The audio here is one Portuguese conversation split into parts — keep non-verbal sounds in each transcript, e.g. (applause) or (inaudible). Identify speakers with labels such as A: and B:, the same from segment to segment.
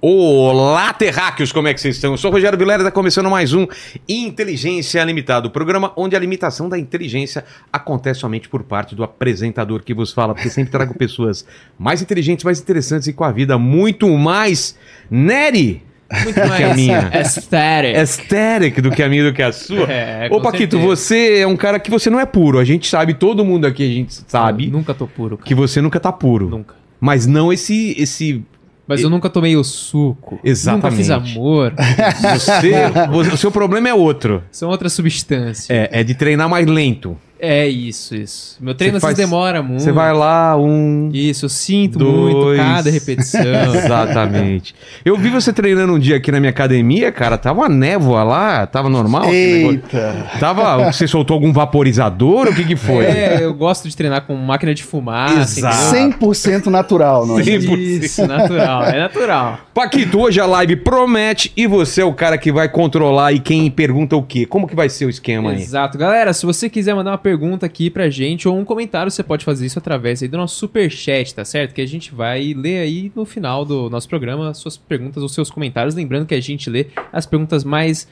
A: Olá, terráqueos, como é que vocês estão? Eu sou o Rogério Vilera, está começando mais um Inteligência Limitada, o programa onde a limitação da inteligência acontece somente por parte do apresentador que vos fala, porque sempre trago pessoas mais inteligentes, mais interessantes e com a vida muito mais neri
B: Muito mais
A: é a minha.
B: aesthetic.
A: aesthetic do que a minha do que a sua.
B: É,
A: Ô
B: com
A: Paquito,
B: certeza.
A: você é um cara que você não é puro, a gente sabe, todo mundo aqui a gente sabe
B: Eu nunca tô puro, cara.
A: que você nunca tá puro,
B: Nunca.
A: mas não esse
B: (laughs)
A: esse
B: Mas eu nunca tomei o suco.
A: Exatamente. É.
B: Nunca
A: (laughs)
B: fiz amor.
A: você, você- o seu problema é outro.
B: São outras substâncias.
A: É, é de treinar mais lento.
B: É, isso, isso. Meu treino
A: Você
B: às vezes
A: faz-
B: demora muito.
A: Você vai lá, um.
B: Isso, eu sinto
A: Dois.
B: muito cada repetição.
A: Exatamente. Eu vi você treinando um dia aqui na minha academia, cara. Tava uma névoa lá, tava normal? aquele negócio?
C: Eita!
A: Tava. Você soltou algum vaporizador? O que que (laughs) foi?
B: É, eu gosto de treinar com máquina de fumar.
A: Exato.
B: entendeu?
C: 100% natural, não é?
A: Tá. Sim.
B: Isso, natural. É natural.
A: Paquito, hoje a live promete e você é o cara que vai controlar e quem pergunta o quê? Como que vai ser o esquema aí?
B: Exato. Galera, se você quiser mandar uma pergunta aqui pra gente ou um comentário, você pode fazer isso através aí do nosso superchat, tá certo? Que a gente vai ler aí no final do nosso programa as suas perguntas ou seus comentários. Lembrando que a gente lê as perguntas
A: (laughs)
B: mais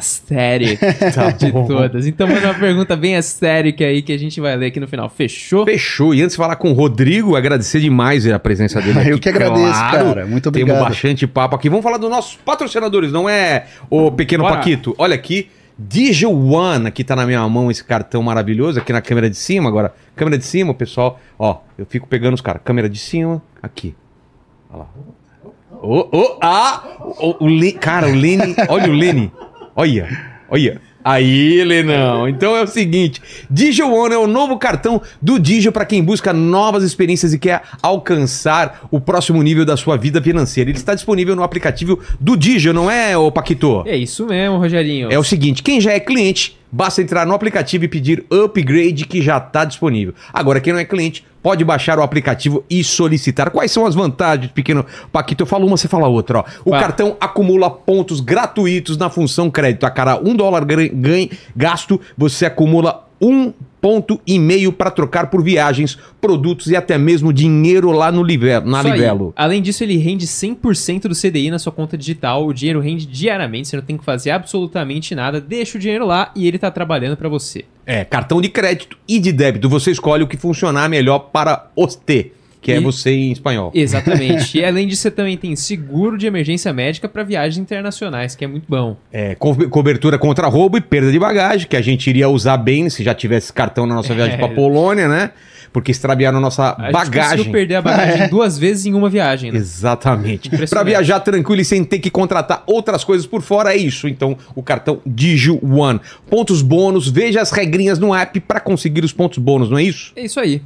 B: astérica
A: Tá
B: de
A: bom.
B: todas. Então manda uma pergunta bem astérica aí que a gente vai ler aqui no final. Fechou?
A: Fechou. E antes de falar com o Rodrigo, agradecer demais a presença dele aqui.
C: Ah, Eu que agradeço, cara. Muito
A: Temos
C: obrigado.
A: bastante papo aqui. Vamos falar dos nossos patrocinadores, não é o pequeno
B: Bora.
A: Paquito? Olha aqui, Digio One, que tá na minha mão esse cartão maravilhoso, aqui na câmera de cima agora. Câmera de cima, pessoal, ó, eu fico pegando os caras. Câmera de cima, aqui. Olha lá. Ô, ô, ah! O, o Le- cara, o Lene, olha o Lene. Olha, olha. Aí, Lenão. Então é o seguinte, Digio One é o novo cartão do Digio para quem busca novas experiências e quer alcançar o próximo nível da sua vida financeira. Ele está disponível no aplicativo do Digio, não é, ô Paquito?
B: É isso mesmo, Rogerinho.
A: É o seguinte, quem já é cliente, basta entrar no aplicativo e pedir upgrade que já está disponível. Agora, quem não é cliente, pode baixar o aplicativo e solicitar. Quais são as vantagens, pequeno Paquito? Eu falo uma, você fala outra. Ó. O
B: Vai.
A: cartão acumula pontos gratuitos na função crédito. A cada um dólar gran- ganho, gasto, você acumula um ponto e meio para trocar por viagens, produtos e até mesmo dinheiro lá no livelo, na
B: Isso aí.
A: Livelo.
B: Além disso, ele rende 100% do CDI na sua conta digital. O dinheiro rende diariamente, você não tem que fazer absolutamente nada. Deixa o dinheiro lá e ele tá trabalhando pra você.
A: É, cartão de crédito e de débito. Você escolhe o que funcionar melhor para você, que é
B: E-
A: você em espanhol.
B: Exatamente. e além disso, você também tem seguro de emergência médica pra viagens internacionais, que é muito bom.
A: É, co- cobertura contra roubo e perda de bagagem, que a gente iria usar bem se já tivesse cartão na nossa viagem
B: É.
A: pra Polônia, né? Porque extraviaram a nossa
B: A gente
A: bagagem. É.
B: conseguiu perder né?
A: (laughs)
B: a bagagem duas vezes em uma viagem, né?
A: Exatamente.
B: Impressionante.
A: Pra viajar tranquilo e sem ter que contratar outras coisas por fora, é isso. Então, o cartão Digio One. Pontos bônus, veja as regrinhas no app pra conseguir os pontos bônus, não é isso?
B: É isso aí.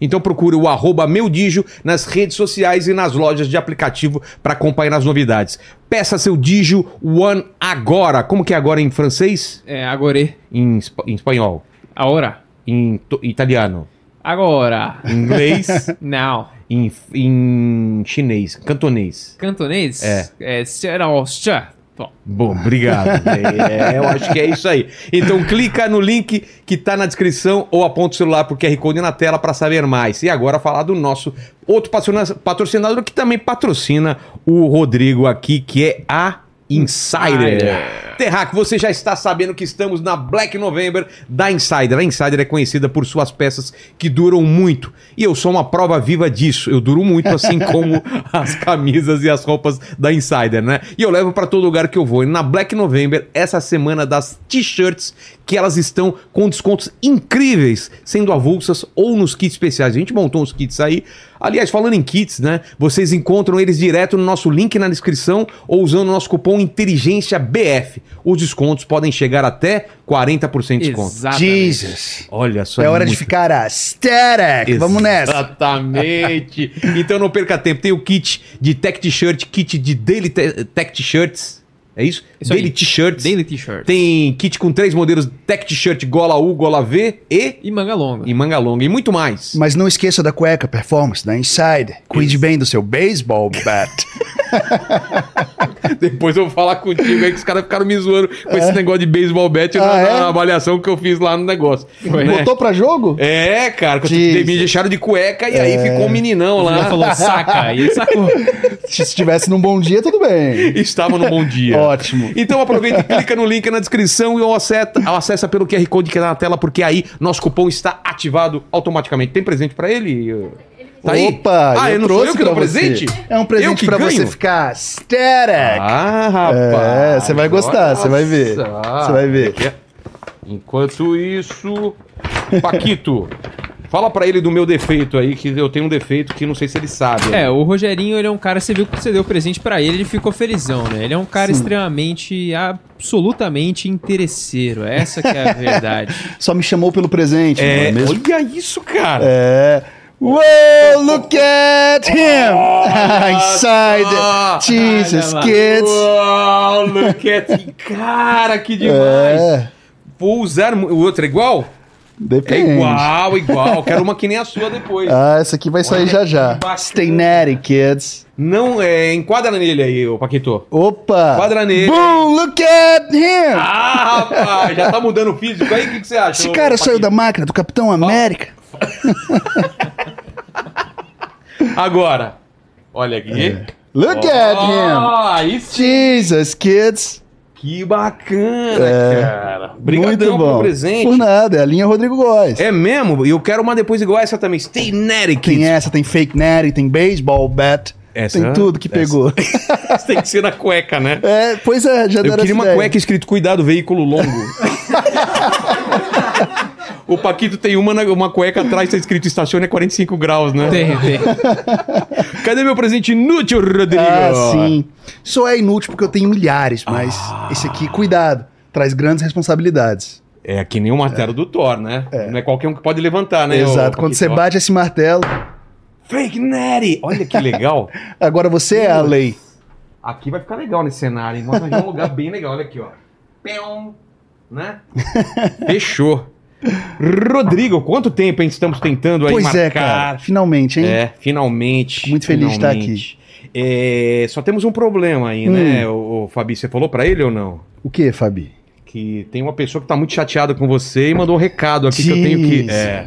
A: Então procure o arroba Meu Digio nas redes sociais e nas lojas de aplicativo para acompanhar as novidades. Peça seu Digio One agora. Como que é agora em francês?
B: É, agora.
A: Em, espa- em espanhol.
B: Agora.
A: Em to- italiano. (laughs)
B: Agora.
A: Em inglês.
B: Now.
A: em, em chinês. Cantonês.
B: Cantonês?
A: É.
B: É. Serosha. Bom.
A: Bom, obrigado. (laughs) É, eu acho que é isso aí. Então clica no link que tá na descrição ou aponta o celular pro QR Code na tela para saber mais. E agora falar do nosso outro patrocina- patrocinador que também patrocina o Rodrigo aqui, que é a Insider. É. Terrac, você já está sabendo que estamos na Black November da Insider. A Insider é conhecida por suas peças que duram muito. E eu sou uma prova viva disso. Eu duro muito, assim como as camisas e as roupas da Insider, né? E eu levo para todo lugar que eu vou. E na Black November, essa semana das t-shirts, que elas estão com descontos incríveis, sendo avulsas ou nos kits especiais. A gente montou uns kits aí. Aliás, falando em kits, né? Vocês encontram eles direto no nosso link na descrição ou usando o nosso cupom Inteligência BF. Os descontos podem chegar até 40% de desconto.
B: Exatamente.
C: Jesus!
A: Olha só.
C: É hora
A: né?
C: de
A: muito-
C: ficar aesthetic! Vamos
A: (laughs)
C: nessa!
A: Exatamente. então não perca tempo. Tem o kit de tech t-shirt, kit de daily te- tech t-shirts. É isso?
B: Isso
A: Daily
B: aí.
A: T-shirts.
B: Daily T-shirt.
A: Tem kit com três modelos Tech T-shirt Gola U, Gola V e,
B: E manga longa.
A: e manga longa. E muito mais.
C: Mas não esqueça da cueca performance, da Inside. Cuide bem do seu baseball
A: (laughs)
C: bat.
A: Depois eu vou falar contigo aí que os caras ficaram me zoando com esse negócio de beisebol bet na,
C: É. Ah, é?
A: na avaliação que eu fiz lá no negócio. né?
C: Botou pra jogo?
A: É, cara, que eu-
C: Jesus.
A: me deixaram de cueca e aí
C: É.
A: ficou um meninão
B: Ela
A: lá.
B: né? falou, assim. saca. E ele sacou.
C: Se estivesse num bom dia, tudo bem.
A: (laughs) Estava no bom dia.
C: Ótimo.
A: Então aproveita e clica no link na descrição e ou acessa, ou acessa pelo QR Code que tá na tela, porque aí nosso cupom está ativado automaticamente. Tem presente pra ele? Tá aí?
C: Opa,
A: ah, eu, não sou eu que dou
C: pra você.
A: presente?
C: É um
A: Eu
C: presente
A: que
C: pra você
A: ganho?
C: ficar aesthetic.
A: Ah, rapaz.
C: É, você vai gostar, você vai ver.
A: Nossa. é.
C: Você vai ver.
A: Enquanto isso, Paquito, fala pra ele do meu defeito aí, que eu tenho um defeito que não sei se ele sabe.
B: É, o Rogerinho, ele é um cara, você viu que você deu presente pra ele, ele ficou felizão, né? Ele é um cara extremamente, absolutamente interesseiro. Essa que é a
A: (laughs)
B: verdade.
C: Só me chamou pelo presente, não
A: É,
C: é mesmo?
A: olha isso, cara.
C: É. Wow, look at him! (laughs) Inside.
A: só.
C: Jesus,
B: Olha lá.
C: kids.
A: Uau, look at it. Cara, que demais.
C: É,
A: Vou usar mu- o outro é igual? É
C: depende.
A: igual, igual. Quero uma que nem a sua depois.
C: Ah, essa aqui vai sair já já.
A: bacana.
C: Stay natty, kids.
A: Não, é, enquadra nele aí, ô Paquito.
C: Opa!
A: Quadra nele.
C: Boom, look at him!
A: Ah, rapaz, já tá mudando o físico aí? O que, que você acha?
C: Esse
A: ô,
C: cara
A: Paquito?
C: saiu da máquina do Capitão América.
A: Agora, olha aqui.
C: É. Look at him!
A: Ah, isso.
C: Jesus, kids!
A: Que bacana, cara.
C: É. Muito
A: Obrigadão
C: bom.
A: pelo presente.
C: Por nada, é a linha Rodrigo Góes.
A: É mesmo? E eu quero uma depois igual essa também. Stay Nery
C: Tem
A: Kids.
C: é essa, tem fake natty, tem baseball bat.
A: Essa-
C: tem tudo que
A: essa.
C: pegou.
A: (laughs) Tem que ser na cueca, né?
C: É, pois é, já
A: Eu
C: deram
A: queria uma
C: essa ideia.
A: cueca escrito Cuidado, veículo
C: (laughs)
A: longo. o Paquito tem uma, na- uma cueca atrás, tá escrito Estacione a 45 graus, né?
B: Tem, tem.
A: Cadê meu presente inútil, Rodrigo?
C: Ah, sim. Só é inútil porque eu tenho milhares, mas
A: Ah.
C: esse aqui, cuidado, traz grandes responsabilidades.
A: É que nem o martelo do Thor, né? Não é qualquer um que pode levantar, né?
C: Exato,
A: ô,
C: quando você
A: Paquito?
C: bate esse martelo,
A: Fake Nery! Olha que legal. (laughs)
C: agora você é a lei.
A: Aqui vai ficar legal nesse cenário, hein? Vamos arranjar um lugar bem legal. Olha aqui, ó. Pão,
C: (laughs)
A: né? Fechou. Rodrigo, quanto tempo, hein? Estamos tentando aí
C: pois
A: marcar.
C: é, cara, finalmente, hein?
A: É, finalmente.
C: Muito feliz de estar
A: finalmente. É, só temos um problema aí, né,
C: Hum.
A: o, Fabi? Você falou pra ele ou não?
C: O que, Fabi?
A: Que tem uma pessoa que tá muito chateada com você e mandou um recado aqui que eu tenho que. É.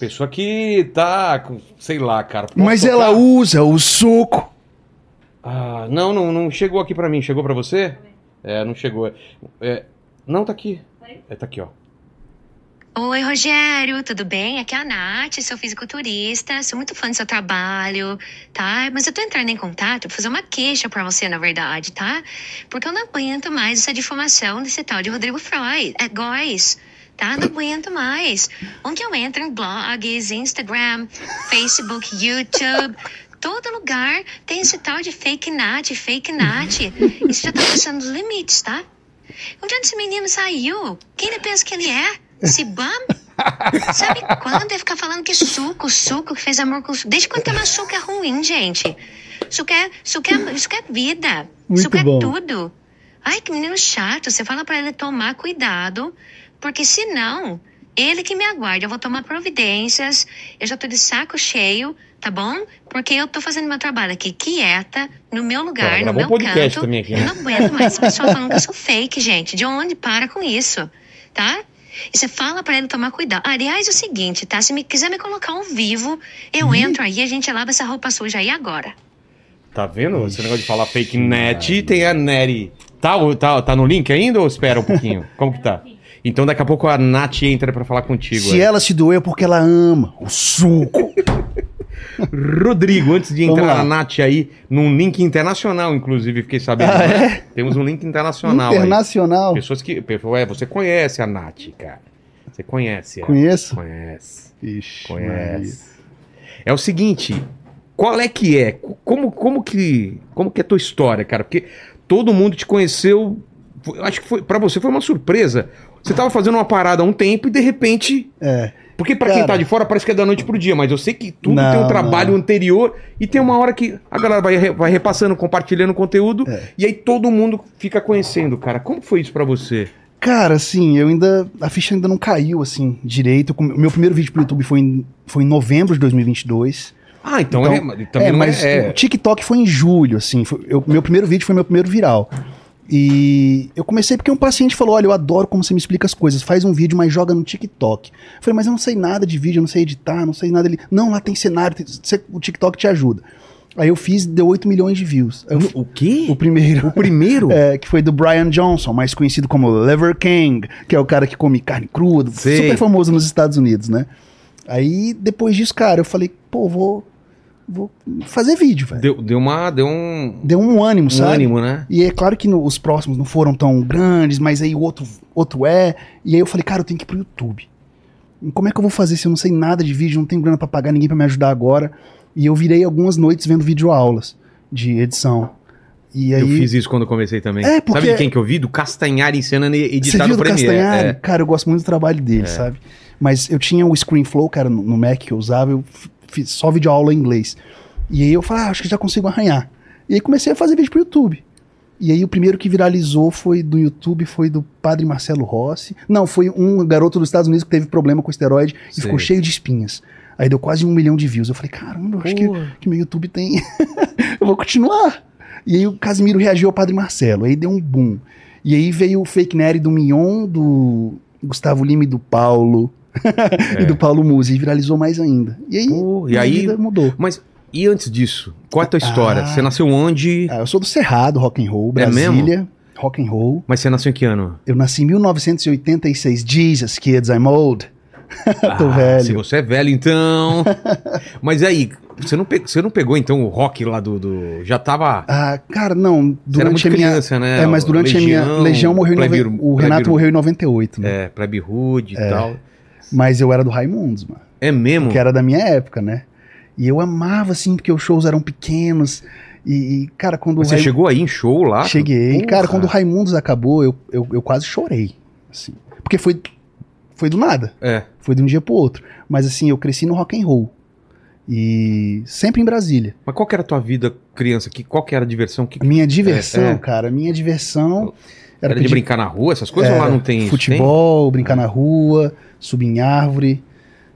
A: Pessoa que tá com. Sei lá, cara. Posso
C: Mas
A: tocar?
C: ela usa o suco.
A: Ah, não, não, não chegou aqui pra mim. Chegou pra você? É, não chegou. É, não, tá aqui. É, tá aqui, ó.
D: Oi, Rogério, tudo bem? Aqui é a Nath, sou fisiculturista, sou muito fã do seu trabalho, tá? Mas eu tô entrando em contato pra fazer uma queixa pra você, na verdade, tá? Porque eu não aguento mais essa difamação desse tal de Rodrigo Freud, é góis, tá? Não aguento mais. Onde eu entro em blogs, Instagram, Facebook, YouTube... Todo lugar tem esse tal de fake Nath, fake Nath. Isso já tá passando os limites, tá? Onde esse menino saiu? Quem ele pensa que ele é? Esse bam? Sabe quando ele fica falando que suco, suco, que fez amor com suco? Desde quando tomar suco é ruim, gente. Suco é, suco é, suco é vida.
C: Muito
D: suco
C: bom.
D: é tudo. Ai, que menino chato. Você fala pra ele tomar cuidado, porque senão, ele que me aguarde. Eu vou tomar providências. Eu já tô de saco cheio, tá bom? Porque eu tô fazendo meu trabalho aqui quieta, no meu
A: Ela
D: lugar, no
A: gravou
D: meu
A: um podcast
D: canto.
A: também aqui, né?
D: Eu não aguento mais esse pessoal falando que eu sou fake, gente. De onde? Para com isso, tá? E você fala pra ele tomar cuidado. Aliás, é o seguinte, tá? Se me quiser me colocar ao vivo, eu entro aí e a gente lava essa roupa suja aí agora.
A: Tá vendo? Esse negócio de falar fake net tem a Nery. Tá, o- tá, tá no link ainda ou espera um
C: (laughs)
A: pouquinho? Como que tá? Então daqui a pouco a Nath entra pra falar contigo.
C: Se
A: aí.
C: ela se doer é porque ela ama o suco.
A: Rodrigo, antes de
C: Vamos
A: entrar na
C: lá.
A: Nath aí, num link internacional, inclusive, fiquei sabendo.
C: Ah,
A: né? Temos um link internacional aí.
C: Internacional.
A: Pessoas que. pessoa- É, você conhece a Nath, cara. Você conhece. ela.
C: Conheço?
A: Conhece.
C: Ixi, Maria.
A: Conhece. É o seguinte, qual é que é? Co- Como, como que como que é a tua história, cara? Porque todo mundo te conheceu, foi- eu acho que foi para você foi uma surpresa. Você tava fazendo uma parada há um tempo e de repente,
C: É.
A: Porque pra quem
C: Cara.
A: tá de fora parece que é da noite pro dia, mas eu sei que tudo
C: Não,
A: tem um trabalho anterior e tem uma hora que a galera vai, re- vai repassando, compartilhando conteúdo
C: É.
A: e aí todo mundo fica conhecendo, cara. Como foi isso pra você?
C: Cara, assim, eu ainda. A ficha ainda não caiu, assim, direito. O meu primeiro vídeo pro YouTube foi em, foi em novembro de 2022.
A: Ah, então,
C: Então,
A: é, mas também
C: é,
A: não
C: mas
A: é,
C: o TikTok foi em julho, assim. foi- eu- meu primeiro vídeo foi meu primeiro viral. E eu comecei porque um paciente falou: Olha, eu adoro como você me explica as coisas. Faz um vídeo, mas joga no TikTok. Eu falei, mas eu não sei nada de vídeo, eu não sei editar, não sei nada. Ele, não, lá tem cenário, tem- você- o TikTok te ajuda. Aí eu fiz, deu 8 milhões de views. Aí eu-
A: é. O quê?
C: o primeiro.
A: O primeiro?
C: É, que foi do Brian Johnson, mais conhecido como Lever King, que é o cara que come carne cruda,
A: Sei.
C: super famoso nos Estados Unidos, né? Aí, depois disso, cara, eu falei, pô, vou, vou fazer vídeo, velho.
A: Deu, deu uma. Deu um,
C: Deu um ânimo,
A: um
C: sabe?
A: ânimo, né?
C: E é claro que no- os próximos não foram tão grandes, mas aí o outro, outro é. E aí eu falei, cara, eu tenho que ir pro YouTube. E Como é que eu vou fazer se eu não sei nada de vídeo, não tenho grana pra pagar ninguém pra me ajudar agora? E eu virei algumas noites vendo videoaulas de edição. E aí,
A: Eu fiz isso quando eu comecei também.
C: É, porque-
A: Sabe de quem que eu vi? Do né, Castanhar ensinando e
C: Você
A: editar no
C: viu do
A: Premiere.
C: Castanhari?
A: É.
C: Cara, eu gosto muito do trabalho dele, sabe? Mas eu tinha o ScreenFlow, cara, no, no Mac que eu usava, eu f- fiz só vídeo aula em inglês. E aí eu falei, ah, acho que já consigo arranhar. E aí comecei a fazer vídeo pro YouTube. E aí o primeiro que viralizou foi do YouTube, foi do padre Marcelo Rossi. Não, foi um garoto dos Estados Unidos que teve problema com esteroide e
A: Sei.
C: ficou cheio de espinhas. Aí deu quase um milhão de views. Eu falei, caramba, eu acho que
B: Pô.
C: que meu YouTube tem. (laughs) eu vou continuar. E aí o Casimiro reagiu ao Padre Marcelo, aí deu um boom. E aí veio o fake Nery do Mignon, do Gustavo Lima e do Paulo. (laughs)
A: É.
C: e do Paulo Musi, e viralizou mais ainda. E aí,
A: Pô, e
C: minha
A: aí-
C: vida mudou.
A: Mas e antes disso? Qual é a tua
C: Ah.
A: história? Você nasceu onde?
C: Ah, eu sou do Cerrado, rock and roll,
A: É mesmo?
C: Brasília, rock and roll.
A: Mas você nasceu em que ano?
C: Eu nasci em 1986, Jesus kids, I'm old. Tô
A: Ah,
C: Tá velho.
A: Se você é velho,
C: (laughs)
A: então. Mas aí, você não, pe- você não pegou então o rock lá do. do- Já tava.
C: Ah, cara, não,
A: Você era
C: durante
A: muito
C: a minha
A: criança, né?
C: É, mas durante a minha Legião morreu em nove...
A: Plebir-
C: o Renato
A: Plebir-
C: morreu em 98, né?
A: É, Plebe Hood e tal.
C: Mas eu era do Raimundos, mano.
A: É mesmo?
C: que era da minha época, né? E eu amava, assim, porque os shows eram pequenos. E, e, cara, quando
A: Mas Você
C: Raimu-
A: chegou aí em show lá?
C: Cheguei.
A: Porra.
C: Cara, quando o Raimundos acabou, eu, eu, eu quase chorei. Assim. Porque foi, foi do nada.
A: É.
C: Foi de um dia pro outro. Mas assim, eu cresci no rock and roll. E sempre em Brasília.
A: Mas qual que era a tua vida criança? Que, qual que era a diversão? Que,
C: A minha diversão,
A: É, é.
C: cara, a minha diversão
A: era
C: era,
A: de
C: pedir
A: brincar na rua? Essas coisas ou lá
C: Era
A: não tem isso?
C: futebol, brincar na rua, subir em árvore.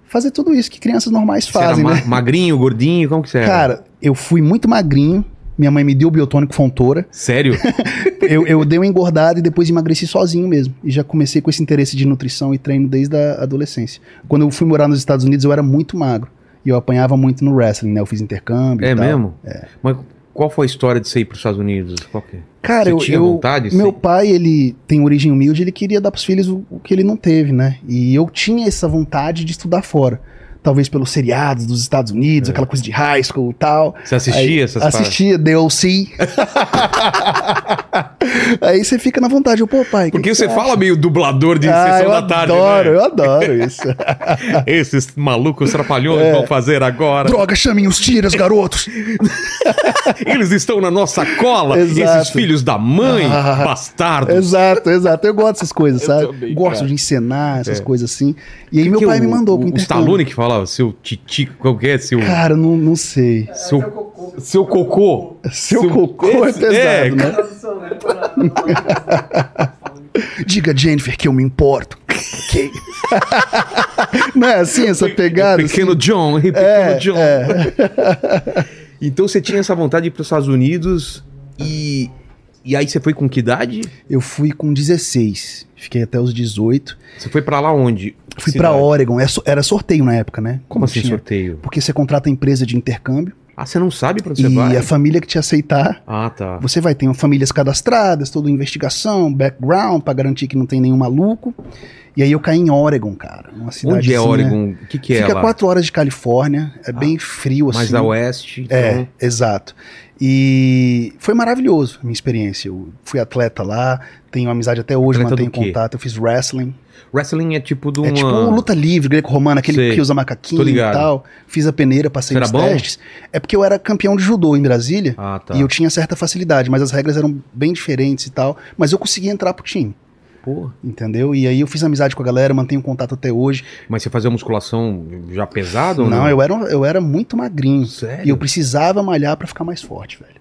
C: Fazer tudo isso que crianças normais
A: Tem? Você era
C: fazem, né?
A: ma- magrinho, gordinho? Como que você era?
C: Cara, eu fui muito magrinho. Minha mãe me deu o biotônico Fontoura. (laughs)
A: Sério? É
C: Eu, eu dei uma engordada e depois emagreci sozinho mesmo. E já comecei com esse interesse de nutrição e treino desde a adolescência. Quando eu fui morar nos Estados Unidos, eu era muito magro. E eu apanhava muito no wrestling, né? Eu fiz intercâmbio.
A: É
C: e tal.
A: mesmo? Mas qual foi a história de você ir para os Estados Unidos? Qual que... é?
C: Cara,
A: você
C: eu,
A: tinha
C: eu-
A: vontade?
C: meu
A: Sim.
C: pai, ele tem origem humilde, ele queria dar pros filhos o, o que ele não teve, né? E eu tinha essa vontade de estudar fora. Talvez pelos seriados dos Estados
A: É.
C: Unidos, aquela coisa de high school e tal.
A: Você assistia essas paradas? (laughs)
C: Assistia DLC. Aí você fica na vontade, eu, pô, pai. que
A: Porque
C: que
A: você
C: acha?
A: fala meio dublador de
C: É. ah,
A: sessão
C: eu
A: da tarde.
C: adoro,
A: (laughs) né?
C: eu adoro isso.
A: Esses malucos trapalhões
C: É.
A: vão fazer agora.
C: Droga, chamem os
A: (laughs)
C: tiras, garotos.
A: Eles estão na nossa cola.
C: (laughs) Exato.
A: Esses filhos da mãe,
C: Ah.
A: bastardos.
C: exato, exato. Eu gosto dessas coisas,
A: Eu
C: sabe?
A: também,
C: gosto
A: cara.
C: de encenar essas
A: É.
C: coisas assim. E aí
A: Que
C: meu
A: que
C: pai
A: o-
C: me mandou pro
A: O, o
C: intercâmbio.
A: Stallone que falava, seu titi, qual que é? Seu,
C: Cara, não, não sei.
A: seu, seu cocô.
C: Seu cocô é
A: esse-
C: pesado,
A: é,
C: né? (laughs) Diga, Jennifer, que eu me importo.
A: (laughs)
C: ok. não é assim essa pegada?
A: Pequeno John, pequeno (laughs)
C: É,
A: John.
C: é.
A: Então você tinha essa vontade de ir para os Estados Unidos e. E aí você foi com que idade?
C: Eu fui com 16, fiquei até os 18.
A: Você foi pra lá onde?
C: Fui
A: Cidade?
C: pra Oregon, é so- era sorteio na época, né?
A: Como
C: Não
A: assim
C: tinha-
A: sorteio?
C: Porque você contrata a empresa de intercâmbio
A: Ah, você não sabe pra onde você
C: e
A: vai?
C: a família que te aceitar,
A: Ah, tá.
C: você vai ter famílias cadastradas, toda investigação, background, pra garantir que não tem nenhum maluco. E aí eu caí em Oregon, cara. Uma cidade
A: Onde é Oregon? O que, que é
C: Fica
A: lá? Ah,
C: quatro horas de Califórnia, é bem frio assim.
A: Mais a oeste. Então...
C: É, exato. E foi maravilhoso a minha experiência. Eu fui atleta lá, tenho amizade até hoje,
A: Atleta
C: mantenho
A: do quê?
C: contato. Eu fiz wrestling.
A: Wrestling é tipo de uma.
C: É tipo luta livre greco-romana, aquele
A: Sei.
C: que
A: Tô
C: usa macaquinho e
A: ligado.
C: tal. Fiz a peneira, passei
A: Você era
C: nos
A: bom?
C: testes. É porque eu era campeão de judô em Brasília
A: Ah, tá.
C: e eu tinha certa facilidade, mas as regras eram bem diferentes e tal. Mas eu consegui entrar pro time.
B: Porra.
C: entendeu? E aí eu fiz amizade com a galera, mantenho contato até hoje.
A: Mas você fazia musculação já pesado ou
C: não,
A: não?
C: eu, era, um- eu era muito magrinho.
A: Sério?
C: E eu precisava malhar pra ficar mais forte, velho.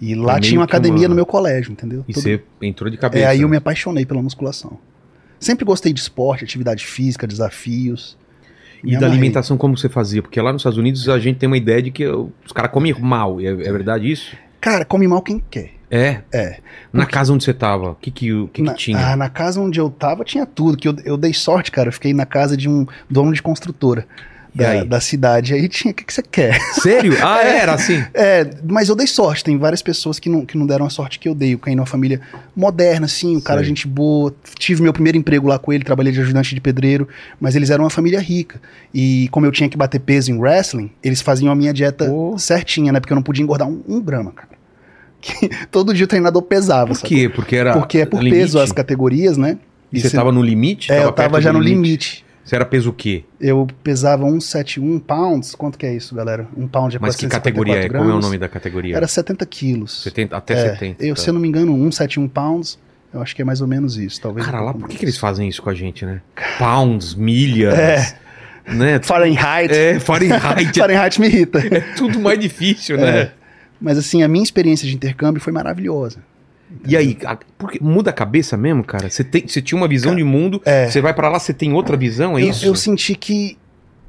C: E
A: É
C: lá
A: meio
C: tinha uma
A: que
C: academia
A: uma-
C: no meu colégio, entendeu?
A: E
C: Todo-
A: você entrou de cabeça.
C: É, aí eu
A: né?
C: me apaixonei pela musculação. Sempre gostei de esporte, atividade física, desafios.
A: E
C: Me
A: da
C: amarrei.
A: alimentação, como você fazia? Porque lá nos Estados Unidos a gente tem uma ideia de que os caras comem mal. É, é verdade isso?
C: Cara, come mal quem quer.
A: É.
C: É.
A: Na casa onde você tava, o que, que, o que,
C: na,
A: que tinha?
C: Ah, na casa onde eu tava tinha tudo, que eu, eu dei sorte, cara. Eu fiquei na casa de um dono de construtora
A: E
C: ah, da,
A: aí?
C: da cidade. Aí tinha, o que, que você quer? (laughs)
A: Sério? Ah, era assim?
C: É, mas eu dei sorte. Tem várias pessoas que não, que não deram a sorte que eu dei. Eu caí numa família moderna, assim, o cara
A: Sei.
C: gente boa. Tive meu primeiro emprego lá com ele, trabalhei de ajudante de pedreiro. Mas eles eram uma família rica. E como eu tinha que bater peso em wrestling, eles faziam a minha dieta
A: Pô.
C: certinha, né? Porque eu não podia engordar um, um grama, cara. (laughs) Que todo dia o treinador pesava,
A: Por
C: sabe?
A: quê? Porque era.
C: Porque é por
A: limite?
C: peso as categorias, né?
A: E você
C: Isso-
A: tava no limite?
C: É, eu
A: perto
C: tava
A: do
C: já no limite.
A: Você era peso o quê?
C: Eu pesava 171 pounds. Quanto que é isso, galera? Um pound é
A: Mas que
C: 454
A: categoria é? Como é o
C: gramas.
A: nome da categoria?
C: Era 70 quilos.
A: 70, até
C: É,
A: 70.
C: Eu,
A: tá.
C: se eu não me engano, 171 pounds. Eu acho que é mais ou menos isso, talvez.
A: Cara,
C: um
A: lá
C: pouco
A: por que,
C: mais.
A: que eles fazem isso com a gente, né? Pounds, milhas,
C: (laughs)
A: né?
C: Fahrenheit.
A: É, Fahrenheit.
C: É. Fahrenheit
A: (laughs)
C: me irrita.
A: é tudo mais difícil,
C: É.
A: né?
C: Mas assim, a minha experiência de intercâmbio foi maravilhosa.
A: E aí, a- porque muda a cabeça mesmo, cara? Você, tem, você tinha uma visão de mundo,
C: É.
A: você vai pra lá, você tem outra visão, é
C: eu,
A: isso?
C: eu senti que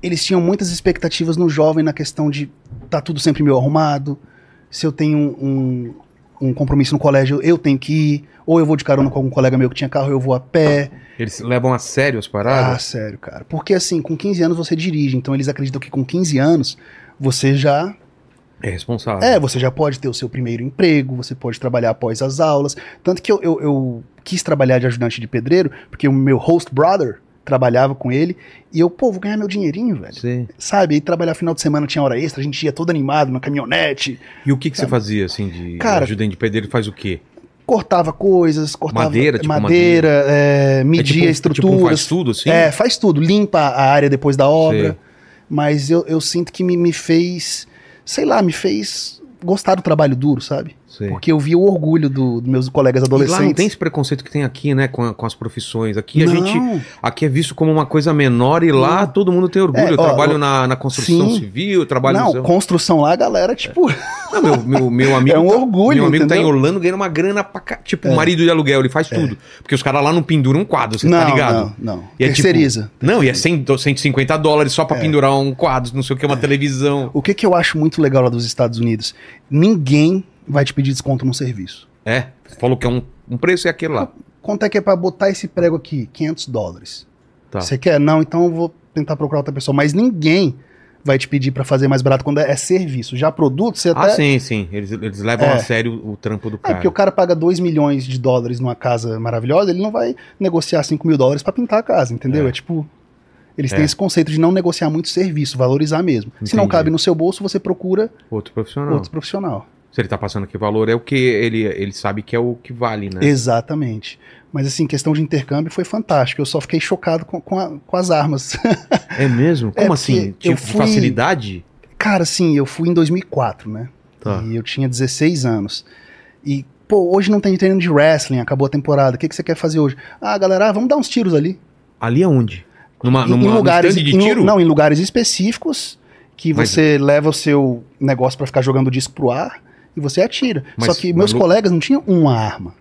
C: eles tinham muitas expectativas no jovem na questão de tá tudo sempre meio arrumado, se eu tenho um, um- um compromisso no colégio, eu tenho que ir, ou eu vou de carona com algum colega meu que tinha carro, eu vou a pé.
A: Eles levam a sério as
C: Ah,
A: paradas?
C: sério, cara. Porque assim, com 15 anos você dirige, então eles acreditam que com 15 anos você já
A: é responsável.
C: é, você já pode ter o seu primeiro emprego, você pode trabalhar após as aulas. Tanto que eu, eu- eu quis trabalhar de ajudante de pedreiro, porque o meu host brother trabalhava com ele, e eu, pô, vou ganhar meu dinheirinho, velho
A: Você-
C: sabe? Aí trabalhar final de semana tinha hora extra, a gente ia todo animado na caminhonete,
A: E o que, que você fazia, assim, de
C: Cara-
A: ajudante de pedreiro? Faz o quê?
C: cortava coisas, cortava
A: Madeira, tipo
C: madeira, é,
A: É
C: media
A: tipo-
C: estruturas.
A: Tipo, faz tudo, assim?
C: É, faz tudo, limpa a área depois da obra.
A: Sei.
C: Mas eu, eu sinto que me, me fez, sei lá, me fez gostar do trabalho duro, sabe?
A: Sei.
C: Porque eu via o orgulho do- dos meus
A: E
C: colegas
A: lá
C: adolescentes.
A: não tem esse preconceito que tem aqui, né, com, a- com as profissões. Aqui a
C: Não.
A: gente Aqui é visto como uma coisa menor e lá todo mundo tem orgulho.
C: É,
A: eu
C: ó,
A: trabalho
C: eu-
A: na, na construção
C: Sim.
A: civil, eu trabalho.
C: Não,
A: no-
C: construção lá, a galera, tipo,
A: Não, meu, meu, meu amigo.
C: (laughs) é um
A: tá-
C: orgulho,
A: Meu amigo
C: entendeu?
A: tá em Orlando ganhando uma grana pra cá. Tipo,
C: É.
A: marido de aluguel, ele faz tudo. Porque os caras lá não penduram um quadro, você
C: não,
A: tá ligado?
C: não, não.
A: E é tipo-
C: Terceiriza.
A: Não, e é 100, do- 150 dólares só pra
C: É.
A: pendurar um quadro, não sei o que, uma televisão.
C: O que, que eu acho muito legal lá dos Estados Unidos? Ninguém vai te pedir desconto no serviço.
A: É, falou que é um, um preço e aquele lá.
C: Quanto é que é pra botar esse prego aqui? 500 dólares.
A: Tá.
C: Você quer? Não, então eu vou tentar procurar outra pessoa. Mas ninguém vai te pedir pra fazer mais barato quando é, é serviço. Já produto, você
A: Ah,
C: até...
A: sim, sim. Eles, eles levam
C: É.
A: a sério o trampo do
C: É,
A: cara.
C: porque o cara paga 2 milhões de dólares numa casa maravilhosa, ele não vai negociar 5 mil dólares pra pintar a casa, entendeu?
A: É.
C: É, tipo... Eles
A: É.
C: têm esse conceito de não negociar muito serviço, valorizar mesmo. Se não
A: Entendi. Ah.
C: cabe no seu bolso, você procura
A: Outro profissional.
C: outro profissional.
A: Se ele tá passando que valor, é o que ele, ele sabe que é o que vale, né?
C: Exatamente. Mas assim, questão de intercâmbio foi fantástico. Eu só fiquei chocado com, com, a- com as armas.
A: É mesmo? Como
C: porque
A: assim?
C: eu
A: Tipo,
C: fui-
A: facilidade?
C: Cara, assim, eu fui em 2004, né?
A: Tá.
C: E eu tinha 16 anos. E, pô, hoje não tem treino de wrestling, acabou a temporada. O que, que você quer fazer hoje? Ah, galera, ah, vamos dar uns tiros ali.
A: Ali aonde? Numa,
C: Em-
A: numa,
C: em
A: Ah, num
C: lugares
A: stand de
C: em lu-
A: tiro?
C: não, em lugares específicos que
A: Mas-
C: você leva o seu negócio pra ficar jogando o disco pro ar e você atira.
A: Mas-
C: Só que
A: mas
C: meus
A: lu-
C: colegas não tinham uma arma.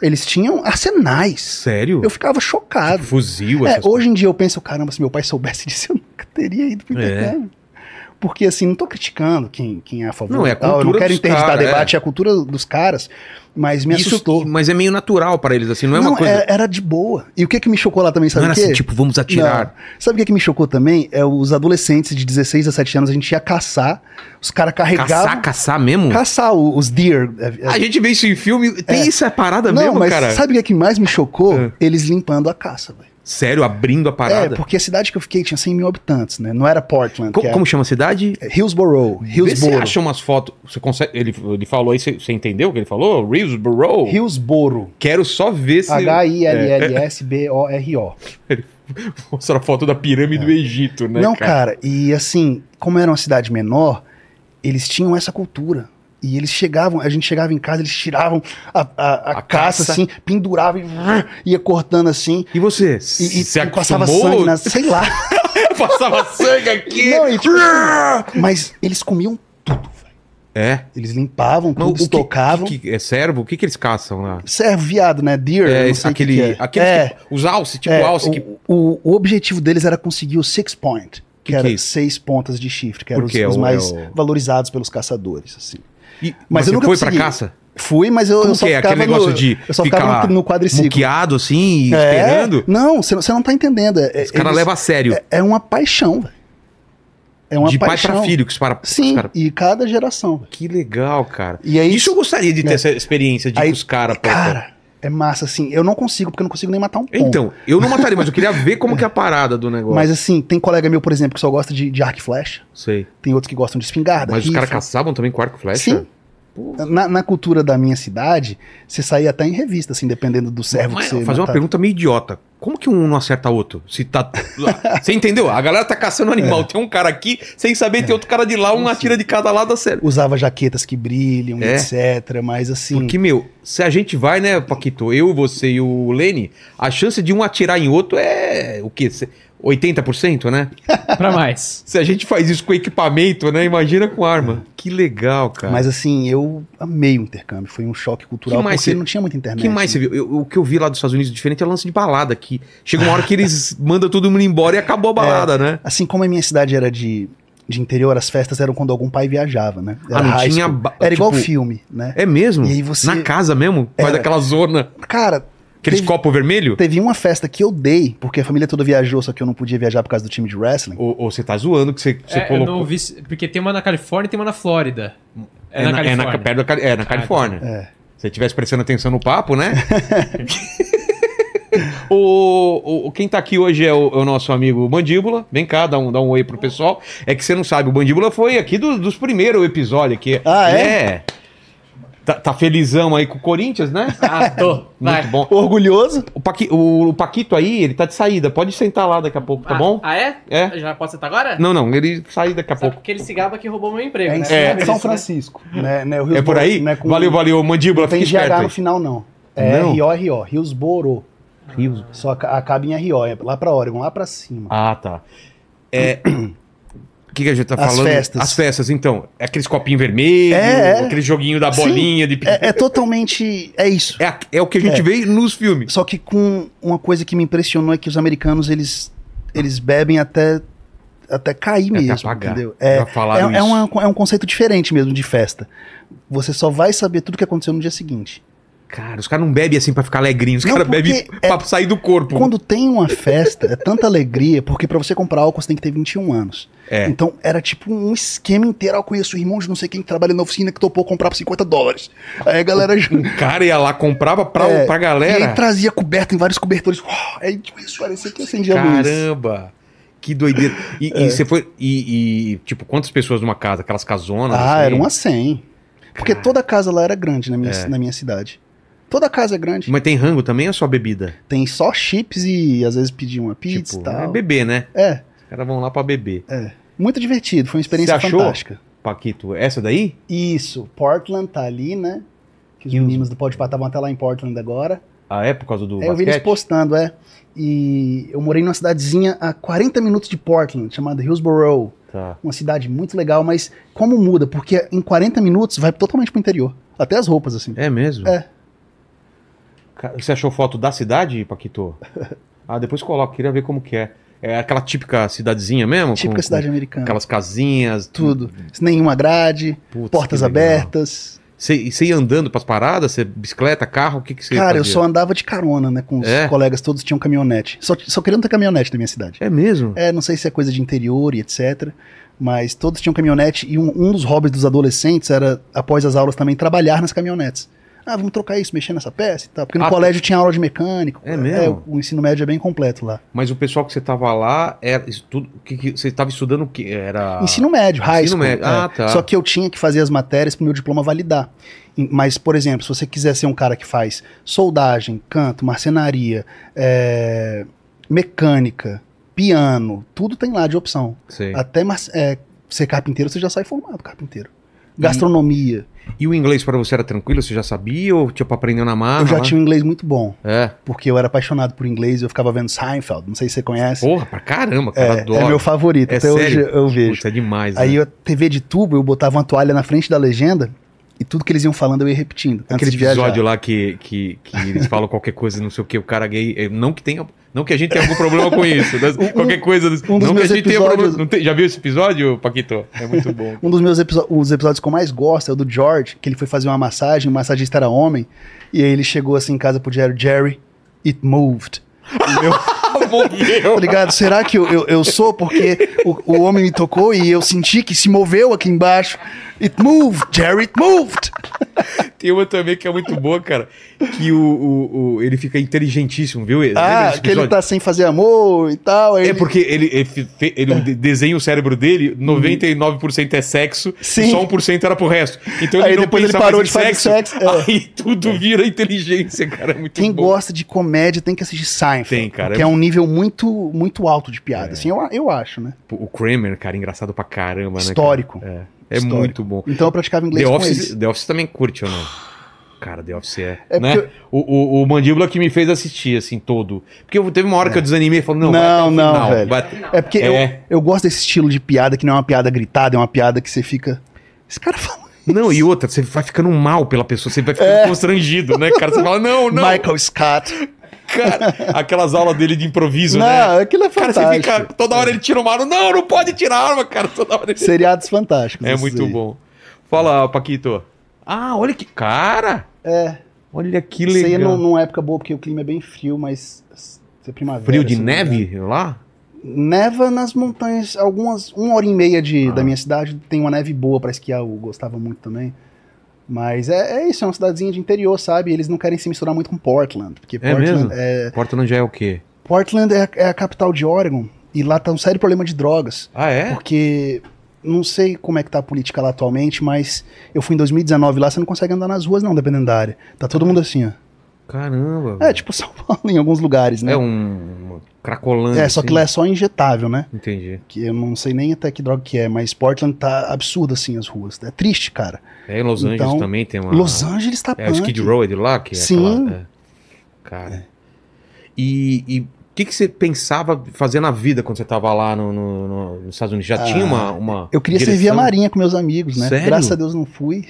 C: Eles tinham arsenais.
A: Sério?
C: Eu ficava chocado.
A: Tipo, Fuzil,
C: É,
A: essas
C: hoje em dia eu penso, caramba, se meu pai soubesse (laughs) disso, eu nunca teria ido pro
A: É.
C: intercâmbio. Porque assim, não tô criticando quem, quem é a favor
A: Não, é a
C: e tal, eu não
A: cultura
C: quero
A: dos
C: interditar
A: cara,
C: debate, é a cultura dos caras, mas me
A: coisas. Isso-
C: assustou.
A: Mas é meio natural pra eles, assim, não é uma coisa.
C: é- era de boa. E o que que me chocou lá também,
A: não
C: sabe
A: era
C: o quê?
A: assim, tipo, vamos atirar.
C: Não. Sabe o que que me chocou também? É os adolescentes de 16 a 7 anos, a gente ia caçar, os caras carregavam...
A: Caçar, caçar mesmo?
C: Caçar o- os deer. é- é-
A: A gente vê isso em filme. Tem essa parada
C: não,
A: mesmo,
C: mas
A: cara?
C: sabe o que que mais me chocou?
A: É.
C: Eles limpando a caça, velho.
A: Sério, abrindo a
C: É,
A: parada.
C: porque a cidade que eu fiquei tinha 100 mil habitantes, né? Não era Portland,
A: Co-
C: que é
A: Como chama a cidade?
C: É Hillsborough.
A: Vê se Você
C: Hillsboro.
A: acha umas fotos. Você consegue. Ele, ele falou aí, você, você entendeu o que ele falou? é Hillsborough?
C: Hillsboro.
A: Quero só ver se. é.
C: H-I-L-L-S-B-O-R-O.
A: Mostrar a foto da
C: É.
A: pirâmide do Egito, né?
C: Não, cara, e assim, como era uma cidade menor, eles tinham essa cultura. E eles chegavam, a gente chegava em casa, eles tiravam a, a, a
A: A
C: caça,
A: caça.
C: assim, pendurava e (laughs) vrr, ia cortando assim.
A: E você?
C: E, e
A: Você
C: passava
A: acostumou?
C: sangue na. Sei lá.
A: (laughs) passava sangue aqui.
C: Não, e tipo assim, mas eles comiam tudo, velho.
A: É.
C: Eles limpavam tudo,
A: Não, o que-
C: estocavam.
A: que- que- é servo? O que, que eles caçam lá?
C: Serve viado, né? Deer, eu
A: É,
C: não sei o que
A: aquele.
C: que é.
A: aqueles
C: É,
A: que- os alce, tipo
C: é,
A: alce
C: o,
A: que.
C: o- o objetivo deles era conseguir o six point, que,
A: que
C: era
A: é isso?
C: seis pontas de chifre, que eram
A: Por
C: os,
A: quê?
C: os
A: É o-
C: mais
A: é o-
C: valorizados pelos caçadores, assim.
A: E-
C: mas
A: você
C: eu nunca
A: foi
C: consegui.
A: pra caça?
C: Fui, mas eu,
A: Como
C: eu só
A: que é?
C: ficava
A: Aquele negócio
C: no,
A: de
C: eu só
A: ficar
C: ficava no, no quadriciclo.
A: muqueado assim, e
C: É?
A: esperando?
C: Não, você não, você não tá entendendo. É,
A: Os caras
C: eles-
A: levam a sério.
C: é, é uma paixão, velho. É uma
A: de pai
C: paixão.
A: pra filho, que os para. os
C: Sim,
A: cara-
C: e cada geração. velho.
A: Que legal, cara.
C: E aí,
A: Isso eu gostaria de ter
C: É.
A: essa experiência de ir
C: Aí-
A: com os caras pra.
C: cara, é massa, assim. Eu não consigo, porque eu não consigo nem matar um pombo.
A: Então, eu não mataria, mas eu queria ver como que é a parada do negócio.
C: Mas assim, tem colega meu, por exemplo, que só gosta de, de arco e flecha.
A: Sei.
C: Tem outros que gostam de espingarda.
A: Mas os
C: rifle.
A: caras caçavam também com arco e flecha?
C: Sim. Na, na cultura da minha cidade, você saía até em revista, assim, dependendo do servo
A: Mas
C: que você
A: fazer uma
C: matava.
A: pergunta meio idiota. Como que um não acerta outro? Se tá. Você entendeu? A galera tá caçando
C: É.
A: animal. Tem um cara aqui, sem saber, tem outro cara de lá, um atira de cada lado, acerta.
C: Usava jaquetas que brilham,
A: É.
C: etc. Mas assim.
A: Porque, meu, se a gente vai, né, Paquito, eu, você e o Lene, a chance de um atirar em outro é o quê? Cê- 80%, né?
B: Pra mais.
A: Se a gente faz isso com equipamento, né? Imagina com arma. Que legal, cara.
C: Mas assim, eu amei o intercâmbio. Foi um choque cultural,
A: Que mais
C: porque
A: você-
C: não tinha muita internet. né?
A: O que mais você viu? Eu- o que eu vi lá dos Estados Unidos diferente é lance de balada aqui. Chega uma hora que
C: (laughs)
A: eles mandam todo mundo embora e acabou a balada, né?
C: Assim como a minha cidade era de, de interior, as festas eram quando algum pai viajava, né? Era
A: ah, não
C: high
A: tinha.
C: school.
A: ba-
C: Era igual
A: tipo,
C: filme, né?
A: É mesmo?
C: E aí você-
A: Na casa mesmo? Faz
C: Era.
A: aquela zona.
C: Cara,
A: é, Aqueles
C: Teve-
A: copo vermelho?
C: teve uma festa que eu dei, porque a família toda viajou, só que eu não podia viajar por causa do time de wrestling.
A: Ou, ou você tá zoando que você, que você
B: É, eu não
A: colocou.
B: vi, porque tem uma na Califórnia e tem uma na Flórida. É, na,
A: é
B: Califórnia. Ah,
A: na, perto da Cali- é, na Califórnia.
C: É.
A: Se você estivesse prestando atenção no papo, né? (laughs) o, o- quem tá aqui hoje é o, é o nosso amigo Mandíbula. Vem cá, dá um, dá um oi pro pessoal. É que você não sabe, o Mandíbula foi aqui do- dos primeiros episódios aqui.
C: Ah, é?
A: Tá, tá felizão aí com o Corinthians, né?
B: Ah, tô. Vai.
A: Muito bom.
C: Orgulhoso?
A: O, Paqui- o- o Paquito aí, ele tá de saída. Pode sentar lá daqui a pouco, tá
B: Ah,
A: bom?
B: Ah, é?
A: É.
B: Já posso sentar agora?
A: Não, não, ele sai daqui a
B: Sabe
A: pouco.
B: aquele cigarro que roubou meu emprego,
C: É em
B: né?
A: É.
C: São Francisco. né? Né, o
A: É por
C: Hillsborough,
A: aí?
C: né, com-
A: Valeu, valeu, Mandíbula,
C: Não tem
A: fica esperto
C: GH no
A: aí.
C: final, não. É
A: Não?
C: R.O.R.O. Hillsborough.
A: Rios.
C: Só ca- acaba em R.O. É lá pra Oregon, lá pra cima.
A: Ah, tá. É, O que, que a gente tá
C: As
A: falando?
C: festas.
A: As festas, então. É aqueles copinhos vermelhos,
C: É, é.
A: aquele joguinho da
C: Sim.
A: bolinha de pique-
C: É, é totalmente. É isso.
A: é. a- é o que a gente
C: É.
A: vê nos filmes.
C: Só que com uma coisa que me impressionou é que os americanos eles, eles bebem até até cair
A: até
C: mesmo,
A: apagar.
C: entendeu? É,
A: Já falaram
C: é, é,
A: isso.
C: uma- é um conceito diferente mesmo de festa. Você só vai saber tudo o que aconteceu no dia seguinte.
A: Cara, os caras não bebem assim pra ficar alegrinhos. Os
C: Não,
A: caras bebem
C: porque é
A: pra sair do corpo.
C: Quando tem uma festa, é tanta alegria, porque pra você comprar álcool você tem que ter 21 anos.
A: É.
C: Então era tipo um esquema inteiro. Ah, Eu conheço o irmão de não sei quem que trabalha na oficina que topou comprar por 50 dólares. Aí a
A: (laughs)
C: galera. já-
A: O cara ia lá, comprava pra,
C: É,
A: pra
C: E
A: galera.
C: aí trazia coberta em vários cobertores. Uau, aí tipo, isso parecia que acendia a luz. É.
A: Caramba! Que doideira. E, e você foi. E, e, tipo, quantas pessoas numa casa? Aquelas casonas?
C: Ah,
A: assim?
C: era umas 100. Porque
A: Cara. É.
C: toda casa lá era grande na minha, na minha cidade. Toda casa é grande.
A: Mas tem rango também ou é só bebida?
C: Tem só chips e às vezes pedir uma pizza
A: tipo,
C: e tal.
A: é beber, né?
C: É,
A: Os caras vão lá pra beber.
C: muito divertido. Foi uma experiência
A: Você achou?
C: fantástica.
A: Paquito, essa daí?
C: Isso, Portland tá ali, né? Que os
A: E os-
C: meninos do Pode Pá estavam até lá em Portland agora.
A: Ah, é por causa do
C: É, eu vi eles
A: basquete?
C: postando, é. E eu morei numa cidadezinha a 40 minutos de Portland, chamada Hillsborough.
A: Tá.
C: Uma cidade muito legal, mas como muda? Porque em 40 minutos vai totalmente pro interior. Até as roupas, assim.
A: É mesmo?
C: É.
A: Ca- Você achou foto da cidade,
C: (laughs)
A: Paquito? ah, depois coloca, queria ver como que é. É aquela típica cidadezinha mesmo?
C: Típica
A: Com-
C: cidade
A: com
C: americana.
A: Aquelas casinhas.
C: Tudo. Nenhuma grade,
A: Putz,
C: portas
A: que legal.
C: abertas.
A: Você e você ia andando pras paradas? Você, bicicleta, carro? O que, que você
C: Cara, eu
A: fazia?
C: só andava de carona, né? Com os
A: É?
C: colegas todos tinham caminhonete. Só, só queriam ter caminhonete na minha cidade.
A: É mesmo?
C: É, não sei se é coisa de interior e etc. Mas todos tinham caminhonete e um, um dos hobbies dos adolescentes era, após as aulas também, trabalhar nas caminhonetes. Ah, vamos trocar isso, mexer nessa peça e tal. Porque no
A: Ah,
C: colégio tinha aula de mecânico.
A: É mesmo?
C: o ensino médio é bem completo lá.
A: Mas o pessoal que você tava lá, era estudo, que, que- você tava estudando o que? Era...
C: Ensino médio, high
A: Ah. Ensino
C: school,
A: médio.
C: é.
A: Ah, tá.
C: Só que eu tinha que fazer as matérias pro meu diploma validar. Em- Mas, por exemplo, se você quiser ser um cara que faz soldagem, canto, marcenaria, é, mecânica, piano, tudo tem lá de opção.
A: Sei.
C: Até mar- é, ser carpinteiro, você já sai formado, carpinteiro.
A: Hum.
C: gastronomia.
A: E o inglês pra você era tranquilo? Você já sabia ou tipo aprendeu na marra?
C: eu já
A: lá?
C: tinha um inglês muito bom,
A: É.
C: porque eu era apaixonado por inglês, eu ficava vendo Seinfeld, não sei se você conhece.
A: Porra, pra caramba, cara,
C: é,
A: adoro.
C: é meu favorito,
A: É
C: até
A: sério?
C: hoje eu vejo.
A: Puta, é demais,
C: Aí
A: né?
C: a TV de tubo, eu botava uma toalha na frente da legenda e tudo que eles iam falando eu ia repetindo. Antes
A: Aquele
C: de viajar.
A: episódio lá que, que, que eles falam qualquer coisa, não sei o que, o cara gay. eh, Não que tenha. Não que a gente tenha algum problema com isso.
C: (laughs)
A: mas
C: Um-
A: qualquer coisa.
C: um dos
A: não que a
C: meus
A: gente tenha problema.
C: episódios-
A: não tem- já viu esse episódio, Paquito? É muito (laughs) bom.
C: Um dos meus episo- os episódios que eu mais gosto é o do George, que ele foi fazer uma massagem, o massagista era homem, e aí ele chegou assim em casa pro Jerry, Jerry, it moved. (laughs)
A: Morreu.
C: Tá ligado? Será que eu, eu, eu sou porque o, o homem me tocou e eu senti que se moveu aqui embaixo? It moved, Jerry, it moved.
A: Tem uma também que é muito boa, cara. Que o, o, o- ele fica inteligentíssimo, viu? Lembra
C: Ah,
A: desse
C: que ele
A: episódio?
C: tá sem fazer amor e tal. aí
A: É
C: ele-
A: porque ele, ele, fe-
C: Ah.
A: ele de- desenha o cérebro dele, 99% é sexo, e
C: Uhum. Sim.
A: só 1% era pro resto. Então ele
C: Aí
A: não
C: depois
A: pensa
C: ele parou
A: mais em
C: de fazer
A: sexo,
C: sexo, é.
A: aí tudo vira inteligência, cara. É muito
C: Quem
A: bom.
C: gosta de comédia tem que assistir Seinfeld.
A: Tem, cara. É.
C: Porque é um nível muito, muito alto de piada, assim, eu, eu acho, né?
A: O Kramer, cara, engraçado pra caramba, né? cara?
C: Histórico.
A: É, é
C: Histórico.
A: muito bom.
C: Então eu praticava inglês
A: The
C: com
A: Office,
C: eles.
A: The Office também curte ou não? Cara, The Office é.
C: É
A: né?
C: porque-
A: o, o, o Mandíbula que me fez assistir, assim, todo. Porque eu, teve uma hora que eu desanimei e falei, não, vai até o
C: É. Não, não,
A: final,
C: velho.
A: vai até-
C: É porque
A: É.
C: Eu, eu gosto desse estilo de piada que não é uma piada gritada, é uma piada que você fica. Esse cara fala.
A: Não, e outra, você vai ficando mal pela pessoa, você vai ficando constrangido, né, cara? Você fala, não, não,
C: É. Michael Scott.
A: cara.
C: (laughs)
A: Aquelas aulas dele de improviso,
C: não,
A: né?
C: aquilo é
A: Cara,
C: fantástico.
A: você fica. Toda hora ele tira uma arma. Não, não pode tirar a arma, cara. Toda hora ele.
C: Seriados fantásticos.
A: É
C: esses
A: muito
C: aí.
A: bom. Fala, Paquito. Ah, olha que. Cara!
C: É,
A: Olha que
C: isso aí é
A: legal.
C: num- numa época boa, porque o clima é bem frio, mas. É primavera.
A: Frio de
C: se não me engano.
A: neve lá?
C: Neva nas montanhas, algumas. Uma hora e meia de,
A: Ah.
C: da minha cidade tem uma neve boa pra esquiar, eu gostava muito também. Mas é, é isso, é uma cidadezinha de interior, sabe? Eles não querem se misturar muito com Portland, porque Portland
A: mesmo?
C: é.
A: Portland já é o quê?
C: Portland é a, é a capital de Oregon e lá tá um sério problema de drogas.
A: Ah, é?
C: Porque não sei como é que tá a política lá atualmente, mas eu fui em 2019 lá, você não consegue andar nas ruas, não, dependendo da área. Tá todo mundo assim, ó.
A: Caramba.
C: É
A: velho.
C: tipo (laughs) São Paulo em alguns lugares, né?
A: Hum. É um. uma Cracolândia.
C: É, só que
A: assim.
C: lá é só injetável, né?
A: Entendi.
C: Que eu não sei nem até que droga que é, mas Portland tá absurdo assim as ruas. É triste, cara.
A: É, em Los Angeles
C: Então,
A: também tem uma.
C: Los Angeles tá
A: É o Skid
C: punk.
A: Row é de lá? Que é
C: Sim.
A: aquela- é. Cara. E e o que, que você pensava fazer na vida quando você estava lá no, no- no- nos Estados Unidos? Já
C: Ah,
A: tinha uma. uma
C: Eu queria
A: direção?
C: servir a Marinha com meus amigos, né?
A: Sério?
C: Graças a Deus não fui.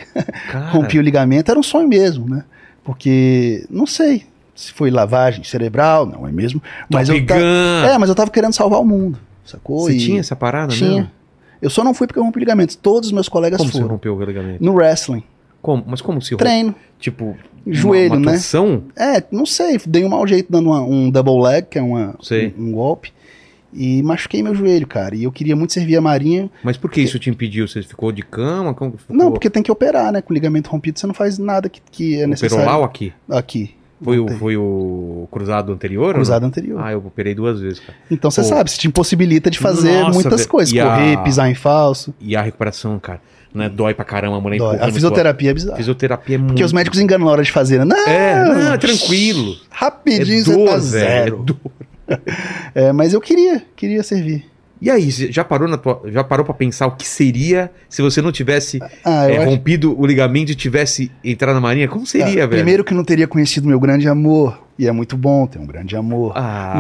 A: Cara,
C: rompi o ligamento, era um sonho mesmo, né? Porque, não sei se foi lavagem cerebral, não é mesmo? Mas
A: Top
C: eu, ta-
A: Gun.
C: é, mas eu tava querendo salvar o mundo, sacou?
A: Ah. Você
C: E-
A: tinha essa parada
C: Tinha.
A: mesmo?
C: Eu só não fui porque eu rompi o ligamento, todos os meus colegas
A: Como você
C: foram.
A: rompeu o ligamento?
C: No wrestling,
A: Como? Mas como se rompeu?
C: treino,
A: Tipo,
C: joelho,
A: uma, uma
C: né?
A: tensão?
C: É, não sei, dei um mau jeito dando uma- um double leg, que é uma,
A: Sei.
C: um, um golpe, e machuquei meu joelho, cara. E eu queria muito servir a Marinha.
A: Mas por que isso te impediu? Você ficou de cama? Como que ficou?
C: Não, porque tem que operar, né? Com o ligamento rompido você não faz nada que, que é
A: Operou lá
C: necessário.
A: ou aqui?
C: Aqui.
A: Foi o,
C: Voltei.
A: foi o cruzado anterior? ou não?
C: cruzado anterior.
A: Ah, eu operei duas vezes, cara.
C: Então você
A: Pô.
C: sabe, isso te impossibilita de fazer
A: Nossa,
C: muitas
A: velho.
C: coisas.
A: E a-
C: Correr, pisar em falso.
A: E a recuperação, cara, né? Dói pra caramba, a mulher
C: dói.
A: empurrando
C: A
A: tua-
C: fisioterapia é bizarra.
A: Fisioterapia é muito.
C: Porque os médicos enganam na hora de fazer. né? Não,
A: É, não, é tranquilo.
C: rapidinho
A: é
C: você
A: dor,
C: tá
A: velho,
C: zero.
A: é dor.
C: É, mas eu queria, queria servir.
A: E aí, você já parou, na tua, já parou pra pensar o que seria se você não tivesse
C: Ah, eu
A: é,
C: acho-
A: rompido o ligamento e tivesse entrado na marinha? Como seria,
C: ah,
A: velho?
C: Primeiro que eu não teria conhecido meu grande amor. E é muito bom ter um grande amor.
A: Ah,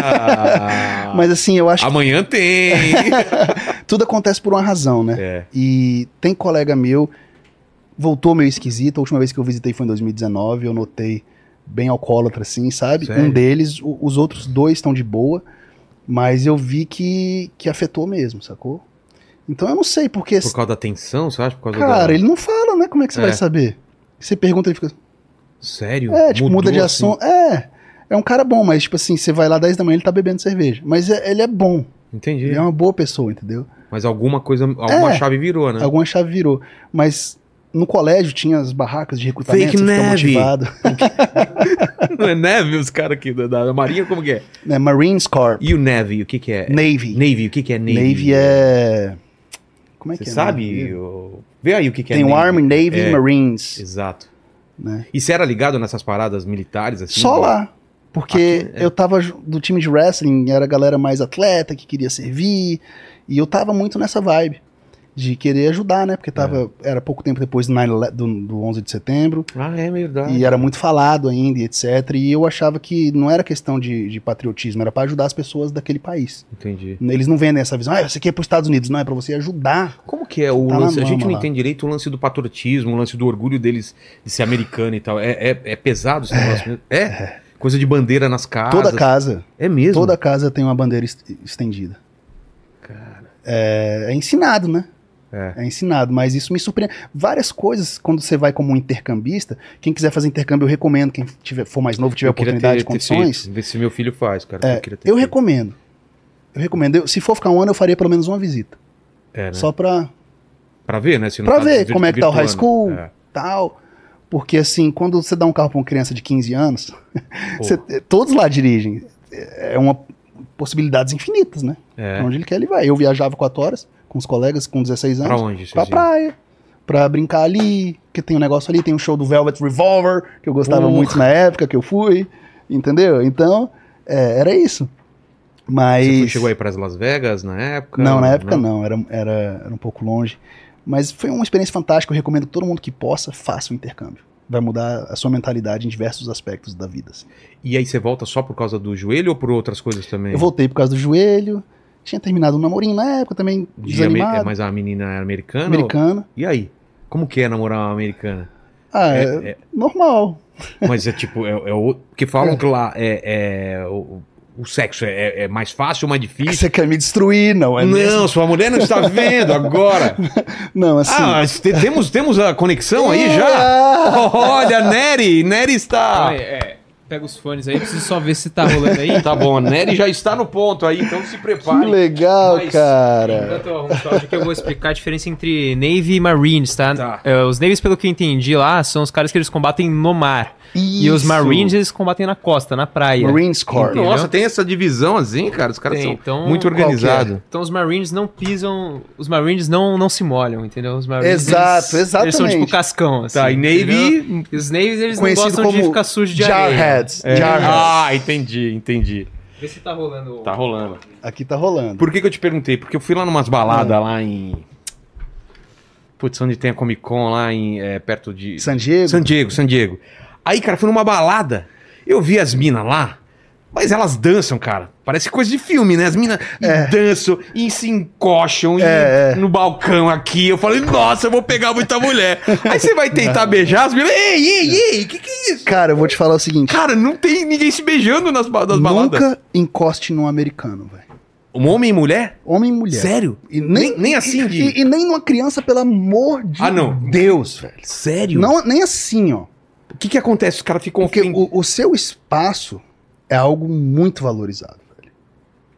A: (laughs)
C: Mas assim, eu acho
A: amanhã
C: (laughs)
A: tem.
C: que tudo acontece por uma razão, né?
A: é.
C: E tem colega meu, voltou meio esquisito. A última vez que eu visitei foi em 2019, eu notei bem alcoólatra, assim, sabe?
A: Sério?
C: Um deles, o- os outros dois estão de boa, mas eu vi que, que afetou mesmo, sacou? Então eu não sei, porque.
A: Por causa da tensão, você acha? Por causa
C: Cara,
A: da...
C: ele não fala, né? Como é que você
A: É.
C: vai saber? Você pergunta, ele fica.
A: Sério?
C: É, tipo,
A: Mudou
C: muda de
A: assim?
C: assunto. É. É um cara bom, mas, tipo assim, você vai lá 10 da manhã, ele tá bebendo cerveja. Mas é- ele é bom,
A: assim? Entendi.
C: ele é uma boa pessoa, entendeu?
A: Mas alguma coisa, alguma
C: É.
A: chave virou, né?
C: Alguma chave virou. Mas no colégio tinha as barracas de recrutamento,
A: Fake
C: você fica
A: neve.
C: motivado.
A: (laughs) Não é neve os caras aqui da, da marinha? Como que é?
C: Né, Marines Corps,
A: E o neve, o que que é?
C: Navy.
A: Navy, o que que é Navy?
C: Navy. é... Como é
A: Você
C: que é?
A: sabe?
C: Navy?
A: o- Vê aí o que, que é
C: Tem o Army, Navy
A: É.
C: e Marines.
A: Exato.
C: Né?
A: E você era ligado nessas paradas militares? Assim,
C: Só lá. Porque
A: Aqui, é.
C: eu tava ju- do time de wrestling, era a galera mais atleta, que queria servir, e eu tava muito nessa vibe. de querer ajudar, né? Porque tava,
A: É.
C: era pouco tempo depois do, 9 do, do 11 de setembro
A: Ah, é verdade.
C: e era muito falado ainda, e etc. E eu achava que não era questão de, de patriotismo, era para ajudar as pessoas daquele país.
A: Entendi.
C: Eles não vendem essa visão, ah, isso aqui é para os Estados Unidos. Não, é para você ajudar.
A: Como que é o
C: Tá na
A: lance? A gente
C: mama
A: não
C: lá.
A: entende direito o lance do patriotismo, o lance do orgulho deles de ser americano e tal. É, é, é pesado esse negócio mesmo? É? Coisa de bandeira nas casas.
C: Toda casa,
A: É mesmo?
C: toda casa tem uma bandeira est- estendida.
A: Cara.
C: É, é ensinado, né?
A: É.
C: É ensinado, mas isso me surpreende. Várias coisas, quando você vai como intercambista, quem quiser fazer intercâmbio, eu recomendo. Quem tiver, for mais novo, tiver
A: Eu queria
C: oportunidade
A: ter-
C: e
A: ter
C: condições, É,
A: feito. Ver se meu filho faz, cara. eu queria ter
C: eu
A: feito.
C: recomendo. Eu recomendo. Eu- se for ficar um ano, eu faria pelo menos uma visita.
A: É, né?
C: Só pra
A: Pra ver, né? Se não
C: Pra
A: tá
C: ver
A: vir-
C: como é que tá o high
A: virtuando.
C: school.
A: É.
C: tal. Porque, assim, quando você dá um carro pra uma criança de 15 anos,
A: Pô,
C: você- todos lá dirigem. É uma possibilidades infinitas, né?
A: é.
C: Pra Onde ele quer, ele vai. Eu viajava 4 horas com os colegas com 16 anos.
A: Pra onde?
C: pra
A: Cezinha?
C: praia, pra brincar ali, que tem um negócio ali, tem um show do Velvet Revolver, que eu gostava
A: Porra.
C: muito na época que eu fui, entendeu? Então, é, era isso. Mas...
A: Você foi- chegou aí pras Las Vegas na época?
C: Não, na época não, era, era, era um pouco longe. Mas foi uma experiência fantástica, eu recomendo que todo mundo que possa, faça o intercâmbio. Vai mudar a sua mentalidade em diversos aspectos da vida. assim.
A: E aí você volta só por causa do joelho ou por outras coisas também?
C: Eu voltei por causa do joelho, tinha terminado um namorinho na época também,
A: De ame- é,
C: desanimado,
A: mas a menina era americana? ou-
C: americano.
A: E aí? Como que é namorar uma americana?
C: Ah, é,
A: É- é-
C: normal.
A: mas é tipo, é, é o que falam que lá é, é o, o sexo é, é mais fácil, mais difícil.
C: Você quer me destruir, não é
A: não,
C: mesmo?
A: sua mulher não está vendo agora.
C: Não, assim...
A: Ah, mas te- temos, temos a conexão aí já?
C: Ah!
A: (laughs) Olha, Nery, Nery está.
B: Olha, é, pega os fones aí, preciso só ver se tá rolando aí.
A: Tá bom, a Nery já está no ponto aí, então se
C: Que
A: prepare.
C: legal,
A: Mas-
B: Enquanto eu arrumo o
C: cara.
B: áudio aqui, eu vou explicar a diferença entre Navy e Marines, tá?
A: Tá.
B: É, os Navies, pelo que eu entendi lá, são os caras que eles combatem no mar. E os
C: Isso.
B: Marines, eles combatem na costa, na praia.
C: Marines Corps.
B: Não.
A: Nossa, tem essa divisão assim, cara? Os caras
B: Tem,
A: são
B: então,
A: muito
B: qual que é?
A: organizados.
B: Então os Marines não pisam, os Marines não, não se molham, entendeu? Os Marines,
C: Exato,
B: eles- Eles são tipo
C: exatamente.
B: cascão, assim.
A: Tá, e
B: entendeu?
A: Navy
B: E Os Navies, eles não
C: Conhecido
B: gostam de
C: como
B: ficar sujo de areia.
C: Jarheads.
A: É.
C: Jarheads.
A: Ah, entendi, entendi.
B: Vê se tá rolando.
A: Tá rolando.
C: Aqui tá rolando.
A: Por que, que eu te perguntei? Porque eu fui lá numas baladas
C: É.
A: lá em. Putz, onde tem a Comic Con lá em. é, perto de.
C: San Diego?
A: San Diego, San Diego. Aí, cara, fui numa balada. Eu vi as minas lá. Mas elas dançam, cara. Parece coisa de filme, né? As minas e
C: É.
A: dançam e se encoxam e no balcão aqui. Eu falei, nossa, eu vou pegar muita mulher. Aí você vai
C: (laughs)
A: tentar beijar as minas. Ei, ei, ei, que que é isso?
C: Cara, eu vou te falar o seguinte.
A: Cara, não tem ninguém se beijando nas, ba- nas baladas.
C: Nunca encoste num americano, velho.
A: Um homem e mulher?
C: Homem e mulher.
A: Sério?
C: E
A: Nem- nem assim de-
C: E, e nem numa criança, pelo amor de
A: Ah, não.
C: Deus, velho.
A: Sério?
C: Não, nem assim, ó.
A: O que que acontece? Os caras ficam
C: Porque
A: ofendidos.
C: o, o seu espaço é algo muito valorizado, velho.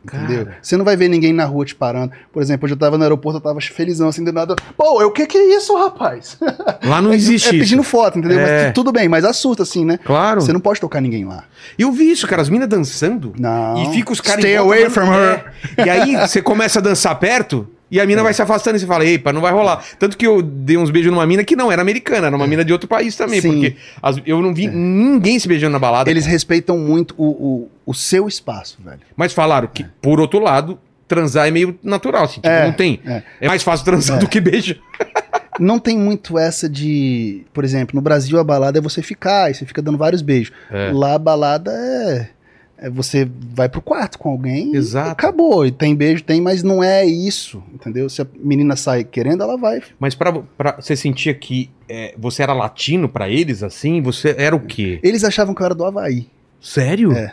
C: Entendeu?
A: Cara.
C: Você não vai ver ninguém na rua te parando. Por exemplo, hoje eu tava no aeroporto, eu tava felizão assim, do nada. Pô, o que que é isso, rapaz?
A: Lá não existe
C: (laughs) é
A: isso.
C: pedindo foto, entendeu?
A: É.
C: Mas tu- tudo bem, mas assusta assim, né?
A: Claro.
C: Você não pode tocar ninguém lá.
A: Eu vi isso, cara. As minas dançando.
C: Não.
A: E fica os caras...
C: Stay
A: em volta,
C: away
A: mas-
C: from her. É.
A: É. E aí você começa a dançar perto... E a mina vai se afastando e você fala, epa, não vai rolar. Tanto que eu dei uns beijos numa mina que não era americana, era uma mina de outro país também.
C: É. Sim. É.
A: Porque as- eu não vi ninguém se beijando na balada.
C: Eles respeitam muito o, o, o seu espaço, velho.
A: Mas falaram que, por outro lado, transar é meio natural. Assim, tipo,
C: É,
A: não tem.
C: é.
A: É. mais fácil transar do que beijar.
C: Não tem muito essa de. Por exemplo, no Brasil a balada é você ficar, e você fica dando vários beijos.
A: É.
C: Lá a balada é. é Você vai pro quarto com alguém e
A: Exato.
C: acabou. E tem beijo, tem, mas não é isso, entendeu? Se a menina sai querendo, ela vai.
A: Mas pra, pra- você sentia que é, você era latino pra eles, assim? Você era o quê?
C: Eles achavam que eu era do Havaí.
A: Sério?
C: É.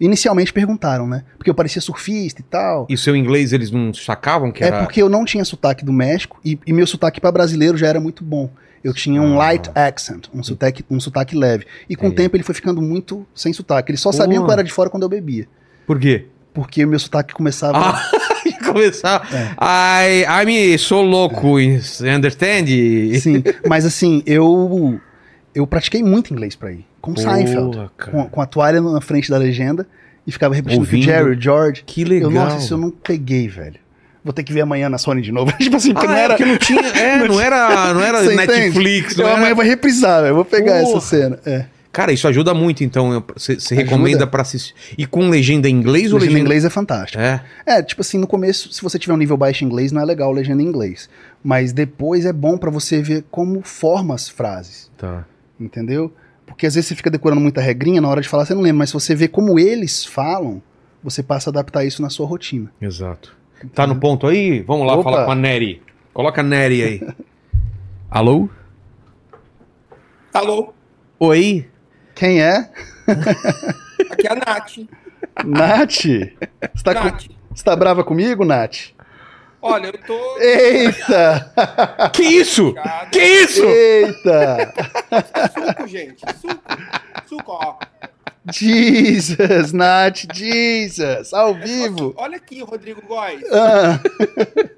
C: Inicialmente perguntaram, né? Porque eu parecia surfista e tal.
A: E seu inglês eles não sacavam que
C: é
A: era.
C: porque eu não tinha sotaque do México e, e meu sotaque pra brasileiro já era muito bom. Eu tinha um
A: Ah.
C: light accent, um sotaque, um sotaque leve. E com o
A: Entendi. Uh.
C: tempo ele foi ficando muito sem sotaque. Eles só sabiam
A: Pô.
C: que eu era de fora quando eu bebia.
A: Por quê?
C: Porque o meu sotaque começava.
A: Ah, (laughs) começar.
C: É.
A: Ai, I'm so louco, understand? (laughs)
C: Sim. Mas assim, eu. Eu pratiquei muito inglês pra ir. Com
A: Porra,
C: Seinfeld.
A: cara.
C: Com, com a toalha na frente da legenda e ficava repetindo que
A: Ouvindo.
C: Jerry, George.
A: Que legal.
C: Eu, nossa, isso eu não peguei, velho. Vou ter que ver amanhã na Sony de novo. (laughs) tipo assim, porque
A: Ah,
C: não
A: é,
C: era.
A: porque não
C: (laughs)
A: tinha. É, não era, não era
C: Você entende?
A: Netflix. Não
C: Eu
A: era...
C: amanhã vou reprisar, velho. Vou pegar
A: Porra.
C: essa cena. É.
A: Cara, isso ajuda muito, então. Você
C: Ajuda.
A: recomenda pra assistir. E com legenda em inglês ou
C: Legenda
A: legenda
C: em inglês é fantástico.
A: É.
C: É, tipo assim, no começo, se você tiver um nível baixo em inglês, não é legal legenda em inglês. Mas depois é bom pra você ver como forma as frases,
A: Tá.
C: entendeu? Porque às vezes você fica decorando muita regrinha, na hora de falar você não lembra, mas se você vê como eles falam, você passa a adaptar isso na sua rotina.
A: Exato. Tá no ponto aí? Vamos lá
C: Uhum. Opa.
A: falar com a Neri. Coloca a Neri aí.
C: (laughs)
A: Alô?
E: Alô,
A: Oi?
C: Quem é?
E: aqui é a Nath.
C: Nath! Você tá, com-
E: Nath,
C: você tá brava comigo, Nath?
E: olha, eu tô.
C: Eita!
A: Que isso?
E: Cara,
A: Que isso?
C: Eita!
E: Suco, gente. Suco. Suco, ó.
C: Jesus, Nath, Jesus! Ao vivo!
E: Olha aqui, Rodrigo Góes.
C: Ah,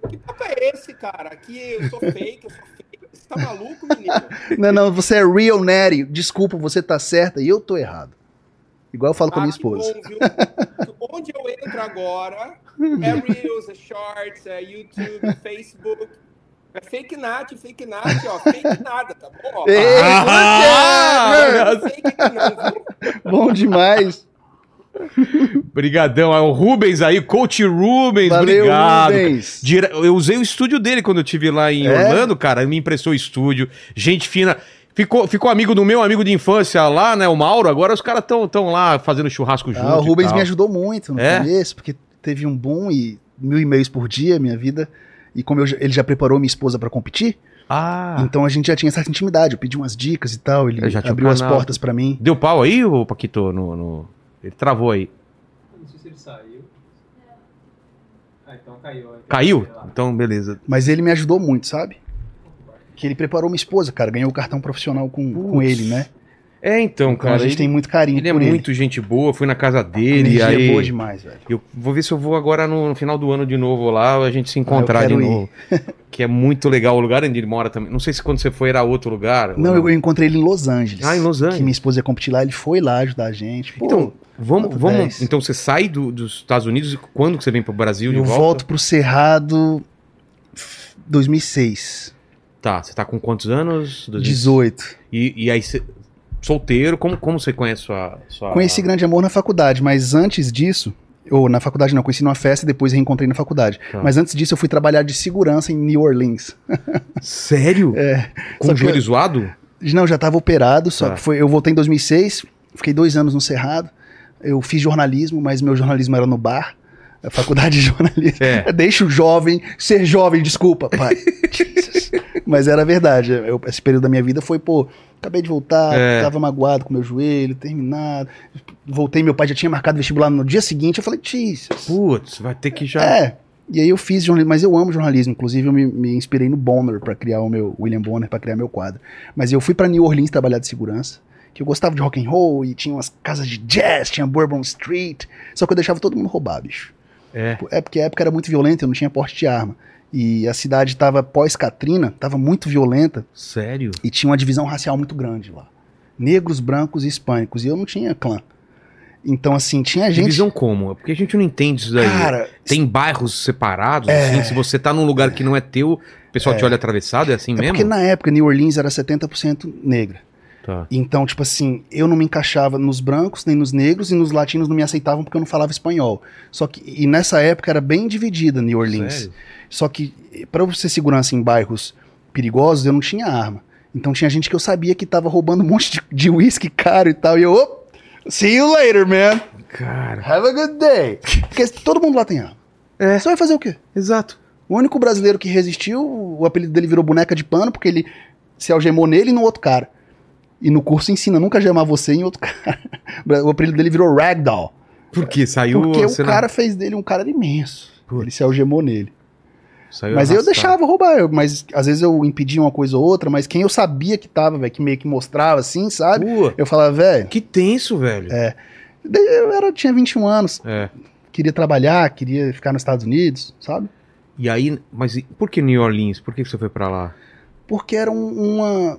E: Que papo é esse, cara? Aqui eu sou fake, eu sou fake. Você tá maluco, menino?
C: não, não, você é real Nery. Desculpa, você tá certa e eu tô errado. Igual eu falo com a minha
E: Ah, que
C: esposa.
E: bom, viu? Onde eu entro agora é Reels, é Shorts, é YouTube, é Facebook. É fake Nath, fake Nath, ó. Fake nada, tá bom? Ó,
C: (laughs) Ei,
A: Ah!
E: Não é fake aqui não, viu?
C: Bom demais.
A: Obrigadão. É o Rubens aí, coach Rubens.
C: Valeu,
A: obrigado.
C: Rubens.
A: Dire- Eu usei o estúdio dele quando eu tive lá em
C: É?
A: Orlando, cara. Ele me emprestou o estúdio. Gente fina. Ficou, ficou amigo do meu amigo de infância lá, né? O Mauro. Agora os caras estão tão lá fazendo churrasco junto.
C: Ah, o
A: e
C: Rubens
A: tal.
C: me ajudou muito no
A: É?
C: começo, porque teve um boom e mil e-mails por dia, minha vida. E como eu já- ele já preparou minha esposa pra competir,
A: Ah.
C: então a gente já tinha essa intimidade. Eu pedi umas dicas e tal, ele
A: Eu já tinha um
C: abriu as
A: canal.
C: portas pra mim.
A: Deu pau aí, ô Paquito? No, no- Ele travou aí.
B: Não sei se ele saiu. Ah, então caiu.
A: Caiu? Então, beleza.
C: Mas ele me ajudou muito, sabe? Que ele preparou minha esposa, cara, ganhou o cartão profissional com, com ele, né?
A: É, então,
C: Então
A: cara.
C: a gente
A: ele-
C: tem muito carinho
A: Ele é
C: por ele.
A: muito gente boa, fui na casa
C: A
A: dele.
C: energia
A: aí...
C: é boa demais, velho.
A: Eu vou ver se eu vou agora no final do ano de novo lá, a gente se encontrar
C: Ah, eu
A: de
C: quero
A: novo. que é muito legal o lugar onde ele mora também. Não sei se quando você foi era outro lugar.
C: Não,
A: ou
C: eu, eu encontrei ele em Los Angeles.
A: Ah, em Los Angeles.
C: Que minha esposa ia competir lá, ele foi lá ajudar a gente. Pô,
A: Então, vamos,
C: nota
A: vamos.
C: 10.
A: Então você sai do- dos Estados Unidos e quando que você vem pro Brasil
C: eu,
A: de volta?
C: volto pro Cerrado 2006,
A: Tá, você tá com quantos anos? Dois-
C: 18.
A: E, e aí você solteiro, como como você conhece sua sua
C: Conheci Grande Amor na faculdade, mas antes disso, ou na faculdade não, conheci numa festa e depois reencontrei na faculdade.
A: Tá.
C: Mas antes disso eu fui trabalhar de segurança em New Orleans.
A: Sério?
C: É.
A: Com
C: Só
A: o
C: que-
A: joelho
C: (laughs)
A: zoado?
C: Não, já estava operado, só
A: Tá.
C: que foi, eu voltei em 2006, fiquei dois anos no Cerrado. Eu fiz jornalismo, mas meu jornalismo era no bar, a faculdade de (laughs) jornalismo.
A: É.
C: Deixa o jovem ser jovem, desculpa,
A: (laughs)
C: pai. Jesus. Mas era verdade. eu- esse período da minha vida foi, pô, acabei de voltar,
A: É.
C: tava magoado com meu joelho, terminado. Voltei, meu pai já tinha marcado vestibular no dia seguinte. Eu falei, Jesus.
A: Putz, vai ter que já.
C: É. E aí eu fiz jornalismo, mas eu amo jornalismo. Inclusive, eu me, me inspirei no Bonner para criar o meu William Bonner para criar meu quadro. Mas eu fui para New Orleans trabalhar de segurança, que eu gostava de rock and roll e tinha umas casas de jazz, tinha Bourbon Street. Só que eu deixava todo mundo roubar, bicho.
A: É.
C: É porque a época era muito violenta, eu não tinha porte de arma. E a cidade tava pós-Katrina, tava muito violenta
A: Sério?
C: e tinha uma divisão racial muito grande lá. Negros, brancos e hispânicos. E eu não tinha clã. Então, assim, tinha gente.
A: Divisão né? como? É Porque a gente não entende isso daí.
C: Cara, É.
A: Tem bairros separados, assim, se você tá num lugar que não é teu, o pessoal te olha atravessado, é assim
C: É
A: mesmo?
C: porque na época New Orleans era 70% negra.
A: Tá.
C: Então, tipo assim, eu não me encaixava nos brancos, nem nos negros, e nos latinos não me aceitavam porque eu não falava espanhol. Só que, e nessa época era bem dividida New Orleans.
A: Sério?
C: Só que, para você segurança em bairros perigosos, eu não tinha arma. Então tinha gente que eu sabia que tava roubando um monte de- de uísque caro e tal, e eu, op, see you later, man.
A: Cara.
C: Have a good day. Porque todo mundo lá tem arma.
A: É.
C: Você vai fazer o quê?
A: Exato.
C: O único brasileiro que resistiu, o apelido dele virou boneca de pano, porque ele se algemou nele e no outro cara. E no curso ensina nunca algemar você em outro (laughs) cara. O apelido dele virou Ragdoll.
A: Por quê? Saiu
C: Porque o
A: você não-
C: cara fez dele um cara imenso.
A: Putz.
C: Ele se algemou nele.
A: Saiu
C: mas eu
A: arrastado.
C: deixava roubar, eu- mas às vezes eu impedia uma coisa ou outra, mas quem eu sabia que tava, velho, que meio que mostrava assim, sabe?
A: Pô,
C: Eu falava, velho,
A: que tenso, velho. É.
C: de- eu era, tinha 21 anos, queria trabalhar, queria ficar nos Estados Unidos, sabe?
A: E aí, mas e- por que New Orleans? Por que que você foi pra lá?
C: porque era um- uma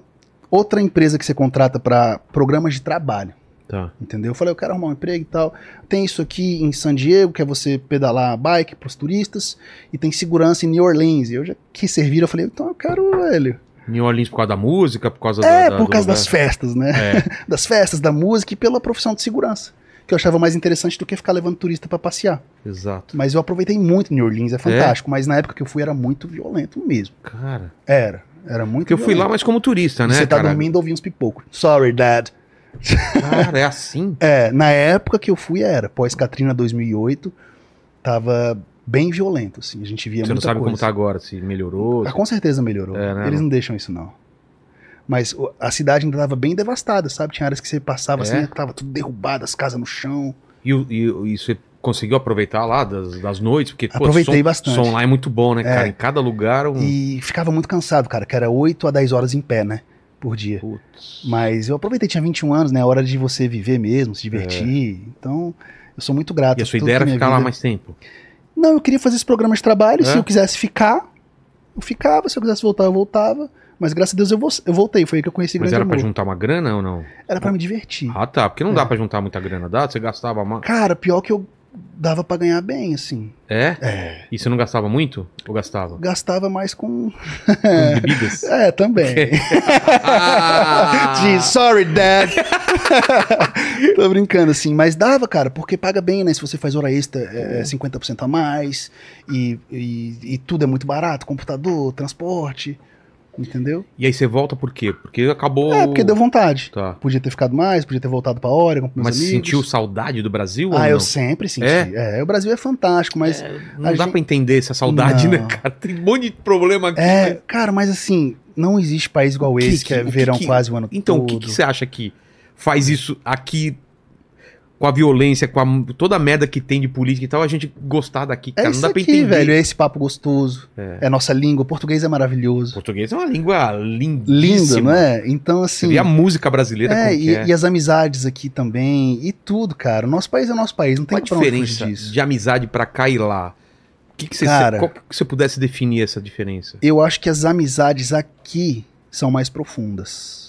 C: outra empresa que você contrata para programas de trabalho,
A: Tá.
C: entendeu? Eu falei, eu quero arrumar um emprego e tal. Tem isso aqui em San Diego, que é você pedalar a bike para os turistas, e tem segurança em New Orleans. E eu já quis servir, eu falei, então eu quero, velho,
A: New Orleans por causa da música, por causa
C: É,
A: da, da-
C: por
A: do
C: causa
A: lugar.
C: das festas, né?
A: É.
C: (laughs) Das festas, da música e pela profissão de segurança. Que eu achava mais interessante do que ficar levando turista pra passear.
A: Exato.
C: Mas eu aproveitei muito New Orleans, é fantástico. Mas na época que eu fui era muito violento mesmo.
A: Cara.
C: Era. Era muito
A: Porque eu fui lá,
C: violento.
A: mas como turista, né?
C: Você tá
A: cara?
C: dormindo ouvindo uns pipocos. Sorry, Dad.
A: Cara, é assim.
C: É, na época que eu fui era. Pós-Katrina 2008, tava bem violento, assim. A gente via
A: Você não
C: muita
A: sabe
C: coisa.
A: como tá agora, se melhorou.
C: Ah,
A: se-
C: com certeza melhorou.
A: É, né?
C: Eles não deixam isso, não. Mas o- a cidade ainda tava bem devastada, sabe? Tinha áreas que você
A: É?
C: passava assim, tava tudo derrubado, as casas no chão.
A: E, o- e, o- e você conseguiu aproveitar lá das, das noites? Porque, pô,
C: Aproveitei
A: som,
C: bastante.
A: som lá é muito bom, né, cara? Em cada lugar um.
C: E ficava muito cansado, cara, que era 8 a 10 horas em pé, né? Por dia.
A: Putz.
C: Mas eu aproveitei, tinha 21 anos, né? É Hora de você viver mesmo, se divertir. Então, eu sou muito grato.
A: É. E a sua
C: por tudo
A: ideia
C: que
A: era
C: minha
A: ficar lá
C: vida-
A: mais tempo.
C: Não, eu queria fazer esse programa de trabalho.
A: É?
C: Se eu quisesse ficar, eu ficava. Se eu quisesse voltar, eu voltava. Mas graças a Deus eu, vo- eu voltei. Foi aí que eu conheci
A: Mas
C: grande
A: era pra
C: amor.
A: juntar uma grana ou não?
C: Era pra me divertir.
A: Ah, tá. Porque não
C: É.
A: dá pra juntar muita grana, dá? Você gastava mais.
C: Cara, pior que eu dava pra ganhar bem, assim.
A: É?
C: É.
A: E você não gastava muito? Ou gastava?
C: Gastava mais com.
A: Com
C: (laughs)
A: bebidas?
C: É, também.
A: (laughs)
C: (laughs)
A: Ah!
C: Gee, sorry, Dad. (laughs) Tô brincando, assim. Mas dava, cara, porque paga bem, né? Se você faz hora extra, é é 50% a mais. E, e, e tudo é muito barato computador, transporte. Entendeu?
A: E aí você volta por quê? Porque acabou.
C: É, porque deu vontade.
A: Tá.
C: Podia ter ficado mais, podia ter voltado pra Oregon com meus
A: Mas
C: amigos.
A: sentiu saudade do Brasil? ou
C: Ah, eu
A: não?
C: sempre senti.
A: É?
C: É? o Brasil é fantástico, mas.
A: Não
C: A
A: dá
C: gente-
A: pra entender essa saudade, né,
C: Não.
A: cara? Tem um monte de problema aqui.
C: É,
A: mas-
C: cara, mas assim, não existe país igual
A: Que-
C: esse,
A: que-
C: que, é
A: o que
C: verão
A: que-
C: quase o ano
A: Então, o
C: todo.
A: que, que você acha que faz isso aqui com a violência, com a- toda a merda que tem de política e tal, a gente gostar daqui, cara?
C: É
A: não
C: isso
A: dá pra
C: aqui,
A: entender.
C: velho. É esse papo gostoso. É. nossa língua. O português é
A: O
C: maravilhoso.
A: Português é uma língua lindíssima.
C: Lindo, não é? Então,
A: Você
C: assim.
A: vê a música brasileira
C: é,
A: como que
C: e,
A: é.
C: e as amizades aqui também. E tudo, cara. O Nosso país é o nosso país. Não tem
A: Qual a
C: pra onde fugir
A: diferença
C: disso.
A: de amizade pra cá e lá? O que, que você,
C: Cara.
A: qual que você pudesse definir essa diferença?
C: Eu acho que as amizades aqui são mais profundas.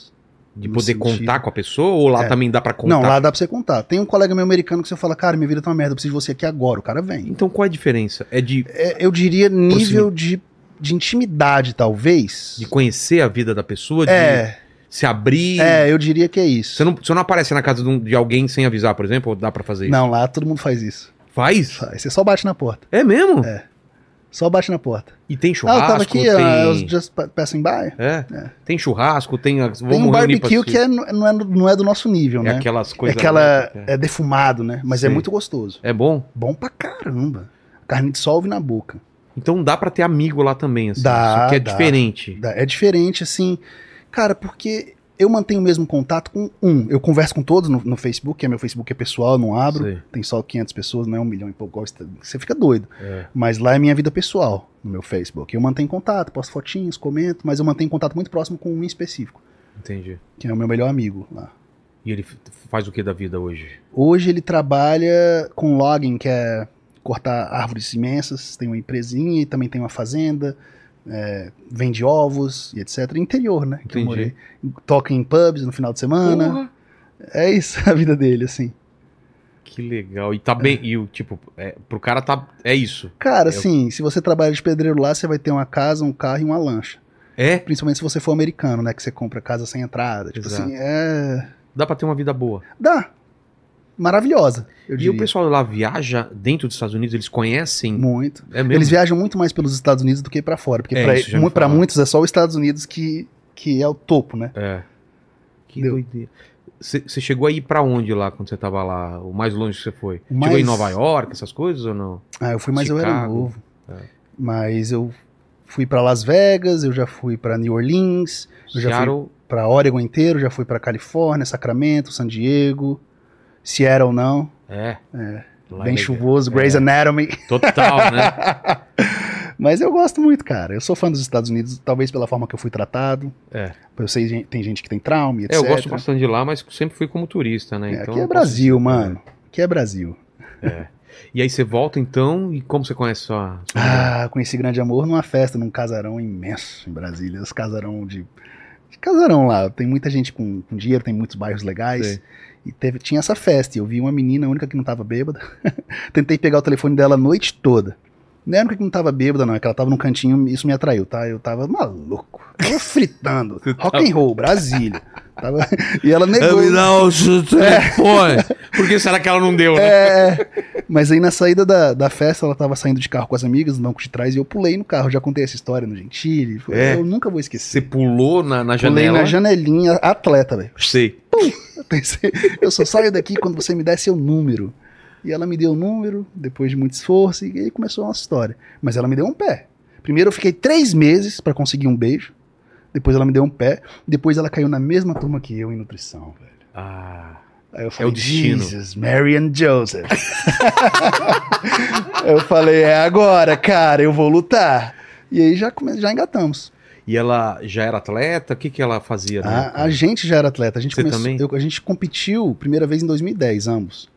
A: De
C: No
A: poder
C: sentido-
A: contar com a pessoa ou lá
C: É.
A: também dá pra contar?
C: Não, lá dá pra você contar. Tem um colega meu americano que você fala, cara, minha vida tá uma merda, eu preciso de você aqui agora. O cara vem.
A: Então qual é a diferença? É de,
C: É, eu diria nível de, de intimidade, talvez.
A: de conhecer a vida da pessoa, de
C: é,
A: se abrir.
C: é, eu diria que é isso.
A: Você não, você não aparece na casa de, um- de alguém sem avisar, por exemplo, ou dá pra fazer isso?
C: Não, lá todo mundo faz isso.
A: Faz?
C: Faz. Você só bate na porta.
A: É mesmo?
C: É. Só bate na porta.
A: E tem
C: Ah, eu
A: churrasco,
C: tava aqui,
A: tem...
C: ah, I was just pa- passing by.
A: É?
C: É.
A: Tem churrasco, tem... Vamos
C: Tem um
A: reunir pra
C: barbecue
A: assistir.
C: que é- não, é, não é do nosso nível,
A: É
C: né?
A: aquelas
C: É
A: coisas...
C: aquela.
A: loucas,
C: É defumado, né? Mas é
A: Sim.
C: muito gostoso.
A: É. É bom?
C: Bom pra caramba. Carne dissolve na boca.
A: Então dá pra ter amigo lá também, assim.
C: Dá,
A: Só que é
C: dá.
A: diferente.
C: Da- É diferente, assim. Cara, porque eu mantenho o mesmo contato com um. Eu converso com todos no, no Facebook, que é meu Facebook é pessoal, eu não abro.
A: Sei.
C: Tem só 500 pessoas, não é um milhão e pouco. gosta- Você fica doido.
A: É.
C: Mas lá é minha vida pessoal, no meu Facebook. Eu mantenho contato, posto fotinhos, comento, mas eu mantenho contato muito próximo com um em específico,
A: Entendi.
C: que é o meu melhor amigo lá.
A: E ele f- faz o que da vida hoje?
C: Hoje ele trabalha com logging, que é cortar árvores imensas, tem uma empresinha e também tem uma fazenda, é, vende ovos e etc. Interior, né? Que eu
A: Entendi.
C: morei. Toca em pubs no final de semana.
A: Porra,
C: É isso (laughs) a vida dele, assim.
A: Que legal. E tá bem... E o tipo... É, pro cara tá... É isso.
C: Cara,
A: Eu-
C: assim, se você trabalha de pedreiro lá, você vai ter uma casa, um carro e uma lancha.
A: É?
C: Principalmente se você for americano, né? Que você compra casa sem entrada. Tipo
A: Exato.
C: assim, é.
A: Dá pra ter uma vida boa.
C: Dá. Maravilhosa. Eu
A: E
C: diria.
A: o pessoal lá viaja dentro dos Estados Unidos, eles conhecem?
C: Muito.
A: É mesmo?
C: Eles viajam muito mais pelos Estados Unidos do que pra fora, porque
A: É,
C: pra-
A: isso já me
C: mu- pra
A: falaram.
C: muitos é só os Estados Unidos que, que é o topo, né?
A: É. Que
C: Deu.
A: doideira. Você chegou a ir pra onde lá quando você tava lá? O mais longe que você foi?
C: O mais-
A: Chegou em Nova York, essas coisas ou não?
C: Ah, eu fui, mas eu era
A: Chicago.
C: novo.
A: É.
C: Mas eu fui pra Las Vegas, eu já fui pra New Orleans, Eu já fui.
A: Seattle,
C: pra Oregon inteiro, já fui pra Califórnia, Sacramento, San Diego, Seattle não,
A: é. Lá é
C: bem
A: legal.
C: chuvoso, Grey's Anatomy.
A: Total,
C: (laughs)
A: né?
C: Mas eu gosto muito, cara. Eu sou fã dos Estados Unidos, talvez pela forma que eu fui tratado.
A: É.
C: Eu sei, gen- tem gente que tem trauma, e
A: É,
C: etc.
A: eu gosto bastante de lá, mas sempre fui como turista, né?
C: É,
A: Então
C: aqui é
A: não posso-
C: Brasil, mano. Aqui é Brasil.
A: E aí você volta então, e como você conhece sua. sua mulher?
C: Ah, conheci Grande Amor numa festa, num casarão imenso em Brasília. Os casarão de. de casarão lá. Tem muita gente com, com dinheiro, tem muitos bairros legais.
A: Sei.
C: E teve, tinha (laughs) essa festa. E eu vi uma menina, a única que não tava bêbada. Tentei pegar o telefone dela a noite toda. Não era porque não tava bêbada, não. É que ela tava num cantinho, isso me atraiu, tá? Eu tava maluco. Tava fritando. Rock and roll, Brasília. Tava- (laughs) E ela negou. né?
A: o seu telefone. É, Por que será que ela não deu, né? (laughs)
C: um É, mas aí na saída da, da festa, ela tava saindo de carro com as amigas, no banco de trás, e eu pulei no carro. Já contei essa história no Gentili. Foi-
A: É.
C: Eu nunca vou esquecer.
A: Você pulou na, na
C: Pulei
A: janela.
C: na janelinha, atleta, velho.
A: Sei.
C: Eu pensei, eu só saio daqui quando você me der seu número. E ela me deu o número, depois de muito esforço, e aí começou a nossa história. Mas ela me deu um pé. Primeiro eu fiquei três meses pra conseguir um beijo. Depois ela me deu um pé. Depois ela caiu na mesma turma que eu em nutrição, velho.
A: Ah.
C: Aí eu falei,
A: o destino.
C: Jesus, Mary and Joseph. (laughs) eu falei, é agora, cara, eu vou lutar. E aí já, come- já engatamos.
A: E ela já era atleta? O que, que ela fazia? né?
C: Ah, A, a gente já era atleta, a gente,
A: Você
C: começou,
A: também? Uhum.
C: eu- a gente competiu primeira vez em 2010, ambos.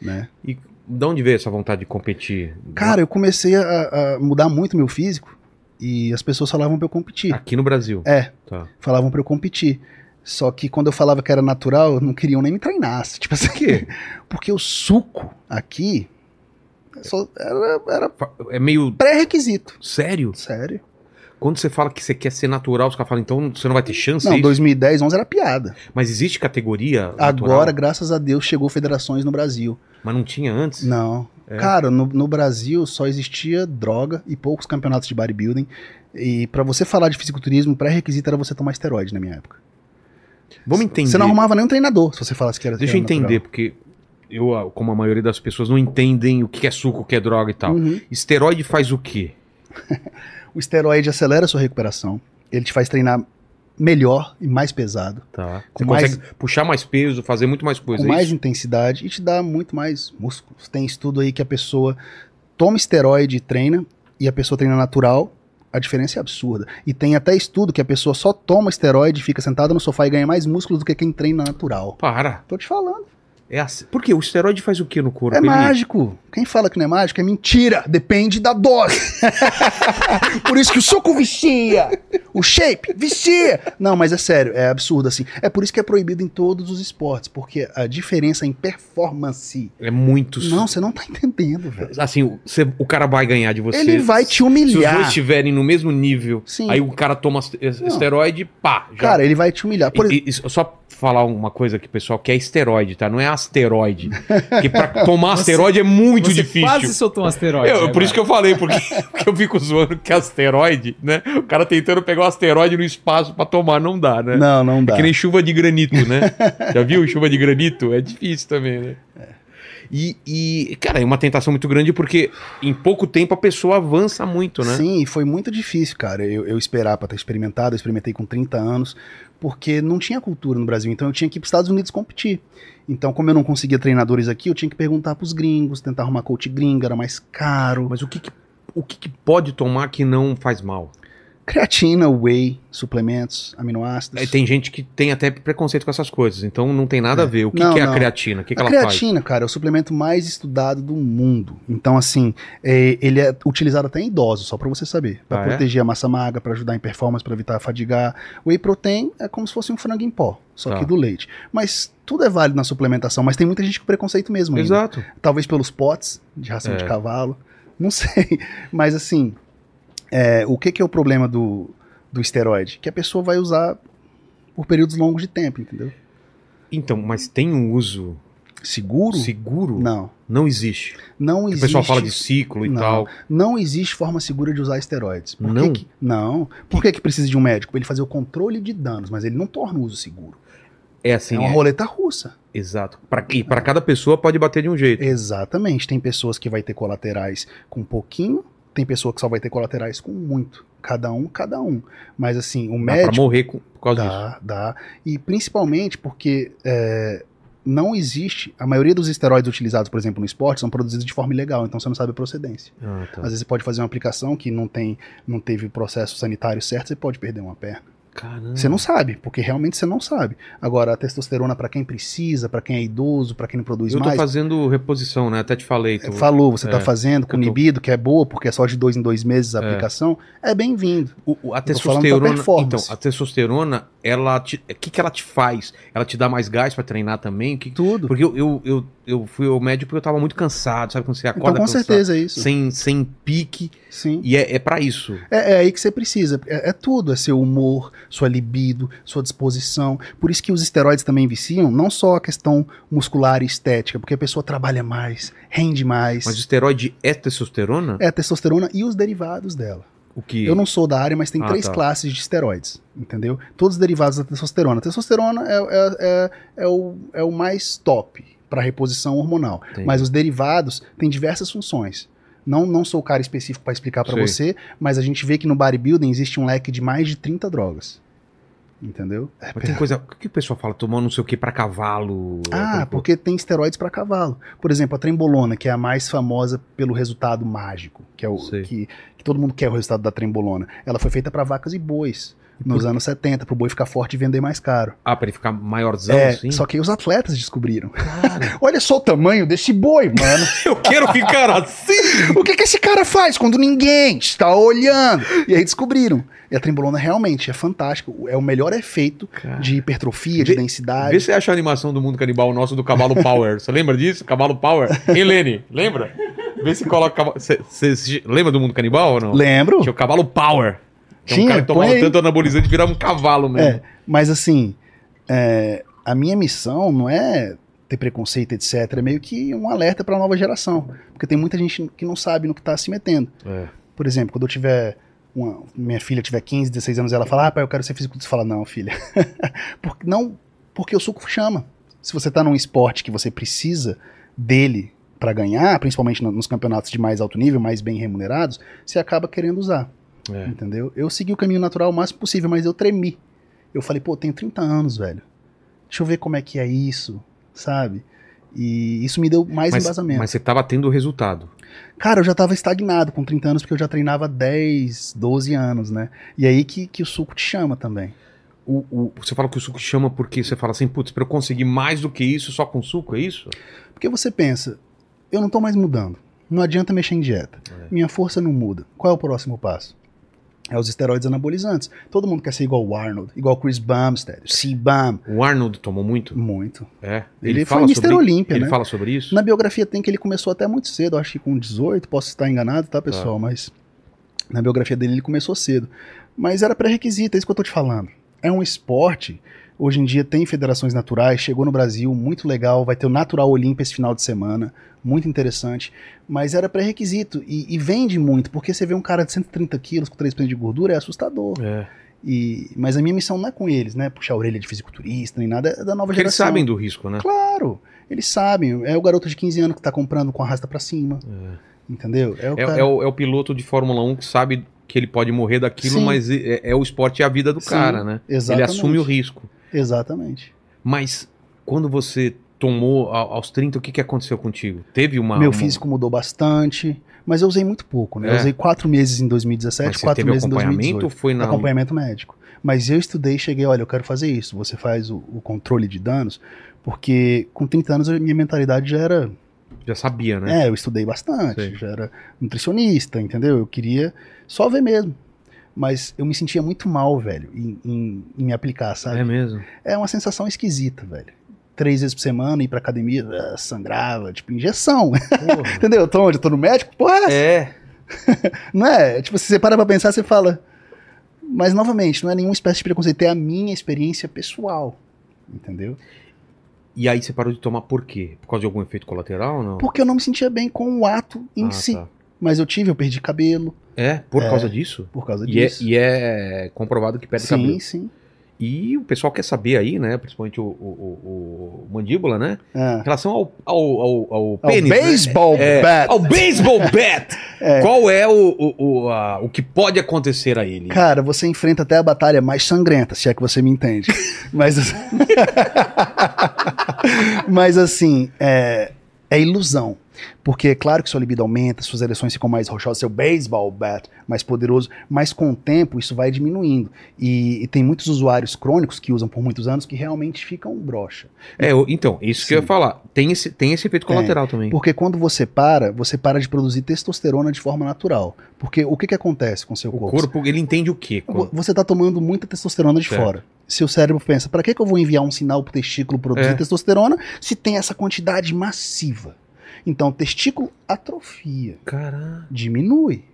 C: Né?
A: E de onde veio essa vontade de competir?
C: Cara, eu comecei a, a mudar muito meu físico e as pessoas falavam pra eu competir.
A: Aqui no Brasil.
C: É,
A: Ah, Tá.
C: falavam pra eu competir. Só que quando eu falava que era natural, não queriam nem me treinar. (laughs) assim, Tipo assim,
A: Por quê?
C: porque o suco aqui é só- era, era
A: Fa- É meio
C: pré-requisito.
A: sério?
C: Sério.
A: Quando você fala que você quer ser natural, os caras falam, então você não vai ter chance? é
C: Não,
A: isso?
C: 2010, 11 era piada.
A: Mas existe categoria natural?
C: Agora, graças a Deus, chegou federações no Brasil.
A: Mas não tinha antes?
C: Não. Cara, no, no Brasil só existia droga e poucos campeonatos de bodybuilding. E pra você falar de fisiculturismo, pré-requisito era você tomar esteroide na minha época.
A: Vamos entender.
C: Você não arrumava nenhum treinador se você falasse que era
A: Deixa eu
C: que era
A: entender, porque eu, ah, como a maioria das pessoas, não entendem o que é suco, o que é droga e tal.
C: natural. Uhum.
A: Esteroide faz o quê?
C: O esteroide acelera a sua recuperação, ele te faz treinar melhor e mais pesado,
A: Tá. Você
C: Com mais-
A: consegue puxar mais peso, fazer muito mais coisa.
C: com
A: é
C: mais
A: isso?
C: intensidade e te dá muito mais músculos. Tem estudo aí que a pessoa toma esteroide e treina, e a pessoa treina natural, a diferença é absurda. E tem até estudo que a pessoa só toma esteroide, fica sentada no sofá e ganha mais músculos do que quem treina natural.
A: Para.
C: Tô te falando.
A: É assim. Por quê? O esteroide faz o quê no corpo?
C: É
A: Ele-
C: mágico. Quem fala que não é mágico é mentira. Depende
A: (laughs)
C: da dose. Por isso que o suco vicia. O shape vicia. Não, mas é sério, é absurdo assim. É por isso que é proibido em todos os esportes, porque a diferença em performance.
A: É muito. su-
C: Não, você não tá entendendo, velho.
A: Assim, o- você- o cara vai ganhar de você.
C: Ele vai te
A: Se os dois
C: humilhar.
A: estiverem no mesmo nível,
C: Sim.
A: aí o cara toma es- esteroide, pá. Já.
C: Cara, ele vai te humilhar. Por
A: E- e- e só falar uma coisa aqui, pessoal, que é esteroide, tá? Não é asteroide. Porque pra
C: (laughs)
A: tomar
B: Você-
A: asteroide é muito
B: Você
A: difícil.
B: quase soltou um asteroide.
C: né,
A: Eu, por isso que eu falei, porque, (laughs) porque eu fico zoando que é asteroide, né? O cara tentando pegar o asteroide no espaço pra tomar, não dá, né?
C: Não, não
A: É
C: dá.
A: que nem chuva de granito,
C: (laughs)
A: né? Já viu chuva de granito? É difícil também, né?
C: É.
A: E, e, cara, é uma tentação muito grande porque em pouco tempo a pessoa avança muito, né?
C: Sim, e foi muito difícil, cara, eu, eu esperar pra ter experimentado, eu experimentei com 30 anos, porque não tinha cultura no Brasil, então eu tinha que ir pros Estados Unidos competir. Então, como eu não conseguia treinadores aqui, eu tinha que perguntar pros gringos, tentar arrumar coach gringa, era mais caro.
A: Mas o que, que- o que, que pode tomar que não faz mal?
C: Creatina, whey, suplementos, aminoácidos.
A: É, tem gente que tem até preconceito com essas coisas, então não tem nada a ver. O que,
C: Não,
A: que é a
C: não.
A: creatina? O que, que
C: a
A: ela
C: creatina, cara, é o suplemento mais estudado do mundo. Então, assim, é, ele é utilizado até em idosos, só pra você saber. Pra
A: Ah, é?
C: proteger a massa magra, pra ajudar em performance, pra evitar fadigar. O whey protein é como se fosse um frango em pó, só
A: Tá.
C: que do leite. Mas tudo é válido na suplementação, mas tem muita gente com preconceito mesmo
A: faz?
C: ainda.
A: Exato.
C: Talvez pelos potes de ração
A: É.
C: de cavalo, (laughs) não sei. Mas, assim, é, o que, que é o problema do, do esteroide? Que a pessoa vai usar por períodos longos de tempo, entendeu?
A: Então, mas tem um uso
C: Seguro?
A: seguro? Não,
C: Não.
A: existe.
C: Não
A: O
C: existe.
A: pessoal fala de ciclo e
C: Não.
A: tal.
C: Não existe forma segura de usar esteroides. Por
A: Não?
C: Que que- não. Por que, que precisa de um médico? Pra ele fazer o controle de danos, mas ele não torna o uso seguro.
A: É assim,
C: é uma
A: é-
C: roleta russa.
A: exato. Pra, e para cada pessoa pode bater de um jeito.
C: Exatamente. Tem pessoas que vai ter colaterais com pouquinho, tem pessoa que só vai ter colaterais com muito. Cada um, cada um. Mas assim, o
A: Dá Ah, pra
C: médico. Tá.
A: morrer com- por causa disso.
C: Dá, dá. E principalmente porque é, não existe. A maioria dos esteroides utilizados, por exemplo, no esporte, são produzidos de forma ilegal, então você não sabe a procedência.
A: Ah, tá.
C: Às vezes você pode fazer uma aplicação que não tem, não teve o processo sanitário certo, você pode perder uma perna.
A: Caramba.
C: Você não sabe, porque realmente você não sabe. Agora, a testosterona pra quem precisa, pra quem é idoso, pra quem não produz
A: Eu tô
C: mais.
A: fazendo reposição, né? Até te falei. tô-
C: Falou, você
A: É,
C: tá fazendo com
A: eu tô-
C: Nibido, que é boa, porque é só de dois em dois meses a aplicação, é bem-vindo.
A: O- o- a
C: tô falando da
A: testosterona, então,
C: performance.
A: a testosterona, ela te, o que que ela te faz? Ela te dá mais gás pra treinar também? O que-
C: Tudo.
A: porque eu, eu, eu, eu fui ao médico porque eu tava muito cansado, sabe quando você tá acorda
C: Então, com
A: cansado,
C: certeza é isso.
A: sem sem pique
C: Sim.
A: e é, é para isso.
C: É, é aí que você precisa. É, é tudo. É seu humor, sua libido, sua disposição. Por isso que os esteroides também viciam, não só a questão muscular e estética, porque a pessoa trabalha mais, rende mais.
A: Mas o esteroide é testosterona?
C: É a testosterona e os derivados dela.
A: O que
C: Eu não sou da área, mas tem
A: Ah,
C: três
A: tá.
C: classes de esteroides, entendeu? Todos derivados da testosterona. A testosterona é, é- é- é o, é o mais top para reposição hormonal.
A: Entendi.
C: Mas os derivados têm diversas funções. Não, não sou o cara específico para explicar para
A: Sei.
C: você, mas a gente vê que no bodybuilding existe um leque de mais de 30 drogas. Entendeu? É,
A: Mas tem coisa. O que o pessoal fala? Tomar não sei o que pra cavalo.
C: Ah,
A: aquela coisa.
C: porque tem esteroides para cavalo. Por exemplo, a trembolona, que é a mais famosa pelo resultado mágico, que é o
A: Sei.
C: que, que todo mundo quer o resultado da trembolona. Ela foi feita para vacas e bois nos anos 70, pro boi ficar forte e vender mais caro.
A: Ah, pra ele ficar maiorzão
C: é,
A: assim.
C: só que os atletas descobriram. (laughs) Olha só o tamanho desse boi,
A: (laughs)
C: mano.
A: (laughs) Eu quero ficar assim!
C: o que que esse cara faz quando ninguém está olhando? E aí descobriram. E a trembolona realmente é fantástica, é o melhor efeito de hipertrofia, de
A: Vê-
C: densidade.
A: Vê se você acha a animação do mundo canibal nosso do cavalo Power. Você lembra disso? Cavalo Power? Hein, Lene? Lembra? Vê se coloca. cavalo- Você você- você lembra do mundo canibal ou não?
C: Lembro?
A: Tinha o cavalo Power. Que é um
C: Tinha,
A: cara que tomava
C: põe aí.
A: tanto anabolizante e virava um cavalo mesmo.
C: É, mas assim, é, a minha missão não é ter preconceito, etc. É meio que um alerta para a nova geração. Porque tem muita gente que não sabe no que está se metendo.
A: É.
C: Por exemplo, quando eu tiver. uma- minha filha tiver 15, 16 anos, ela fala, ah, pai, eu quero ser fisiculturista. Você fala, não, filha. (laughs) porque, não, porque o suco chama. Se você tá num esporte que você precisa dele para ganhar, principalmente no- nos campeonatos de mais alto nível, mais bem remunerados, você acaba querendo usar.
A: É.
C: Entendeu? Eu segui o caminho natural o máximo possível, mas eu tremi. Eu falei, pô, eu tenho 30 anos, velho. Deixa eu ver como é que é isso, sabe? E isso me deu mais
A: Mas,
C: embasamento.
A: mas você tava tendo resultado.
C: Cara, eu já tava estagnado com 30 anos, porque eu já treinava há 10, 12 anos, né? E aí que, que o suco te chama também.
A: O, o- você fala que o suco chama porque você fala assim, putz, pra eu conseguir mais do que isso só com suco, é isso?
C: Porque você pensa, eu não tô mais mudando. Não adianta mexer em dieta.
A: É.
C: Minha força não muda. Qual é o próximo passo? É os esteroides anabolizantes. Todo mundo quer ser igual o Arnold, igual o Chris Bumstead, o C-Bam.
A: O Arnold tomou muito?
C: Muito.
A: É.
C: Ele, foi Mr.
A: sobre
C: Olímpia,
A: Ele
C: né?
A: fala sobre isso?
C: Na biografia tem que ele começou até muito cedo, acho que com 18, posso estar enganado, tá, pessoal? Mas na biografia dele ele começou cedo. Mas era pré-requisito, é isso que eu tô te falando. É um esporte, hoje em dia tem federações naturais, chegou no Brasil, muito legal, vai ter o Natural Olímpia esse final de semana, muito interessante, mas era pré-requisito e, e vende muito, porque você vê um cara de 130 quilos com 3% de gordura, é assustador.
A: É.
C: E, mas a minha missão não é com eles, né? Puxar a orelha de fisiculturista, nem nada, é da nova
A: Porque eles
C: geração.
A: sabem do risco, né?
C: Claro, eles sabem. É o garoto de 15 anos que tá comprando com a rasta pra cima, entendeu? É o
A: É,
C: cara.
A: é o, é o piloto de Fórmula 1 que sabe que ele pode morrer daquilo,
C: Sim.
A: mas é, é o esporte e a vida do
C: Sim,
A: cara, né?
C: Exatamente.
A: Ele assume o risco.
C: Exatamente.
A: Mas quando você tomou a- aos 30, o que, que aconteceu contigo? Teve uma.
C: Meu
A: uma-
C: físico mudou bastante, mas eu usei muito pouco, né?
A: É.
C: Eu usei quatro meses em
A: Mas
C: 2017,
A: você
C: quatro
A: teve
C: meses em
A: acompanhamento ou
C: 2018.
A: foi na.
C: Acompanhamento médico. Mas eu estudei e cheguei, olha, eu quero fazer isso. Você faz o, o controle de danos, porque com 30 anos a minha mentalidade já era
A: Já sabia, né?
C: É, eu estudei bastante,
A: Sei.
C: já era nutricionista, entendeu? Eu queria só ver mesmo. Mas eu me sentia muito mal, velho, em, em- em me aplicar, sabe? (laughs)
A: mesmo.
C: É. uma sensação esquisita, velho. Três vezes por semana, ir pra academia, ah, sangrava, tipo, injeção. (laughs)
A: Porra.
C: entendeu? Eu tô onde? Eu tô no médico? Porra, é essa?
A: é.
C: não é? Tipo, se você para pra pensar, você fala. Mas, novamente, não é nenhuma espécie de preconceito, é a minha experiência pessoal. Entendeu?
A: E aí você parou de tomar por quê? Por causa de algum efeito colateral ou não?
C: Porque eu não me sentia bem com o ato em
A: Ah,
C: si.
A: tá.
C: Mas eu tive, eu perdi cabelo
A: É? Por
C: É.
A: causa disso?
C: por causa
A: E é,
C: disso.
A: e é comprovado que perde
C: sim,
A: cabelo.
C: sim.
A: E o pessoal quer saber aí, né? Principalmente o, o- o- o mandíbula, né?
C: É.
A: Em relação ao, ao, ao, ao
C: Ao
A: pênis. né?
C: baseball
A: É,
C: bat.
A: Ao baseball
C: (laughs)
A: bat! Qual é o, o, o, a- o que pode acontecer a ele?
C: Cara, você enfrenta até a batalha mais sangrenta, se é que você me (laughs) entende. Mas, mas assim, é, é ilusão. Porque é claro que sua libido aumenta, suas ereções ficam mais rochosas, seu baseball bat mais poderoso, mas com o tempo isso vai diminuindo. E, e tem muitos usuários crônicos que usam por muitos anos que realmente ficam broxa.
A: É, eu- então, isso que eu ia
C: Sim. É.
A: falar. Tem esse, tem esse efeito colateral também.
C: Porque quando você para, você para de produzir testosterona de forma natural. Porque o que, que acontece com o seu
A: O
C: corpo?
A: corpo, ele entende o quê?
C: Vo- Você está tomando muita testosterona de
A: Certo.
C: fora. Seu cérebro pensa, para que, que eu vou enviar um sinal pro testículo produzir
A: É.
C: testosterona se tem essa quantidade massiva? Então, o testículo atrofia
A: Caralho.
C: diminui.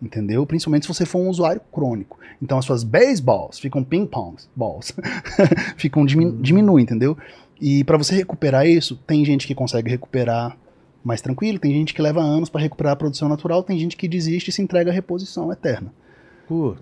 C: Entendeu? Principalmente se você for um usuário crônico. Então as suas baseballs ficam ping-pongs, balls. (laughs) ficam dimin
A: Hum.
C: diminuem, entendeu? E pra você recuperar isso, tem gente que consegue recuperar mais tranquilo, tem gente que leva anos pra recuperar a produção natural, tem gente que desiste e se entrega à reposição eterna.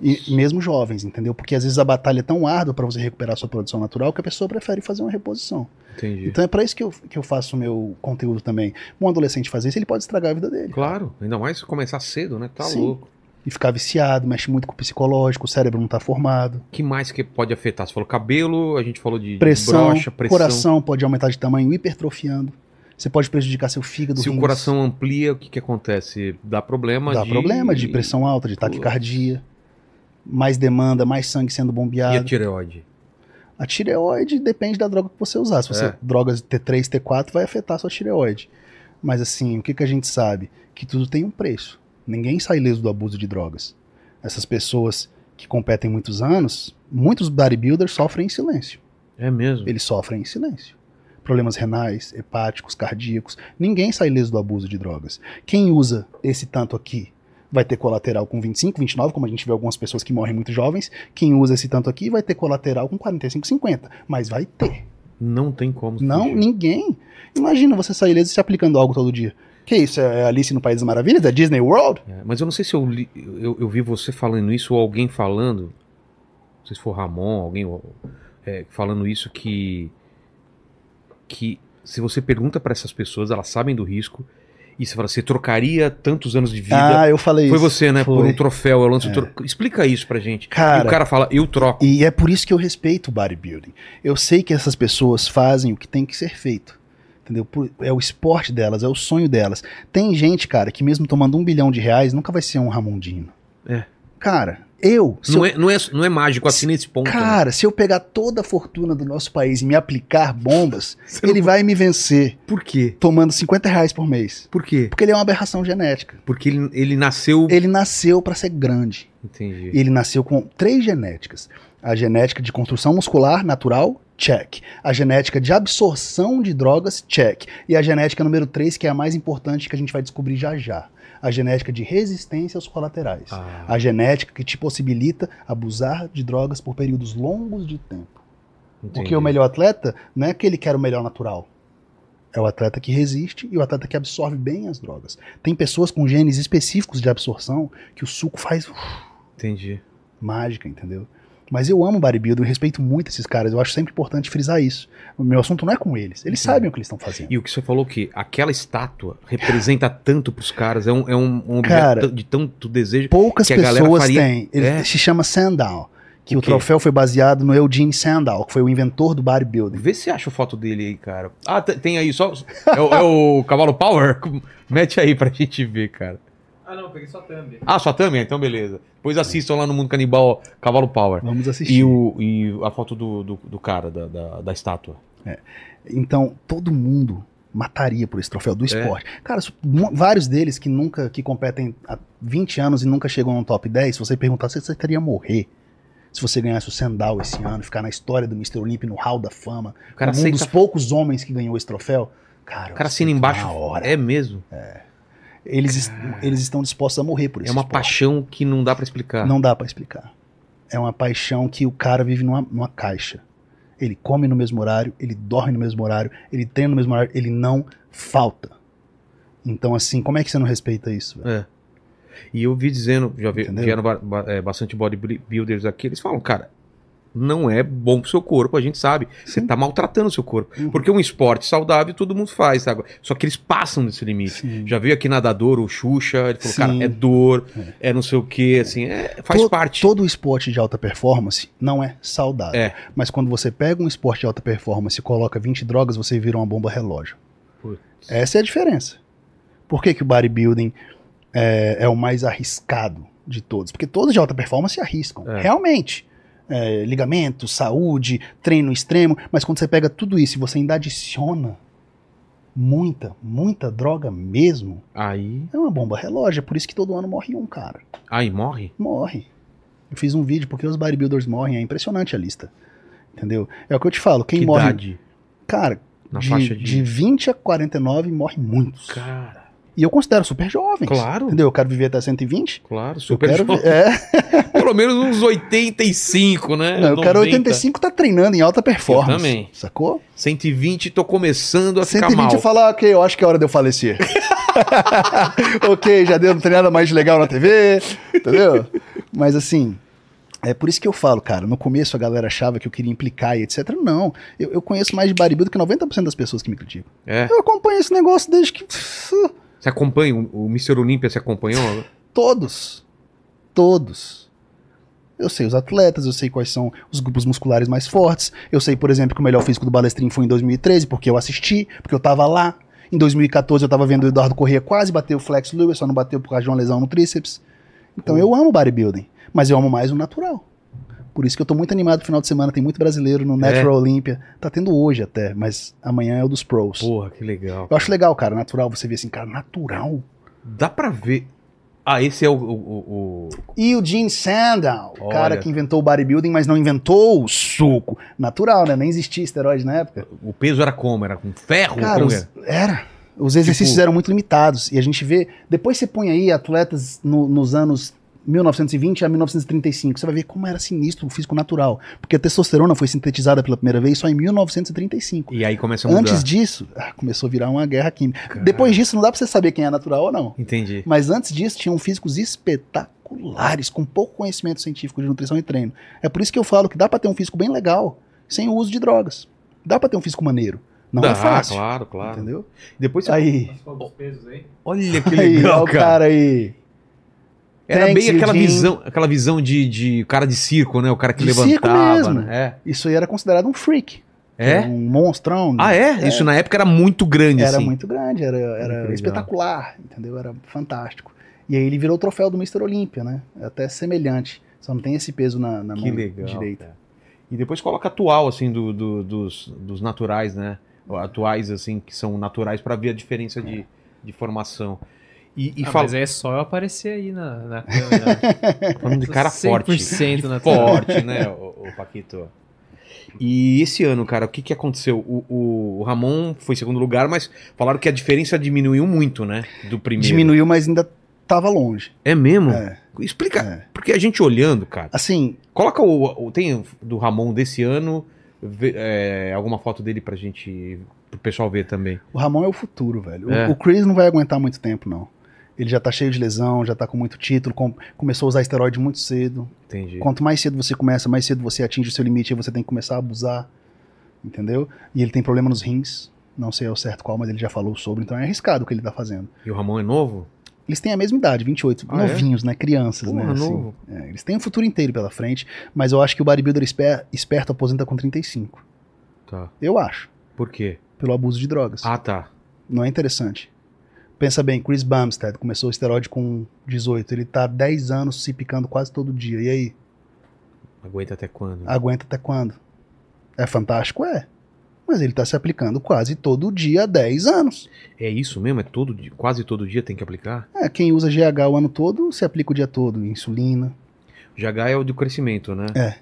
C: E mesmo jovens, entendeu? Porque às vezes a batalha é tão árdua pra você recuperar a sua produção natural que a pessoa prefere fazer uma reposição.
A: Entendi.
C: Então é pra isso que eu, que eu faço o meu conteúdo também. Um adolescente fazer isso, ele pode estragar a vida dele.
A: Claro, ainda mais se começar cedo, né? Tá
C: Sim.
A: louco.
C: e ficar viciado, mexe muito com o psicológico, o cérebro não tá formado.
A: que mais que pode afetar? Você falou cabelo, a gente falou de de
C: Pressão,
A: brocha, pressão.
C: coração pode aumentar de tamanho, hipertrofiando. Você pode prejudicar seu fígado,
A: Se o
C: rins.
A: coração amplia, o que, que acontece? Dá problema
C: dá
A: de...
C: problema de pressão alta, de taquicardia, mais demanda, mais sangue sendo
A: E é
C: bombeado.
A: a tireoide.
C: A tireoide depende da droga que você usar. Se você
A: É.
C: drogas T3, T4, vai afetar a sua tireoide. Mas assim, o que, que a gente sabe? Que tudo tem um preço. Ninguém sai ileso do abuso de drogas. Essas pessoas que competem muitos anos, muitos bodybuilders sofrem em silêncio.
A: É mesmo.
C: eles sofrem em silêncio. Problemas renais, hepáticos, cardíacos. Ninguém sai ileso do abuso de drogas. Quem usa esse tanto aqui vai ter colateral com 25, 29, como a gente vê algumas pessoas que morrem muito jovens. Quem usa esse tanto aqui vai ter colateral com 45, 50. Mas vai ter.
A: Não tem como.
C: Não,
A: fugir.
C: ninguém. Imagina você sair ileso e se aplicando algo todo dia. Que isso? É Alice no País das Maravilhas? É Disney World?
A: É, mas eu não sei se eu, li- eu, eu vi você falando isso ou alguém falando. Não sei se for Ramon, alguém ó, é, falando isso que. Que se você pergunta pra essas pessoas, elas sabem do risco. E você fala, você trocaria tantos anos de vida.
C: Ah, eu falei
A: Foi
C: isso.
A: você, né? Por
C: Foi.
A: um troféu. Eu lanço um tro- Explica isso pra gente.
C: Cara-
A: e o cara fala, eu troco.
C: E é por isso que eu respeito o bodybuilding. Eu sei que essas pessoas fazem o que tem que ser feito. Entendeu? Por- É o esporte delas, é o sonho delas. Tem gente, cara, que mesmo tomando um bilhão de reais, nunca vai ser um Ramondino.
A: É.
C: Cara, eu. se
A: Não,
C: eu-
A: é, não, é, não é mágico assim nesse ponto. né?
C: Cara, se eu pegar toda a fortuna do nosso país e me aplicar bombas,
A: (laughs) Você não-
C: ele vai me vencer
A: Por quê?
C: tomando 50 reais por mês.
A: Por quê?
C: Porque ele é uma aberração genética.
A: Porque ele, ele nasceu.
C: Ele nasceu pra ser grande.
A: Entendi.
C: Ele nasceu com três genéticas: a genética de construção muscular natural, check. A genética de absorção de drogas, check. E a genética número três, que é a mais importante que a gente vai descobrir já já: a genética de resistência aos colaterais.
A: Ah,
C: A genética que te possibilita abusar de drogas por períodos longos de tempo. Porque
A: entendi.
C: o melhor atleta não é aquele que era o melhor natural. É o atleta que resiste e o atleta que absorve bem as drogas. Tem pessoas com genes específicos de absorção que o suco faz
A: Entendi.
C: mágica, entendeu? Mas eu amo bodybuilding, eu respeito muito esses caras, eu acho sempre importante frisar isso. O meu assunto não é com eles,
A: Entendi.
C: eles sabem o que eles estão fazendo.
A: E o que você falou que aquela estátua
C: (laughs)
A: representa tanto pros caras, é um, é um, um objeto
C: Cara,
A: tan- de tanto desejo.
C: Poucas
A: que a galera
C: pessoas
A: faria-
C: têm, ele
A: É.
C: se chama Sandow, que
A: O
C: o,
A: quê?
C: troféu foi baseado no Eugene Sandow, que foi o inventor do bodybuilding.
A: Vê se acha a foto dele aí, cara. Ah, te- tem aí só. É o, é
C: (laughs)
A: o cavalo Power? (laughs) Mete aí pra gente ver, cara.
B: Ah, não, peguei só thumb.
A: Ah, sua thumb? Então beleza. Depois assistam lá no Mundo Canibal Cavalo Power.
C: Vamos assistir.
A: E, o, e a foto do, do, do cara, da, da, da estátua.
C: Então, todo mundo mataria por esse troféu
A: É.
C: do esporte. Cara, su- mu- vários deles que nunca que competem há 20 anos e nunca chegam no top 10, se você perguntar, você teria morrer. Se você ganhasse o Sandow esse ano, ficar na história do Mr. Olympia no Hall da Fama,
A: O cara,
C: um
A: aceita,
C: dos poucos homens que ganhou esse troféu. Cara,
A: o cara assina
C: aceito
A: embaixo.
C: Na hora.
A: É mesmo.
C: eles, est- eles estão dispostos a morrer por isso.
A: É uma paixão que não dá pra explicar.
C: Não dá pra explicar. É uma paixão que o cara vive numa, numa caixa. Ele come no mesmo horário, ele dorme no mesmo horário, ele treina no mesmo horário, ele não falta. Então, assim, como é que você não respeita isso? velho?
A: É. E eu vi dizendo, já vi,
C: Entendeu?
A: vieram ba- ba- é, bastante bodybuilders aqui, eles falam, cara, não é bom pro seu corpo, a gente sabe. Você
C: Sim.
A: tá maltratando o seu corpo.
C: Uhum.
A: Porque um esporte saudável todo mundo faz, sabe? Só que eles passam desse limite.
C: Sim.
A: Já veio aqui nadador, o Xuxa, ele falou,
C: Sim.
A: cara, é dor, é, não sei o que, assim, é- faz
C: To-
A: parte.
C: Todo esporte de alta performance não é saudável.
A: É.
C: Mas quando você pega um esporte de alta performance e coloca 20 drogas, você vira uma bomba relógio.
A: Putz.
C: Essa é a diferença. Por que, que o bodybuilding é, é o mais arriscado de todos? Porque todos de alta performance se arriscam,
A: É.
C: realmente. É, ligamento, saúde, treino extremo, mas quando você pega tudo isso e você ainda adiciona muita, muita droga mesmo,
A: Aí.
C: é uma bomba relógio. É por isso que todo ano morre um cara.
A: Aí morre?
C: Morre. Eu fiz um vídeo porque os bodybuilders morrem, é impressionante a lista. Entendeu? É o que eu te falo, quem
A: que
C: morre.
A: idade?
C: Cara,
A: Na
C: de,
A: faixa de.
C: de 20 a 49 morre muitos.
A: Cara.
C: E eu considero super jovens.
A: Claro.
C: Entendeu? Eu quero viver até 120.
A: Claro,
C: Eu
A: super
C: quero,
A: jovem. (laughs)
C: é,
A: Pelo menos uns 85, né?
C: não, eu
A: 90.
C: quero 85 tá treinando em alta performance.
A: Eu também.
C: Sacou?
A: 120, tô começando a ficar
C: 120
A: mal.
C: e falar, ok, eu acho que é hora de eu falecer. (laughs) ok, já deu, não tem nada mais de legal na TV, entendeu? Mas assim, é por isso que eu falo, cara, no começo a galera achava que eu queria implicar e etc. Não, eu, eu conheço mais de bodybuilding que 90% das pessoas que me criticam.
A: É.
C: Eu acompanho esse negócio desde que...
A: Você acompanha? O o Mr. Olímpia se
C: (laughs)
A: acompanhou?
C: Todos. Todos. Eu sei os atletas, eu sei quais são os grupos musculares mais fortes. Eu sei, por exemplo, que o melhor físico do Balestrin foi em 2013, porque eu assisti, porque eu tava lá. Em 2014 eu tava vendo o Eduardo Corrêa quase bater o Flex Lewis, só não bateu por causa de uma lesão no tríceps. Então eu amo bodybuilding, mas eu amo mais o natural. Por isso que eu tô muito animado no final de semana, tem muito brasileiro no Natural Olympia. Tá tendo hoje até, mas amanhã é o dos pros.
A: Porra, que legal.
C: Eu acho legal, cara, natural, você vê assim, cara, natural.
A: Dá pra ver. Ah, esse é o. o- o- o-
C: E o Gene Sandow, o
A: Olha.
C: cara que inventou o bodybuilding, mas não inventou o suco natural, né? Nem existia esteroide na época.
A: O, peso era como? Era com ferro?
C: Cara,
A: Como
C: os-
A: era?
C: era. Os exercícios
A: Tipo-
C: eram muito limitados. E a gente vê. Depois você põe aí atletas no- nos anos 1920 a 1935. Você vai ver como era sinistro o físico natural. Porque a testosterona foi sintetizada pela primeira vez só em 1935.
A: E aí começa a mudar.
C: Antes disso, ah, começou a virar uma guerra química. Depois disso, não dá pra você saber quem é natural ou não.
A: Ah, Entendi.
C: Mas antes disso, tinham físicos espetaculares, com pouco conhecimento científico de nutrição e treino. É por isso que eu falo que dá pra ter um físico bem legal, sem o uso de drogas. Dá pra ter um físico maneiro. Não
A: Dá,
C: é fácil.
A: Claro, claro.
C: Entendeu?
A: Depois você...
C: Aí.
A: Olha que
C: aí,
A: legal,
C: ó o
A: cara.
C: cara aí.
A: Era
C: Thanks,
A: bem aquela
C: Eugene.
A: visão, aquela visão de, de cara de circo, né? O cara que
C: De circo
A: levantava.
C: mesmo.
A: Né?
C: Isso aí era considerado um freak.
A: É.
C: Era
A: É?
C: Um monstrão.
A: Ah, é? Isso na época era muito grande,
C: Era
A: assim.
C: muito grande, era, era
A: legal.
C: espetacular, entendeu? Era fantástico. E aí ele virou o troféu do Mr. Olímpia, né? Até semelhante. Só não tem esse peso na, na
A: Que
C: mão
A: legal.
C: direita.
A: cara. E depois coloca atual, assim, do, do- dos, dos naturais, né? Atuais, assim, que são naturais pra ver a diferença
C: É.
A: de, de formação. E, e
B: ah,
A: fala-
B: Mas é aí é só eu aparecer aí na, na né? câmera.
A: (laughs) falando de cara forte.
B: 100% na tela.
A: Forte, né, o, Paquito? E esse ano, cara, o que, que aconteceu? O, o- o Ramon foi em segundo lugar, mas falaram que a diferença diminuiu muito, né? Do primeiro.
C: Diminuiu, mas ainda tava longe.
A: É mesmo?
C: É,
A: Explica.
C: é.
A: Porque a gente olhando, cara.
C: Assim,
A: Coloca o. o- tem do Ramon desse ano. vê- é, alguma foto dele pra gente. pro pessoal ver também.
C: O Ramon é o futuro, velho. O-
A: É.
C: O, Chris não vai aguentar muito tempo, não. Ele já tá cheio de lesão, já tá com muito título, com- começou a usar esteroide muito cedo.
A: Entendi.
C: Quanto mais cedo você começa, mais cedo você atinge o seu limite, aí você tem que começar a abusar, entendeu? E ele tem problema nos rins, não sei ao certo qual, mas ele já falou sobre, então é arriscado o que ele tá fazendo.
A: E o Ramon é novo?
C: Eles têm a mesma idade, 28,
A: Ah, é?
C: novinhos, né? Crianças,
A: Porra,
C: né? assim.
A: novo.
C: É, eles têm um futuro inteiro pela frente, mas eu acho que o bodybuilder esper- esperto aposenta com 35.
A: Tá.
C: Eu acho,
A: Por quê?
C: pelo abuso de drogas.
A: Ah, tá.
C: Não é interessante. Pensa bem, Chris Bumstead começou o esteroide com 18. Ele tá 10 anos se picando quase todo dia. E aí?
A: Aguenta até quando?
C: Aguenta até quando? É fantástico? É. Mas ele tá se aplicando quase todo dia há 10 anos.
A: É isso mesmo? É todo dia, quase todo dia tem que aplicar?
C: É, quem usa GH o ano todo se aplica o dia todo. Insulina.
A: GH é o de crescimento, né?
C: É.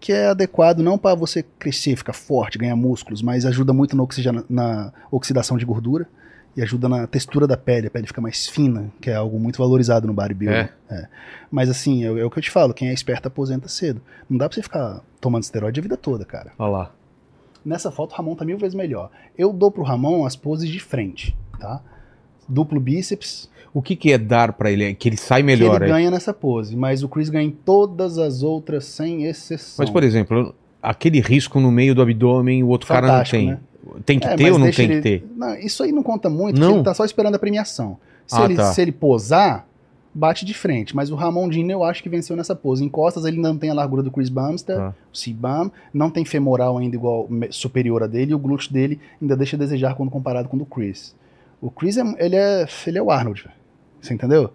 C: Que é adequado não para você crescer, ficar forte, ganhar músculos, mas ajuda muito na, oxigena- na oxidação de gordura e ajuda na textura da pele. A pele fica mais fina, que é algo muito valorizado no bodybuilding.
A: É.
C: Mas assim, é, o- é o que eu te falo, quem é esperto aposenta cedo. Não dá pra você ficar tomando esteroide a vida toda, cara.
A: Olha lá.
C: Nessa foto o Ramon tá mil vezes melhor. Eu dou pro Ramon as poses de frente, tá? Duplo bíceps,
A: O que, que é dar pra ele? É que ele sai
C: que
A: melhor.
C: ele
A: é?
C: ganha nessa pose, mas o Chris ganha em todas as outras sem exceção.
A: Mas, por exemplo, aquele risco no meio do abdômen, o outro
C: Fantástico, né?
A: cara não tem. Tem que ter
C: É, mas
A: ou não
C: deixa
A: tem que
C: ele-
A: ter?
C: Não, isso aí não conta muito,
A: Não?
C: porque ele tá só esperando a premiação. Se,
A: Ah,
C: ele,
A: tá.
C: se ele posar, bate de frente. Mas o Ramon Dino eu acho que venceu nessa pose. Em costas ele ainda não tem a largura do Chris Bumster,
A: Tá.
C: o Sibam, não tem femoral ainda igual me- superior a dele, e o glúteo dele ainda deixa a desejar quando comparado com o do Chris. O Chris, é, ele, é, ele é o Arnold, velho. você entendeu?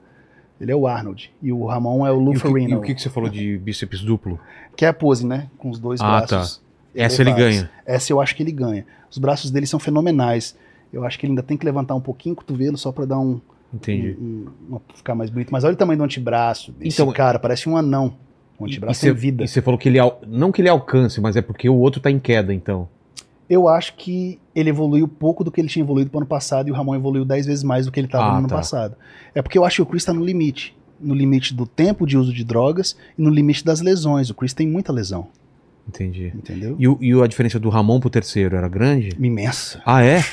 C: Ele é o Arnold. E o Ramon é o
A: E o, que, e
C: Luferino,
A: o que que você falou de bíceps duplo?
C: que é a pose, né? Com os dois
A: Ah,
C: braços.
A: Essa ele
C: faz.
A: ganha.
C: Essa eu acho que ele ganha. Os braços dele são fenomenais. Eu acho que ele ainda tem que levantar um pouquinho o cotovelo só pra dar um,
A: Entendi.
C: um- um- uma- ficar mais bonito. Mas olha o tamanho do antebraço. Esse
A: Então,
C: cara parece um anão. Um
A: e é-
C: antebraço
A: você-
C: sem vida.
A: E você falou que ele. al- Não que ele alcance, mas é porque o outro tá em queda, então.
C: Eu acho que ele evoluiu pouco do que ele tinha evoluído pro ano passado e o Ramon evoluiu 10 vezes mais do que ele estava
A: Ah,
C: no ano
A: tá.
C: passado. É porque eu acho que o Chris tá no limite. No limite do tempo de uso de drogas e no limite das lesões. O Chris tem muita lesão,
A: Entendi.
C: entendeu?
A: E, o- e a diferença do Ramon pro terceiro era grande?
C: Imensa.
A: Ah, é?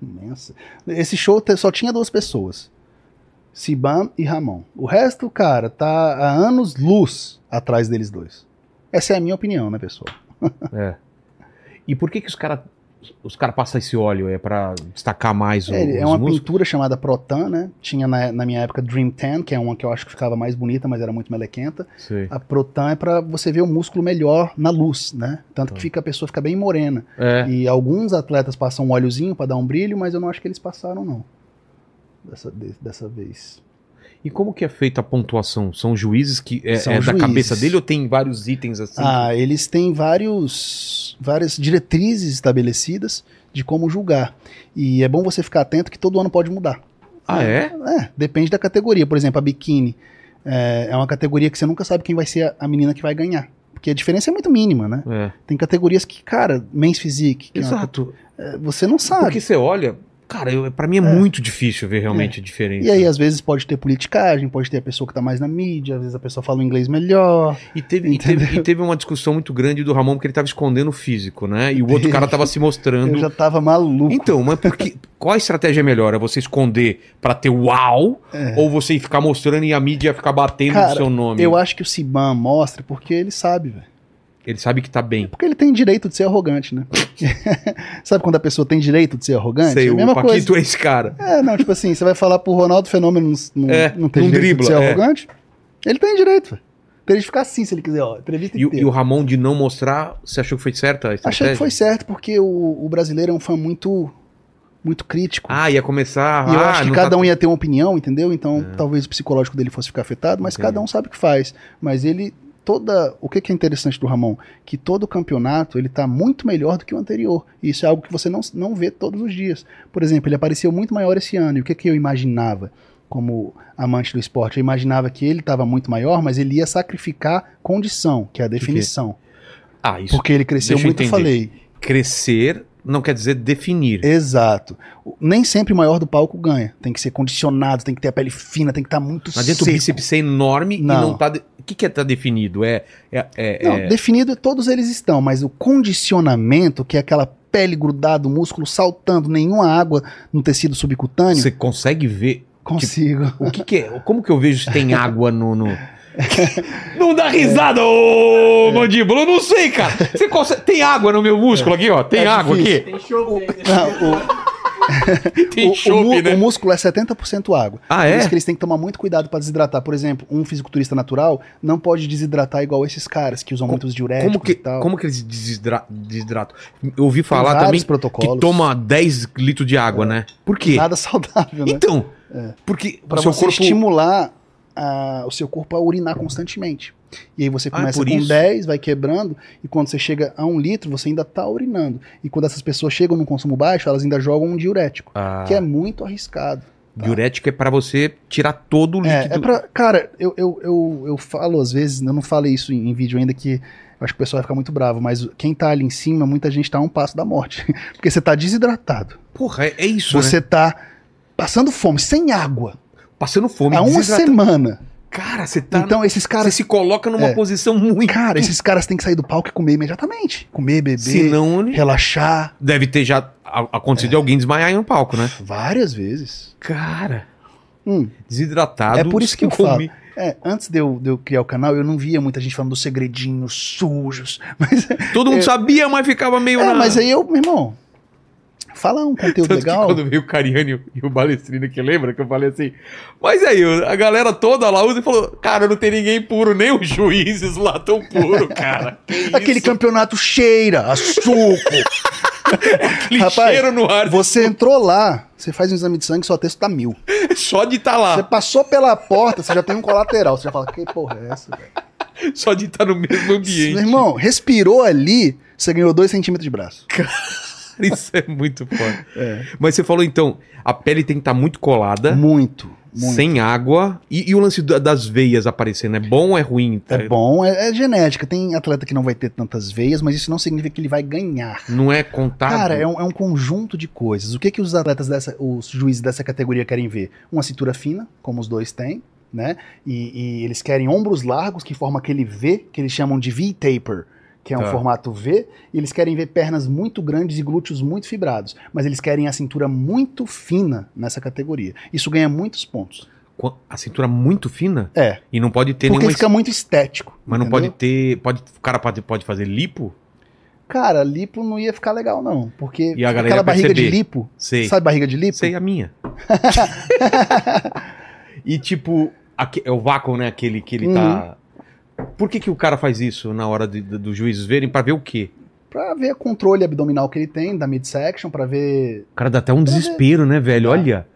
C: Imensa. Esse show te- só tinha duas pessoas: Siban e Ramon. O resto, cara, tá há anos luz atrás deles dois. Essa é a minha opinião, né, pessoal?
A: É. E por que que os caras os cara passam esse óleo? É pra destacar mais o,
C: É, é
A: os
C: uma
A: músculos?
C: pintura chamada Protan, né? Tinha na, na minha época Dream Tan, que é uma que eu acho que ficava mais bonita, mas era muito melequenta.
A: Sei.
C: A Protan é pra você ver o músculo melhor na luz, né? Tanto que
A: Tá.
C: fica, a pessoa fica bem morena.
A: É.
C: E alguns atletas passam um óleozinho pra dar um brilho, mas eu não acho que eles passaram, não. Dessa, de- dessa vez.
A: E como que é feita a pontuação? São juízes que é,
C: São
A: é da
C: juízes.
A: cabeça dele ou tem vários itens assim?
C: Ah, eles têm vários, várias diretrizes estabelecidas de como julgar. E é bom você ficar atento que todo ano pode mudar.
A: Ah, é?
C: É, depende da categoria. Por exemplo, a biquíni é, é uma categoria que você nunca sabe quem vai ser a, a menina que vai ganhar. Porque a diferença é muito mínima, né?
A: É.
C: Tem categorias que, cara, mens physique, que é uma-
A: Exato.
C: é, você não sabe.
A: Porque você olha, cara, eu, pra mim é,
C: É.
A: muito difícil ver realmente a diferença.
C: E aí, às vezes, pode ter politicagem, pode ter a pessoa que tá mais na mídia, às vezes a pessoa fala um inglês melhor.
A: E teve, e, teve, e teve uma discussão muito grande do Ramon, porque ele tava escondendo o físico, né? E o outro cara tava se mostrando.
C: Eu já tava maluco.
A: Então, mas porque, qual a estratégia é melhor? É você esconder pra ter uau
C: É.
A: ou você ficar mostrando e a mídia ficar batendo no
C: Cara,
A: seu nome?
C: Eu acho que o Siban mostra porque ele sabe, velho.
A: Ele sabe que tá bem.
C: Porque ele tem direito de ser arrogante, né? (laughs) Sabe quando a pessoa tem direito de ser arrogante?
A: Sei,
C: é a
A: o
C: mesma
A: Paquito
C: coisa.
A: é esse cara.
C: É, não, tipo assim, você vai falar pro Ronaldo Fenômeno não, não,
A: É,
C: não tem
A: não
C: direito
A: dribla,
C: de ser
A: é.
C: arrogante? Ele tem direito, velho. Tem de ficar assim se ele quiser, ó. Entrevista
A: E, o- e
C: inteira.
A: o Ramon de não mostrar, você achou que foi certa a estratégia?
C: Achei que foi certo, porque o, o brasileiro é um fã muito, muito crítico.
A: Ah, ia começar.
C: E eu
A: ah,
C: acho que
A: não
C: cada
A: tá- É.
C: um ia ter uma opinião, entendeu? Então, talvez o psicológico dele fosse ficar afetado, mas
A: Entendi.
C: cada um sabe o que faz. Mas ele, toda... O que que é interessante do Ramon? Que todo campeonato, ele tá muito melhor do que o anterior. E isso é algo que você não, não vê todos os dias. Por exemplo, ele apareceu muito maior esse ano. E o que que eu imaginava? Como amante do esporte, eu imaginava que ele estava muito maior, mas ele ia sacrificar condição, que é a definição.
A: Ah, isso.
C: Porque ele cresceu
A: Deixa eu
C: muito, eu
A: entender.
C: falei.
A: Crescer não quer dizer definir.
C: Exato. O- Nem sempre o maior do palco ganha. Tem que ser condicionado, tem que ter a pele fina, tem que estar muito
A: Não adianta o
C: seco.
A: bíceps ser enorme e
C: Não.
A: não tá. de- O que, que é tá definido? É. é, é,
C: Não,
A: é-
C: definido todos eles estão, mas o condicionamento, que é aquela pele grudada, o músculo saltando, nenhuma água no tecido subcutâneo,
A: Você consegue ver.
C: consigo.
A: (laughs) O que, que é? Como que eu vejo se tem água no.
C: (laughs)
A: no- Não dá
C: É.
A: risada, ô mandíbula. Eu não sei, cara. Você consegue... Tem água no meu músculo aqui, ó. Tem
C: É
A: água
C: difícil.
E: Tem show ainda.
C: Não, o-
A: aqui. Tem
C: o, o mu-
A: chope,
C: o
A: né?
C: músculo é 70% água.
A: Ah,
C: Por
A: é?
C: isso que eles têm que tomar muito cuidado para desidratar. Por exemplo, um fisiculturista natural não pode desidratar igual esses caras que usam
A: Co-
C: muitos diuréticos
A: Como que,
C: é e tal.
A: como que eles desidra- desidratam? Eu ouvi
C: Tem
A: falar
C: vários
A: também
C: protocolos. É.
A: que toma 10 litros de água, né? Por quê?
C: Nada saudável, né?
A: Então, porque
C: Pra
A: o seu
C: você
A: corpo...
C: estimular a- o seu corpo a urinar constantemente. E aí você
A: Ah,
C: começa
A: por
C: com
A: isso?
C: 10, vai quebrando, e quando você chega a um litro, você ainda tá urinando. E quando essas pessoas chegam num consumo baixo, elas ainda jogam um diurético,
A: Ah,
C: que é muito arriscado.
A: Diurético é pra você tirar todo o Um líquido.
C: É, é pra, cara, eu, eu, eu, eu falo às vezes, eu não falei isso em, em vídeo ainda, que eu acho que o pessoal vai ficar muito bravo, mas quem tá ali em cima, muita gente tá a um passo da morte. (laughs) Porque você tá desidratado.
A: Porra, é, é isso, né?
C: Você tá passando fome, sem água,
A: Passando fome.
C: há uma
A: desidratado.
C: semana.
A: Cara, você tá...
C: É um Então, esses caras
A: você se coloca numa
C: É.
A: posição muito...
C: Cara, esses caras têm que sair do palco e comer imediatamente. Comer, beber,
A: hum. Se
C: é
A: não, ele-
C: relaxar.
A: deve ter já a-
C: É.
A: acontecido alguém desmaiar aí no palco, né?
C: Várias vezes.
A: Cara,
C: Hum,
A: desidratado.
C: É por isso que
A: sem
C: eu falo.
A: comer.
C: é, antes de eu, de eu criar o canal, eu não via muita gente falando dos segredinhos sujos. (laughs) Mas,
A: Todo mundo sabia, mas ficava meio
C: é,
A: na...
C: mas aí eu, meu irmão, fala um conteúdo
A: Tanto
C: legal.
A: que quando veio o Cariani e o- e o Balestrina, que lembra que eu falei assim, mas aí o- a galera toda lá usa e falou, cara, não tem ninguém puro, nem os
C: (laughs)
A: juízes lá tão puro, cara. Que
C: Aquele
A: isso? (laughs)
C: campeonato cheira a suco.
A: Lixeiro no ar.
C: Você entrou lá, você faz um exame de sangue, seu texto tá mil.
A: Só de estar
C: Você
A: lá.
C: passou pela porta, você já tem um colateral. Você já fala, que porra é essa, velho?
A: Só de estar no mesmo ambiente.
C: Meu irmão, respirou ali, você ganhou dois centímetros de braço.
A: (laughs) Isso é muito foda.
C: É.
A: Mas você falou então, a pele tem que estar muito colada,
C: Muito, muito.
A: Né? sem água. E, e o lance da- das veias aparecendo, é bom ou é ruim?
C: É bom, é, é genética. Tem atleta que não vai ter tantas veias, mas isso não significa que ele vai ganhar.
A: Não é contado?
C: Cara, é um, é um conjunto de coisas. O que que os atletas dessa, os juízes dessa categoria querem ver? Uma cintura fina, como os dois têm, né? E, e eles querem ombros largos, que forma aquele V, que eles chamam de V-taper, que é um
A: Tá.
C: formato V. E eles querem ver pernas muito grandes e glúteos muito fibrados. Mas eles querem a cintura muito fina nessa categoria. Isso ganha muitos pontos.
A: Qu- A cintura muito fina?
C: É,
A: E não pode ter
C: porque
A: nenhuma...
C: fica muito estético.
A: Mas não
C: entendeu?
A: pode ter... Pode, o cara pode, pode fazer lipo?
C: Cara, lipo não ia ficar legal, não. Porque
A: E a galera
C: aquela
A: ia
C: barriga de
A: perceber.
C: lipo.
A: Sei.
C: Sabe barriga de lipo?
A: Sei a
C: (laughs)
A: minha. e tipo, aque- é o vácuo, né? Aquele que ele tá...
C: Uhum.
A: Por que, que o cara faz isso na hora de- de- dos juízes verem? Pra ver o quê?
C: Pra ver o controle abdominal que ele tem da midsection, pra ver.
A: O cara dá até um desespero, né, velho?
C: Tá.
A: Olha,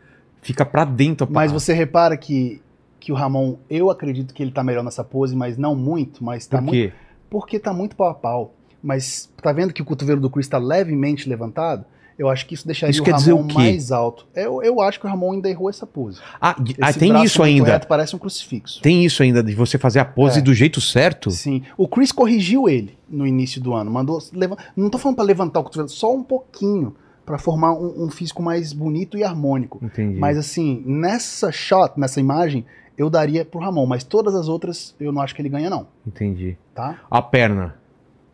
A: fica pra dentro a
C: Mas
A: parada.
C: você repara que, que o Ramon, eu acredito que ele tá melhor nessa pose, mas não muito, mas tá
A: Por
C: muito.
A: quê?
C: Porque tá muito pau a pau. Mas tá vendo que o cotovelo do Chris tá levemente levantado? Eu acho que isso deixaria
A: Isso
C: o
A: quer
C: Ramon
A: dizer o quê?
C: mais alto. Eu, eu acho que o Ramon ainda errou essa pose.
A: Ah, de- ah,
C: Esse
A: tem
C: braço
A: isso
C: muito
A: ainda.
C: reto parece um crucifixo.
A: Tem isso ainda, de você fazer a pose
C: É.
A: do jeito certo?
C: Sim. O Chris corrigiu ele no início do ano. Mandou. levan- Não tô falando pra levantar o cotovelo, só um pouquinho. pra formar um, um físico mais bonito e harmônico.
A: Entendi.
C: Mas assim, nessa shot, nessa imagem, eu daria pro Ramon. Mas todas as outras eu não acho que ele ganha, não.
A: Entendi.
C: Tá?
A: A perna.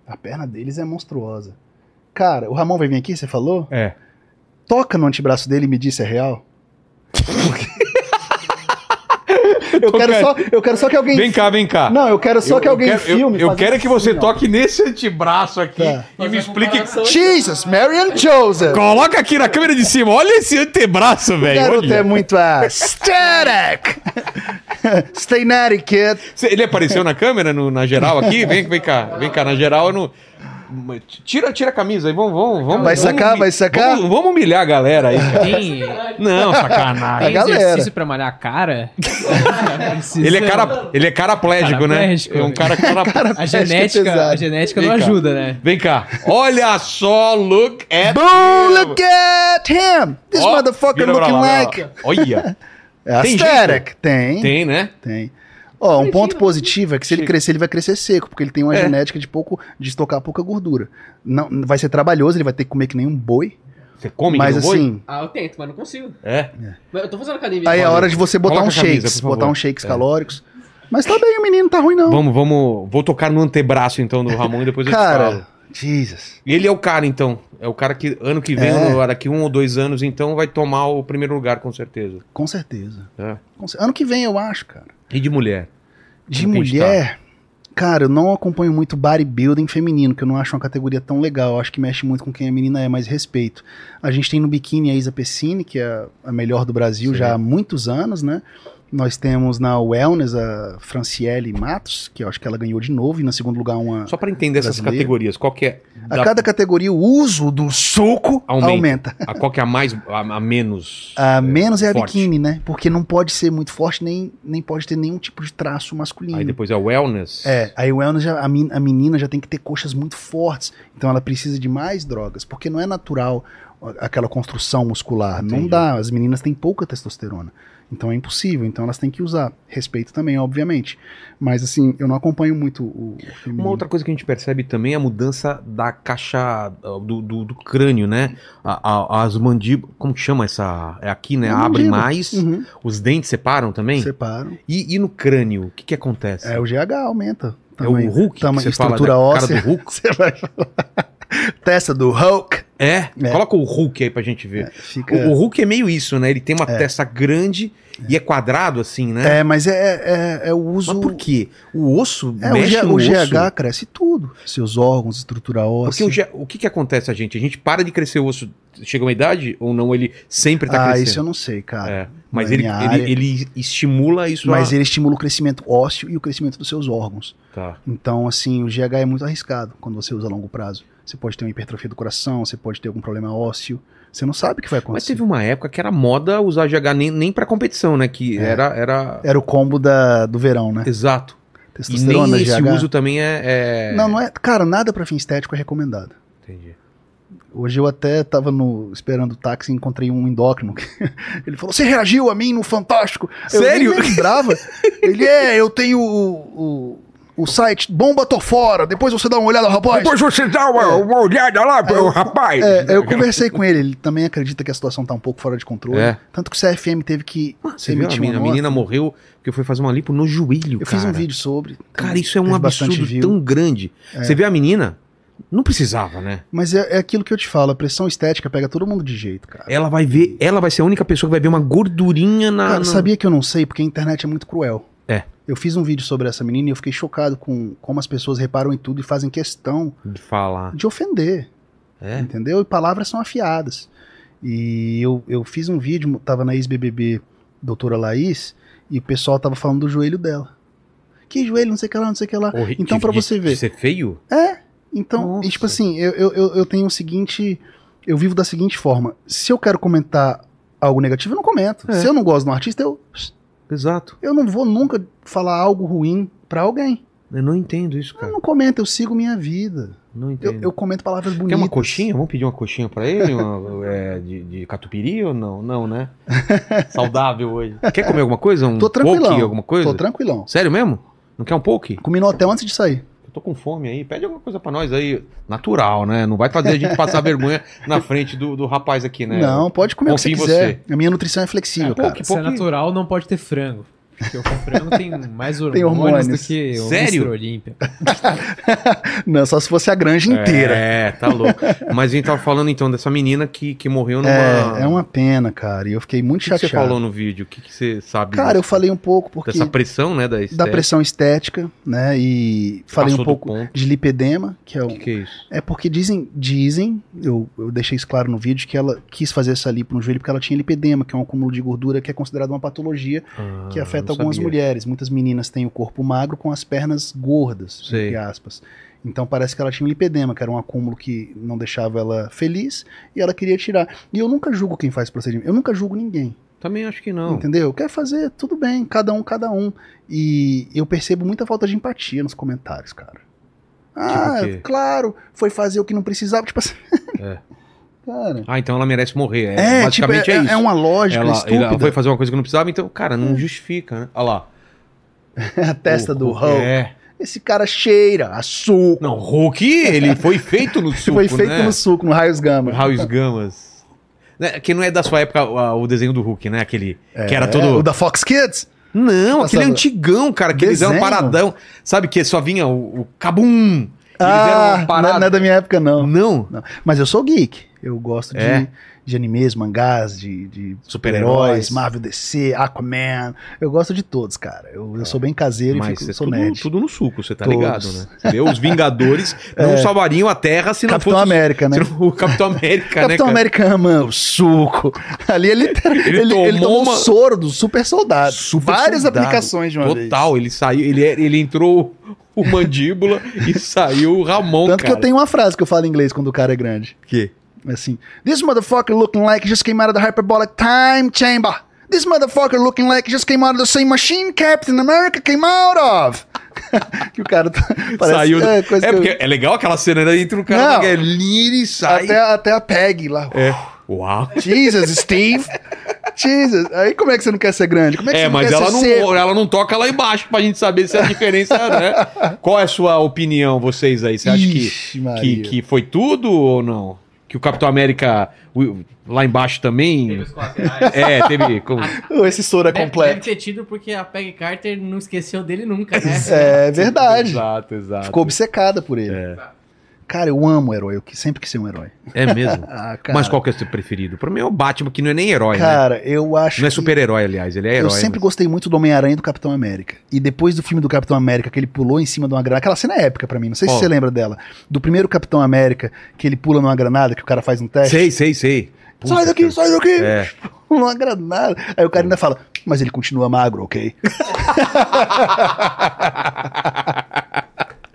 C: A perna deles é monstruosa. Cara, o Ramon vai vir aqui, você falou?
A: É.
C: Toca no antebraço dele e me diz se é
A: (laughs)
C: real. Eu quero, só, eu quero só que alguém.
A: Vem cá, vem cá.
C: Não, eu quero só
A: Eu-
C: que alguém
A: eu quero, eu-
C: filme.
A: Eu,
C: fazendo
A: quero que você
C: assim, ó.
A: toque nesse antebraço aqui
C: Tá.
A: e me explique.
C: Jesus, Mary and Joseph!
A: Coloca aqui na câmera de cima. Olha esse antebraço, velho.
C: Garoto é
A: olha. (laughs)
C: muito aesthetic! Stay natty, kid!
A: Cê- Ele apareceu na câmera, no- na geral aqui? Vem, vem cá. Vem cá, na geral eu não. Tira, tira a camisa aí, vamos, vamos, vamos.
C: Vai sacar,
A: vamos,
C: vai sacar?
A: Vamos, vamos humilhar a galera aí, cara.
B: Tem,
A: Não, sacanagem.
B: tem
C: galera.
B: exercício pra malhar
A: (laughs)
B: a cara? Precisa-
A: Ele é, cara, ele é caraplégico, né?
B: Caraplégico.
A: É um cara
C: (laughs)
A: cara
B: A
C: Acho que é
B: genética,
C: pesado.
B: a genética não
A: Vem cá.
B: ajuda, né?
A: Vem cá. Olha só, look at
C: Boom, look at him! This
A: Ó,
C: motherfucker
A: vira pra
C: looking
A: lá,
C: like.
A: vira pra lá. Olha.
C: É
A: Tem
C: aesthetic. Tem, tem.
A: Tem, né?
C: Ó, um ponto positivo é que se ele
A: Chico.
C: crescer, ele vai crescer seco, porque ele tem uma
A: É.
C: genética de pouco de estocar pouca gordura. Não, vai ser trabalhoso, ele vai ter que comer que nem um boi.
A: Você come
C: mas
A: que um não foi?
C: assim,
F: Ah, eu tento, mas não consigo.
A: É.
F: Mas eu tô fazendo academia.
C: aí é a
A: Valeu.
C: hora de você botar
A: Coloca
C: uns
A: a camisa,
C: shakes,
A: por favor.
C: botar uns shakes
A: É.
C: calóricos. Mas tá bem, o menino tá ruim não.
A: Vamos, vamos. Vou tocar no antebraço então do Ramon e depois eu te falo.
C: Cara, Jesus.
A: Ele é o cara então. É o cara que ano que vem,
C: É.
A: ano- daqui um ou dois anos, então vai tomar o primeiro lugar com certeza.
C: Com certeza.
A: É.
C: Com cer- Ano que vem, eu acho, cara.
A: E de mulher.
C: De
A: Como que a gente
C: mulher, cara, eu não acompanho muito bodybuilding feminino, que eu não acho uma categoria tão legal. Eu acho que mexe muito com quem a menina é, mas respeito. A gente tem no biquíni a Isa Pessini, que é a melhor do Brasil
A: Sim.
C: já há muitos anos, né? Nós temos na Wellness a Franciele Matos, que eu acho que ela ganhou de novo, e no segundo lugar uma.
A: Só pra entender essas
C: Brasileiro.
A: categorias, qual que é
C: A
A: da-
C: cada categoria, o uso do suco
A: Aumenta.
C: aumenta.
A: a qual que é a mais a, a menos
C: A menos é a
A: forte.
C: biquíni, né? Porque não pode ser muito forte, nem, nem pode ter nenhum tipo de traço masculino.
A: Aí depois é o wellness.
C: É, aí o wellness, já- a, men- a menina já tem que ter coxas muito fortes, então ela precisa de mais drogas, porque não é natural a- aquela construção muscular, não
A: Entendi.
C: dá, as meninas têm pouca testosterona, então é impossível, então elas têm que usar, respeito também, obviamente, mas assim, eu não acompanho muito o, o feminino.
A: Uma outra coisa que a gente percebe também é a mudança da caixa ah, do, do- do crânio, né? A- a- as mandíbulas. Como que chama essa? É aqui, né?
C: É
A: Abre
C: mandíbula.
A: mais.
C: Uhum,
A: Os dentes separam também?
C: separam.
A: E, e no crânio, o que, que acontece?
C: É, o GH aumenta.
A: É o Hulk que
C: tamanho-
A: você fala
C: estrutura
A: da cara
C: óssea.
A: do Hulk?
C: (laughs) Você vai falar. Testa do Hulk.
A: É?
C: É.
A: Coloca o Hulk aí pra gente ver.
C: Fica...
A: O, o Hulk é meio isso, né? Ele tem uma testa grande e é quadrado assim, né?
C: É, mas é, é, é o uso...
A: Mas por quê? O osso
C: É, o,
A: mexe
C: G-
A: no
C: o GH
A: osso?
C: cresce tudo. Seus órgãos, estrutura
A: Porque
C: óssea.
A: o, G- o que que acontece a gente? A gente para de crescer o osso, chega uma idade ou não? Ele sempre tá
C: ah,
A: crescendo?
C: isso eu não sei, cara.
A: É, mas
C: na
A: ele,
C: minha área.
A: ele, ele estimula isso é
C: Mas
A: a...
C: ele estimula o crescimento ósseo e o crescimento dos seus órgãos.
A: Tá.
C: Então, assim, o GH é muito arriscado quando você usa a longo prazo. Você pode ter uma hipertrofia do coração, você pode ter algum problema ósseo. Você não sabe o que vai
A: Mas
C: acontecer.
A: teve uma época que era moda usar GH nem, nem pra competição, né? Que
C: É.
A: era, era.
C: Era o combo da, do verão, né?
A: Exato. E nem
C: Testosterona,
A: esse
C: GH.
A: uso também é. é-
C: Não, não é. Cara, nada pra fim estético é recomendado.
A: Entendi.
C: Hoje eu até tava no, esperando o táxi e encontrei um endócrino. (laughs) que- Ele falou: Você reagiu a mim no Fantástico?
A: Sério?
C: Eu nem lembrava. Ele é, eu tenho o, o, o site Bomba Tô Fora. Depois você dá uma olhada, rapaz.
A: você dá uma, uma olhada lá,
C: Aí eu-
A: rapaz!
C: É, eu conversei com ele, ele também acredita que a situação tá um pouco fora de controle.
A: É. Ah,
C: Tanto que o CFM teve que
A: Você viu a
C: emitir uma
A: menina? A
C: nota.
A: menina morreu porque foi fazer uma lipo no joelho,
C: Eu
A: cara.
C: fiz um vídeo sobre.
A: Cara, isso é um
C: teve bastante
A: absurdo
C: view.
A: tão grande.
C: É.
A: Você vê a menina? Não precisava, né?
C: Mas é, é aquilo que eu te falo, a pressão estética pega todo mundo de jeito, cara.
A: Ela vai ver, ela vai ser a única pessoa que vai ver uma gordurinha na.
C: Cara,
A: na-
C: sabia que eu não sei, porque a internet é muito cruel.
A: É.
C: Eu fiz um vídeo sobre essa menina e eu fiquei chocado com como as pessoas reparam em tudo e fazem questão
A: De falar.
C: de ofender,
A: É.
C: entendeu? E palavras são afiadas. E eu, eu fiz um vídeo, tava na ex-BBB doutora Laís, e o pessoal tava falando do joelho dela. Que joelho, não sei o que lá, não sei o que lá.
A: Horri-
C: Então,
A: de-
C: pra
A: de-
C: você
A: de
C: ver.
A: ser feio?
C: Então,
A: Nossa.
C: e, tipo assim, eu, eu- eu, eu tenho o seguinte. Eu vivo da seguinte forma: se eu quero comentar algo negativo, eu não comento.
A: É.
C: Se eu não gosto de um artista, eu,
A: Exato.
C: eu não vou nunca falar algo ruim pra alguém.
A: Eu não entendo isso,
C: Eu
A: cara.
C: não comento, eu sigo minha vida.
A: Não
C: Eu,
A: entendo.
C: eu comento palavras bonitas.
A: Quer uma coxinha? Vamos pedir uma coxinha pra ele? Uma, é, de, de catupiry ou não? Não, né?
C: (laughs)
A: Saudável hoje. Quer comer alguma coisa? Um
C: Tô tranquilão.
A: poke, alguma coisa?
C: Tô tranquilão.
A: Sério mesmo? Não quer um poke?
C: Comi no hotel antes de sair.
A: Eu tô com fome aí. Pede alguma coisa pra nós aí. Natural, né? Não vai fazer a gente
C: (laughs)
A: passar vergonha na frente do, do rapaz aqui, né?
C: Não, pode comer
A: Confio
C: o que
A: em
C: você quiser. A minha nutrição é flexível,
A: É, pô,
C: cara.
A: que
B: Se é
A: pouquinho.
B: natural, não pode ter frango. Porque o frango
C: (laughs)
B: tem mais hormônios,
C: hormônios.
B: do que o
A: Sério?
B: Mr. Olímpia.
C: Não, só se fosse a granja inteira.
A: É, tá louco. Mas a gente tava falando então dessa menina que, que morreu numa.
C: É, é uma pena, cara. E eu fiquei muito
A: O que, que
C: chateado.
A: você falou no vídeo? O que, que você sabe?
C: Cara, eu
A: disso?
C: falei um pouco porque
A: Dessa pressão, né? Da,
C: da
A: estética.
C: pressão estética, né? E falei
A: Passou do
C: um pouco
A: ponto.
C: de lipedema, que é
A: O
C: o
A: que, que é isso?
C: É porque dizem, dizem, eu, eu deixei isso claro no vídeo, que ela quis fazer essa lipo no joelho porque ela tinha lipedema, que é um acúmulo de gordura que é considerado uma patologia que
A: Ah, não
C: afeta algumas
A: sabia.
C: mulheres. Muitas meninas têm o corpo magro com as pernas gordas,
A: Sei.
C: entre aspas. Então parece que ela tinha um lipedema, que era um acúmulo que não deixava ela feliz e ela queria tirar. E eu nunca julgo quem faz procedimento, eu nunca julgo ninguém.
A: Também acho que não.
C: Entendeu? Quer fazer, tudo bem, cada um, cada um. E eu percebo muita falta de empatia nos comentários, cara. Ah,
A: Tipo quê?
C: claro, foi fazer o que não precisava, tipo assim.
A: É.
C: Cara.
A: Ah, então ela merece morrer. É,
C: É, tipo, é,
A: basicamente é, isso.
C: é uma lógica
A: ela,
C: estúpida.
A: ela foi fazer uma coisa que não precisava, então, cara, não justifica, né? Olha lá.
C: né? a testa
A: O-
C: do
A: o-
C: Hulk.
A: É.
C: Esse cara cheira a suco.
A: Não, Hulk, ele foi
C: (laughs)
A: feito no suco,
C: foi feito
A: né?
C: no suco, no raios gama.
A: Raios Gamas. Né, Que não é da sua época a- o desenho do Hulk, né? Aquele que era
C: É,
A: todo...
C: O da Fox Kids?
A: Não, aquele
C: Passava-
A: antigão, cara, que eles eram
C: Desenho?
A: paradão. Sabe que só vinha o, o cabum. Eles eram
C: Ah, não é-
A: parado.
C: não é da minha época, não.
A: Não.
C: Mas eu sou geek. Eu gosto
A: É.
C: de, de animes, mangás, de, de
A: Super-heróis.
C: super-heróis, Marvel DC, Aquaman. Eu gosto de todos, cara. Eu, eu sou bem caseiro
A: Mas
C: e
A: é
C: fico, sou
A: tudo,
C: nerd.
A: tudo no suco, você tá
C: Todos. É.
A: ligado, né? Você vê, Os
C: (laughs)
A: Vingadores não salvariam a Terra se não
C: Capitão
A: fosse
C: América, né?
A: se não- o Capitão América, né,
C: Capitão
A: cara?
C: América ama o suco. (laughs) Ali ele, ele, ele tomou,
A: uma-
C: o soro do super soldado.
A: Super
C: Várias
A: soldado.
C: aplicações de uma vez.
A: Total, ele saiu, ele, ele entrou o Mandíbula e saiu o Ramon,
C: Tanto que
A: é cara.
C: eu tenho uma frase que eu falo em inglês quando o cara é grande.
A: Que?
C: Assim, this motherfucker looking like just came out of the hyperbolic time chamber. This motherfucker looking like just came out of the same machine Captain America came out of. (laughs) que o cara tá, parece
A: saiu.
C: é,
A: É,
C: coisa que eu-
A: porque é legal aquela cena, né? Entra o cara
C: Não.
A: magrelinho e sai.
C: até, até a Peg lá.
A: É. Uau.
C: Jesus, Steve. Jesus. Aí como é que você não quer ser grande? Como é que
A: É,
C: você
A: mas
C: quer
A: ela
C: ser
A: não,
C: seco?
A: ela não toca lá embaixo pra gente saber se a diferença
C: (laughs)
A: né? Qual é a sua opinião, vocês aí? Você acha que,
C: Ixi,
A: que,
C: Maria.
A: que foi tudo ou não? Que o Capitão América o- lá embaixo
C: (laughs)
A: também.
F: colaterais.
A: É, teve. como-
C: Ô, Esse soro é completo.
F: ter tido porque a Peg Carter não esqueceu dele nunca, né?
C: (laughs) É verdade.
A: Exato, exato.
C: Ficou obcecada por ele. Cara, eu amo herói. Eu que- sempre quis ser um herói.
A: É mesmo.
C: (laughs) Ah, cara.
A: Mas qual que é o seu preferido? Pra mim é o Batman, que não é nem herói, né?
C: Cara, eu acho
A: Não é
C: que-
A: super-herói, aliás, ele é herói.
C: Eu sempre
A: né?
C: gostei muito do Homem-Aranha e do Capitão América. E depois do filme do Capitão América, que ele pulou em cima de uma granada. Aquela cena é épica pra mim, não sei
A: Qual?
C: se você lembra dela. Do primeiro Capitão América, que ele pula numa granada, que o cara faz um teste.
A: Sei, sei, sei. Puta
C: sai daqui,
A: que-
C: sai daqui! (laughs)
A: É.
C: Pula numa granada. Aí o cara ainda fala, mas ele continua magro, ok?
A: (laughs)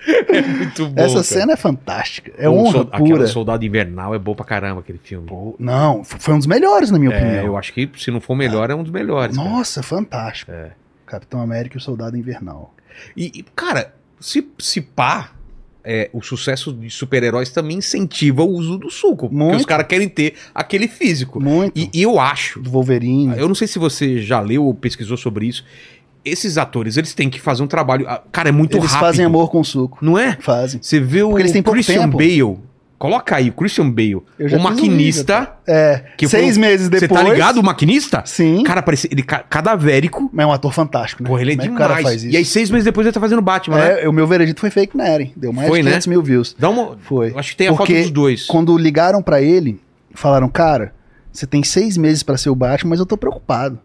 A: É Muito bom.
C: Essa
A: cara.
C: cena é fantástica. É
A: O
C: honra
A: sol-
C: pura.
A: Aquela Soldado Invernal é bom pra caramba aquele filme.
C: Pô, Não, f- foi um dos melhores, na minha
A: É, eu
C: opinião.
A: acho que se não for o melhor, é um dos melhores. cara.
C: Nossa, fantástico.
A: É.
C: Capitão América e o Soldado Invernal.
A: E, e, cara, se, se pá, é, o sucesso de super-heróis também incentiva o uso do suco. Porque
C: Muito.
A: os caras querem ter aquele físico.
C: Muito.
A: E, Ah, e eu acho,
C: Do Wolverine.
A: eu não sei se você já leu ou pesquisou sobre isso, esses atores, eles têm que fazer um trabalho. ah, Cara, é muito
C: Eles
A: rápido.
C: fazem amor com suco.
A: Não é?
C: Fazem.
A: Você vê o
C: Porque eles têm pouco
A: Christian
C: tempo.
A: Bale. Coloca aí, o Christian Bale.
C: Eu já
A: O
C: fiz um
A: maquinista.
C: É,
A: Que foi
C: seis
A: o-
C: meses
A: Você
C: depois.
A: tá ligado, o maquinista?
C: Sim.
A: Cara, parecia ele ca- cadavérico.
C: Mas é um ator fantástico, né?
A: Porra, ele é
C: Como que
A: demais.
C: o cara faz isso?
A: E aí, seis meses depois, ele tá fazendo Batman, né?
C: É, o meu veredito foi fake Neri. Deu mais
A: Foi,
C: de
A: né?
C: 500 mil views.
A: Dá uma.
C: Foi.
A: Eu acho que tem a
C: Porque
A: foto dos dois.
C: Quando ligaram pra ele, falaram, cara, você tem seis meses pra ser o Batman, mas eu tô preocupado.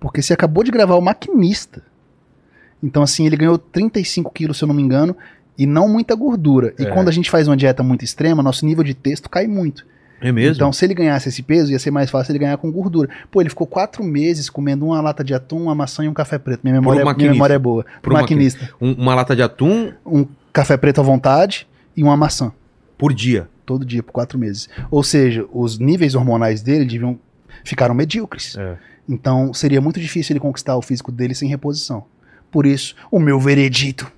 C: Porque você acabou de gravar o Maquinista. Então, assim, ele ganhou 35 quilos, se eu não me engano, e não muita gordura. E
A: É.
C: quando a gente faz uma dieta muito extrema, nosso nível de texto cai muito.
A: É mesmo?
C: Então, se ele ganhasse esse peso, ia ser mais fácil ele ganhar com gordura. Pô, ele ficou quatro meses comendo uma lata de atum, uma maçã e um café preto. Minha memória,
A: Pro
C: minha
A: maquinista.
C: memória é boa.
A: Pro
C: maquinista.
A: Um- uma lata de atum
C: Um café preto à vontade e uma maçã.
A: por dia.
C: Todo dia, por quatro meses. Ou seja, os níveis hormonais dele deviam, ficaram medíocres.
A: É.
C: Então, seria muito difícil ele conquistar o físico dele sem reposição. Por isso, o meu veredito.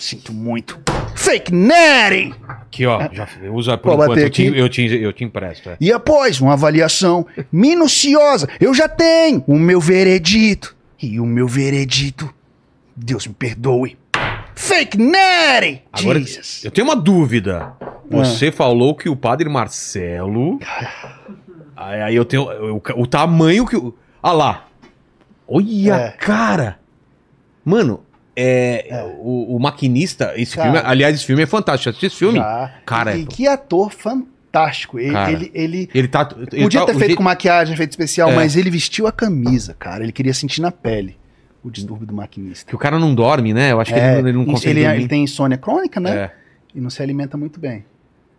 C: Sinto muito. Fake Neri!
A: Aqui, ó. Já usa por
C: Vou
A: enquanto.
C: É. bater
A: Eu te,
C: aqui.
A: eu, te, eu te empresto. É.
C: E após uma avaliação minuciosa, eu já tenho o meu veredito. E o meu veredito, Deus me perdoe. Fake Neri!
A: Agora,
C: Jesus.
A: eu tenho uma dúvida. Você
C: Ah.
A: falou que o padre Marcelo. aí aí eu tenho. eu- o tamanho que. o- Ah lá. Olha,
C: É.
A: cara! Mano, é, O, o maquinista, esse
C: Cara.
A: filme. Aliás, esse filme é fantástico. Assiste esse filme?
C: Já.
A: Cara, é
C: e que ator fantástico. Ele,
A: Cara.
C: ele, ele
A: Ele tá. ele
C: podia
A: tá-
C: ter
A: o
C: feito
A: je-
C: com maquiagem, feito especial,
A: É.
C: mas ele vestiu a camisa, cara. Ele queria sentir na pele o distúrbio do maquinista. É,
A: Que o cara não dorme, né? Eu acho que ele, não- ele não consegue.
C: ele,
A: dormir.
C: ele tem insônia crônica, né?
A: É.
C: E não se alimenta muito bem.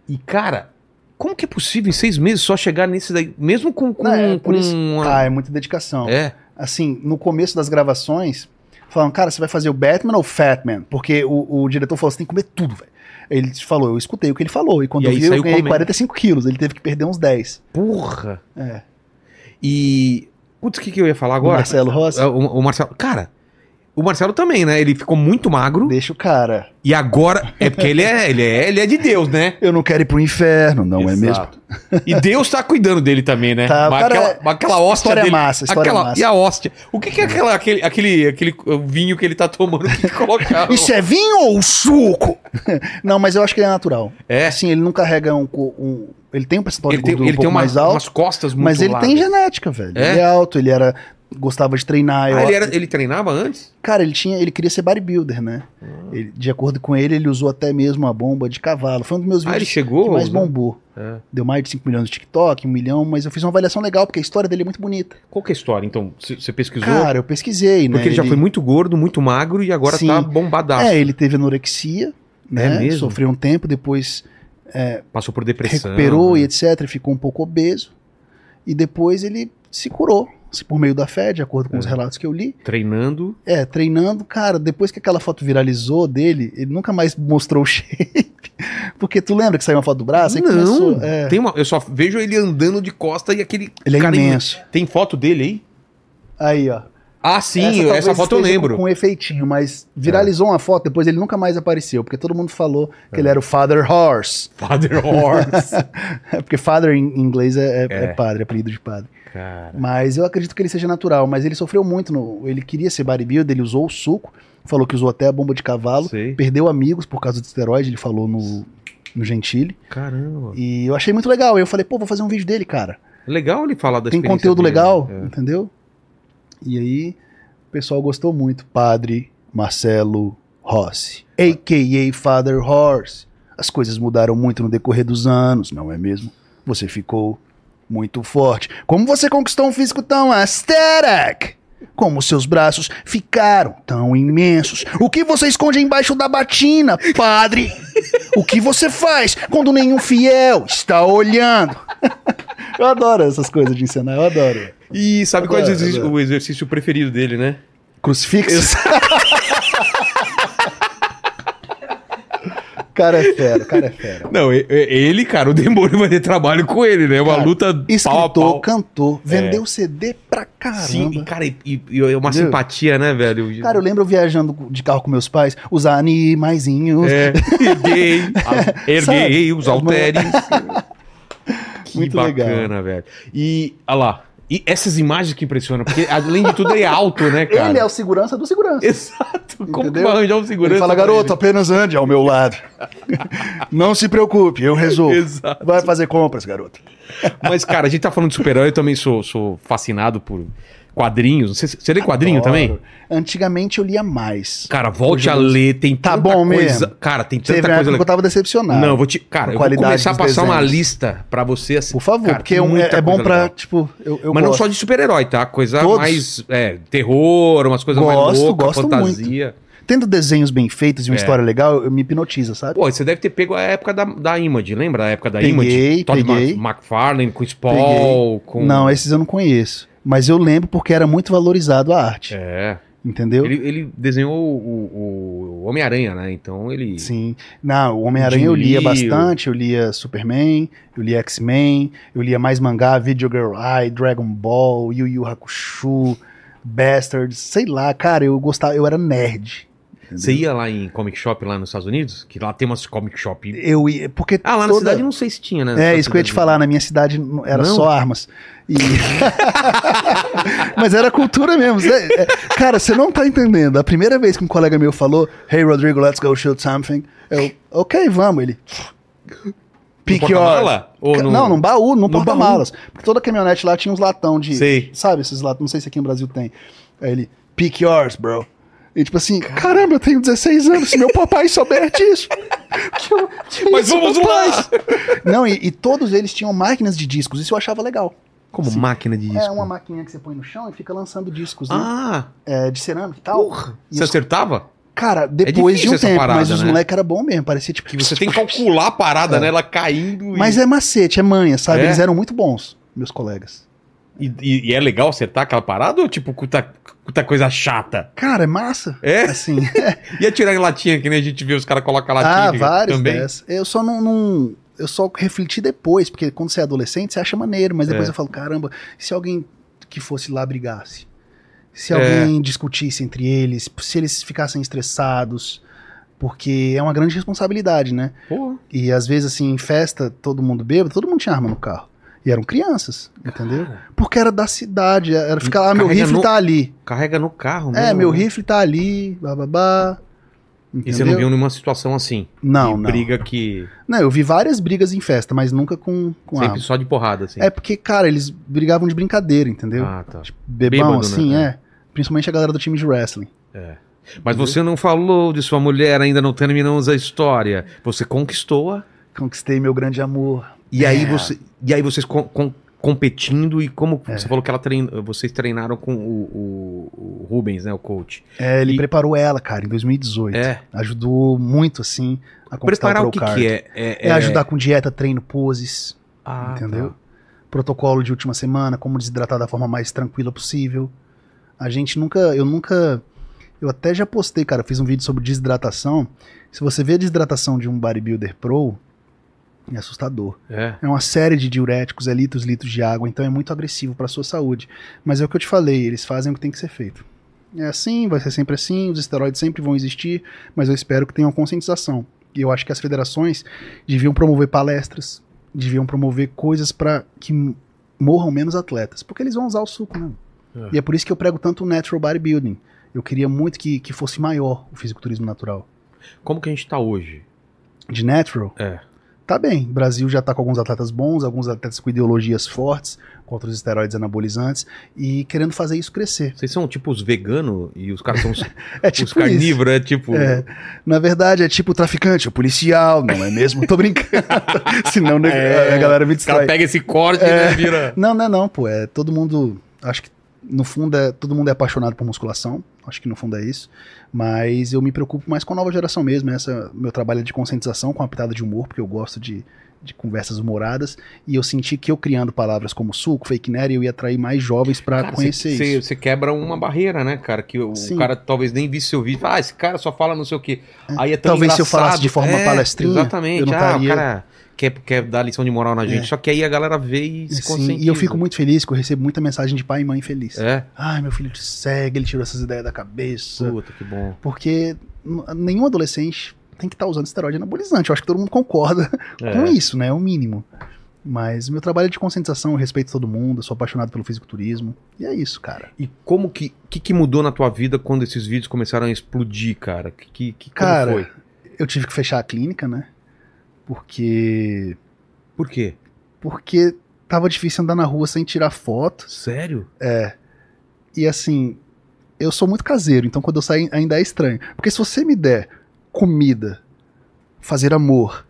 A: E, cara, como que é possível em seis meses só chegar nesse daí? Mesmo com. com,
C: Não, é, por
A: com
C: isso-
A: uma-
C: Ah, é muita dedicação.
A: Um é.
C: assim, no começo das gravações, falaram, cara, você vai fazer o Batman ou o Fatman? Porque o, o diretor falou, você tem que comer tudo, velho. Ele falou, eu escutei o que ele falou, e quando
A: E
C: eu
A: aí
C: vi, eu
A: saiu
C: ganhei
A: comendo.
C: 45 quilos, ele teve que perder uns 10.
A: Porra!
C: É.
A: E. Putz, o que, que eu ia falar
C: O
A: agora?
C: Marcelo Rossi,
A: É, O, o Marcelo. Cara, o Marcelo também, né? Ele ficou muito magro.
C: deixa o cara,
A: E agora. É porque ele é, ele é, ele é de Deus, né?
C: eu não quero ir pro inferno, não é mesmo?
A: Exato. E Deus tá cuidando dele também, né?
C: Tá, o
A: Mas
C: cara
A: aquela,
C: é-
A: mas aquela hóstia
C: história
A: dele.
C: massa, história
A: aquela,
C: massa.
A: E a hóstia? O que, que é aquela, aquele, aquele, aquele vinho que ele tá tomando que (laughs) colocaram?
C: (laughs) Isso é vinho ou suco? (laughs) não, mas eu acho que ele é natural.
A: É.
C: Assim, ele não carrega um... co- um- ele tem um percentual
A: Ele
C: de
A: tem,
C: gordura
A: ele
C: um pouco
A: tem uma-
C: mais alto,
A: umas costas muito
C: mas ele tem
A: largas.
C: genética, velho.
A: É?
C: Ele é alto, ele era... Gostava de treinar. eu-
A: Ah, ele, era- ele treinava antes?
C: Cara, ele tinha, ele queria ser bodybuilder, né?
A: Hum.
C: Ele- de acordo com ele, ele usou até mesmo uma bomba de cavalo. Foi um dos meus
A: Ah, ele
C: vídeos
A: chegou?
C: que mais
A: né?
C: bombou.
A: É.
C: Deu mais de 5 milhões no TikTok, 1 milhão, mas eu fiz uma avaliação legal, porque a história dele é muito bonita.
A: Qual que é a história? Então, você você pesquisou?
C: Cara, eu pesquisei, né?
A: porque ele já foi muito gordo, muito magro e agora
C: Sim.
A: tá bombadaço.
C: É, ele teve anorexia, né?
A: É mesmo?
C: Sofreu um tempo, depois
A: Passou por depressão.
C: É, recuperou
A: né?
C: e etc, ficou um pouco obeso. E depois ele se curou, se por meio da fé, de acordo com os
A: É.
C: relatos que eu li.
A: Treinando.
C: É, treinando, cara, depois que aquela foto viralizou dele, ele nunca mais (laughs) mostrou o shape. Porque tu lembra que saiu uma foto do braço? Aí
A: Não.
C: Ah, começou. É,
A: Tem uma, eu só vejo ele andando de costa e aquele.
C: ele é
A: cara imen-
C: imenso.
A: Tem foto dele aí?
C: Aí, ó.
A: Ah, sim, essa,
C: talvez
A: foto eu
C: esteja
A: lembro.
C: Com um efeitinho, mas viralizou uma foto, depois ele nunca mais apareceu, porque todo mundo falou que
A: É.
C: ele era o Father Horse. (laughs) É,
A: Father Horse.
C: porque Father em em inglês é, é-
A: É.
C: é padre, apelido de padre.
A: Cara.
C: Mas eu acredito que ele seja natural, mas ele sofreu muito. no- ele queria ser bodybuilder, ele usou o suco, falou que usou até a bomba de cavalo,
A: Sei.
C: perdeu amigos por causa do esteroide, ele falou no, no Gentile.
A: Caramba.
C: E eu achei muito legal. Eu falei, pô, vou fazer um vídeo dele, cara.
A: Legal ele falar da
C: Tem
A: experiência
C: conteúdo
A: dele,
C: legal,
A: né?
C: entendeu? E aí, o pessoal gostou muito. Padre Marcelo Rossi, a.k.a. Father Horse. As coisas mudaram muito no decorrer dos anos, não é mesmo? Você ficou muito forte. Como você conquistou um físico tão aesthetic? Como seus braços ficaram tão imensos? O que você esconde embaixo da batina, padre? O que você faz quando nenhum fiel está olhando? Eu adoro essas coisas de ensinar, eu adoro.
A: E sabe qual é o
C: Adoro,
A: exercício-
C: adoro.
A: o exercício preferido dele, né?
C: Crucifixo? (laughs) cara é fera, o cara é fera.
A: Não, e- e- ele, cara, o demônio vai ter trabalho com ele, né? Uma
C: Cara,
A: luta pau a
C: Escritor,
A: pau. É.
C: cantor, vendeu CD pra caramba.
A: Sim, e, cara, e, e- e uma
C: Entendeu?
A: simpatia, né, velho?
C: Cara, eu lembro eu viajando de carro com meus pais, os animaizinhos.
A: É,
C: (laughs)
A: erguei, a- erguei os halteres. Que
C: é Muito legal.
A: bacana, velho. E, olha lá, e essas imagens que impressionam, porque além de tudo ele é alto, né, cara?
C: Ele é o segurança do segurança.
A: Exato. Como que
C: Entendeu?
A: vai arranjar um segurança?
C: ele fala,
A: pra
C: garoto, apenas ande ao
A: (laughs)
C: meu lado. Não se preocupe, eu resolvo.
A: Exato.
C: Vai fazer compras, garoto.
A: Mas, cara, a gente tá falando de super-herói, eu também sou, sou fascinado por quadrinhos. Você, você lê quadrinho
C: Adoro.
A: também?
C: Antigamente eu lia mais.
A: Cara, volte
C: Hoje eu
A: a
C: não-
A: ler, tem
C: Tá
A: tanta coisa.
C: bom mesmo.
A: Cara, tem
C: Teve
A: tanta coisa
C: uma época que eu
A: legal.
C: tava decepcionado.
A: Não, eu vou te. Cara, eu vou
C: qualidade
A: começar a
C: dos
A: passar uma
C: desenhos.
A: lista pra você assim.
C: Por favor,
A: cara,
C: porque é, um- é-
A: muita
C: é bom
A: coisa
C: pra,
A: legal.
C: tipo, eu, eu
A: Mas não
C: gosto.
A: só de super-herói, tá? Coisa
C: Todos.
A: mais. É, terror, umas coisas mais
C: Gosto,
A: loucas,
C: gosto
A: fantasia.
C: Tendo desenhos bem feitos e uma
A: É.
C: história legal, eu- me hipnotiza, sabe?
A: Pô, você deve ter pego a época da, da Image, lembra a época da
C: Peguei,
A: Image?
C: peguei.
A: Ma- McFarlane com Spawn, com.
C: Não, esses eu não conheço. Mas eu lembro porque era muito valorizado a arte,
A: É.
C: entendeu?
A: Ele, ele desenhou o, o- o Homem-Aranha, né? Então ele.
C: Sim. Não, o Homem-Aranha eu
A: Jim
C: lia
A: Lee,
C: bastante, eu lia Superman, eu lia X-Men, eu lia mais mangá, Video Girl Eye, Dragon Ball, Yu Yu Hakusho, Bastards, sei lá, cara, eu gostava, eu era nerd. entendeu?
A: Você ia lá em comic shop lá nos Estados Unidos? Que lá tem umas comic shop.
C: Eu ia, porque
A: Ah, lá na
C: toda-
A: cidade não sei se tinha, né?
C: É, isso que eu ia te falar, na minha cidade não- era
A: Não?
C: só armas. E- (laughs) Mas era cultura mesmo. Zé. É, Cara, você não tá entendendo. A primeira vez que um colega meu falou, Hey Rodrigo, let's go shoot something. Eu, ok, vamos. Ele.
A: No
C: Pick your.
A: porta-mala? Ou no-
C: Não, num baú, num
A: baú.
C: porta-malas. Porque toda caminhonete lá tinha uns latão de.
A: Sei.
C: Sabe, esses latão, não sei se aqui no Brasil tem. Aí ele, pick yours, bro. E tipo assim, caramba, eu tenho 16 anos, se meu papai souber disso. Que eu- que
A: (laughs) Mas
C: isso,
A: vamos
C: papai?
A: lá!
C: Não, e, e todos eles tinham máquinas de discos, isso eu achava legal.
A: Como
C: Sim.
A: máquina de disco?
C: É uma maquininha que você põe no chão e fica lançando discos, né?
A: Ah,
C: É, de cerâmica e tal.
A: porra!
C: E
A: Você
C: os-
A: acertava?
C: Cara, depois
A: difícil
C: de um
A: essa
C: tempo,
A: parada,
C: mas os
A: né?
C: moleques eram bons mesmo, parecia tipo.
A: Que
C: (laughs)
A: você tem que calcular a parada,
C: É.
A: né? Ela caindo e-
C: Mas é macete, é manha, sabe?
A: É?
C: Eles eram muito bons, meus colegas.
A: e, e- e é legal acertar aquela parada ou tipo puta, puta coisa chata?
C: Cara, é (laughs) massa.
A: É?
C: Assim.
A: E atirar em latinha, que nem a gente vê os caras colocam a latinha
C: ah,
A: de-
C: vários
A: também.
C: dessas. Eu só não, não- Eu só refleti depois, porque quando você é adolescente, você acha maneiro, mas depois
A: É.
C: eu falo, caramba, e se alguém que fosse lá brigasse? Se
A: É.
C: alguém discutisse entre eles, se eles ficassem estressados, porque é uma grande responsabilidade, né?
A: Porra.
C: E às vezes, assim, em festa, todo mundo bêbado, todo mundo tinha arma no carro. E eram crianças, entendeu? Porque era da cidade, era ficar lá, ah, meu
A: Carrega
C: rifle
A: no-
C: tá ali.
A: Carrega no carro,
C: É, meu
A: né?
C: rifle tá ali, bababá.
A: E você não viu nenhuma situação assim.
C: Não,
A: de
C: não.
A: briga que.
C: Não, eu vi várias brigas em festa, mas nunca com, com
A: sempre
C: arma.
A: só de porrada, assim.
C: É porque, cara, eles brigavam de brincadeira, entendeu?
A: Ah, tá.
C: Tipo, bebão,
A: Bêbado,
C: assim,
A: né?
C: é. Principalmente a galera do time de wrestling.
A: Mas você não falou de sua mulher, ainda não terminamos a história. Você conquistou-a.
C: Conquistei meu grande amor.
A: E, aí
C: É.
A: você, e aí vocês com- com- competindo e como. Você falou que ela trein, vocês treinaram com o, o- o Rubens, né? O coach.
C: É, ele
A: E-
C: preparou ela, cara, em 2018.
A: É.
C: Ajudou muito, assim, a conquistar
A: Preparar
C: o
A: o que,
C: Pro Card.
A: que é? É,
C: É ajudar com dieta, treino, poses,
A: Ah,
C: entendeu?
A: tá.
C: Protocolo de última semana, como desidratar da forma mais tranquila possível. A gente nunca, eu nunca, eu até já postei, cara, eu fiz um vídeo sobre desidratação. Se você vê a desidratação de um bodybuilder pro, é assustador.
A: É.
C: É uma série de diuréticos, é litros, litros de água, então é muito agressivo pra sua saúde. Mas é o que eu te falei, eles fazem o que tem que ser feito. É assim, vai ser sempre assim, os esteroides sempre vão existir, mas eu espero que tenham conscientização. E eu acho que as federações deviam promover palestras, deviam promover coisas pra que m- morram menos atletas, porque eles vão usar o suco, né?
A: É.
C: E é por isso que eu prego tanto o natural bodybuilding. Eu queria muito que, que fosse maior o fisiculturismo natural.
A: Como que a gente tá hoje?
C: De natural,
A: É.
C: tá bem. O Brasil já tá com alguns atletas bons, alguns atletas com ideologias fortes contra os esteroides anabolizantes e querendo fazer isso crescer.
A: Vocês são tipo os veganos e os
C: (laughs)
A: caras são os,
C: É
A: os
C: tipo isso.
A: carnívoros, é tipo.
C: É, na verdade, é tipo o traficante, o policial, não é mesmo? Tô brincando. (laughs) Senão né,
A: É,
C: a galera me
A: Os caras
C: distrai.
A: pegam esse corte e né, vira.
C: Não, não é não, pô. É todo mundo. Acho que no fundo é, todo mundo é apaixonado por musculação. Acho que no fundo é isso. Mas né? eu me preocupo mais com a nova geração mesmo. Essa meu trabalho é de conscientização com a pitada de humor, porque eu gosto de, de conversas humoradas, e eu senti que eu criando palavras como suco, fake nerd, eu ia atrair mais jovens pra conhecer
A: você,
C: isso.
A: Você quebra uma barreira, né, cara? Que o
C: Sim.
A: cara talvez nem visse seu vídeo. Ah, esse cara só fala não sei o quê. Aí é tão
C: Talvez se eu
A: engraçado.
C: falasse de forma
A: É,
C: palestrinha,
A: Exatamente.
C: eu não
A: ah,
C: estaria-
A: o cara quer, quer dar lição de moral na gente. Só que aí a galera vê e se
C: Sim,
A: conscientiza.
C: e eu fico muito feliz que eu recebo muita mensagem de pai e mãe feliz.
A: É?
C: Ai, meu filho te segue, ele tirou essas ideias da cabeça.
A: Puta, que bom.
C: Porque n- nenhum adolescente tem que estar usando esteroide anabolizante. Eu acho que todo mundo concorda com isso, né? É o mínimo. Mas meu trabalho é de conscientização, eu respeito todo mundo, eu sou apaixonado pelo fisiculturismo. E é isso, cara.
A: E como que, que que mudou na tua vida quando esses vídeos começaram a explodir, cara? Que, que, que como
C: Cara-
A: foi?
C: Eu tive que fechar a clínica, né? Porque.
A: Por quê?
C: Porque tava difícil andar na rua sem tirar foto.
A: Sério?
C: E assim, eu sou muito caseiro, então quando eu saio ainda é estranho. Porque se você me der comida, fazer amor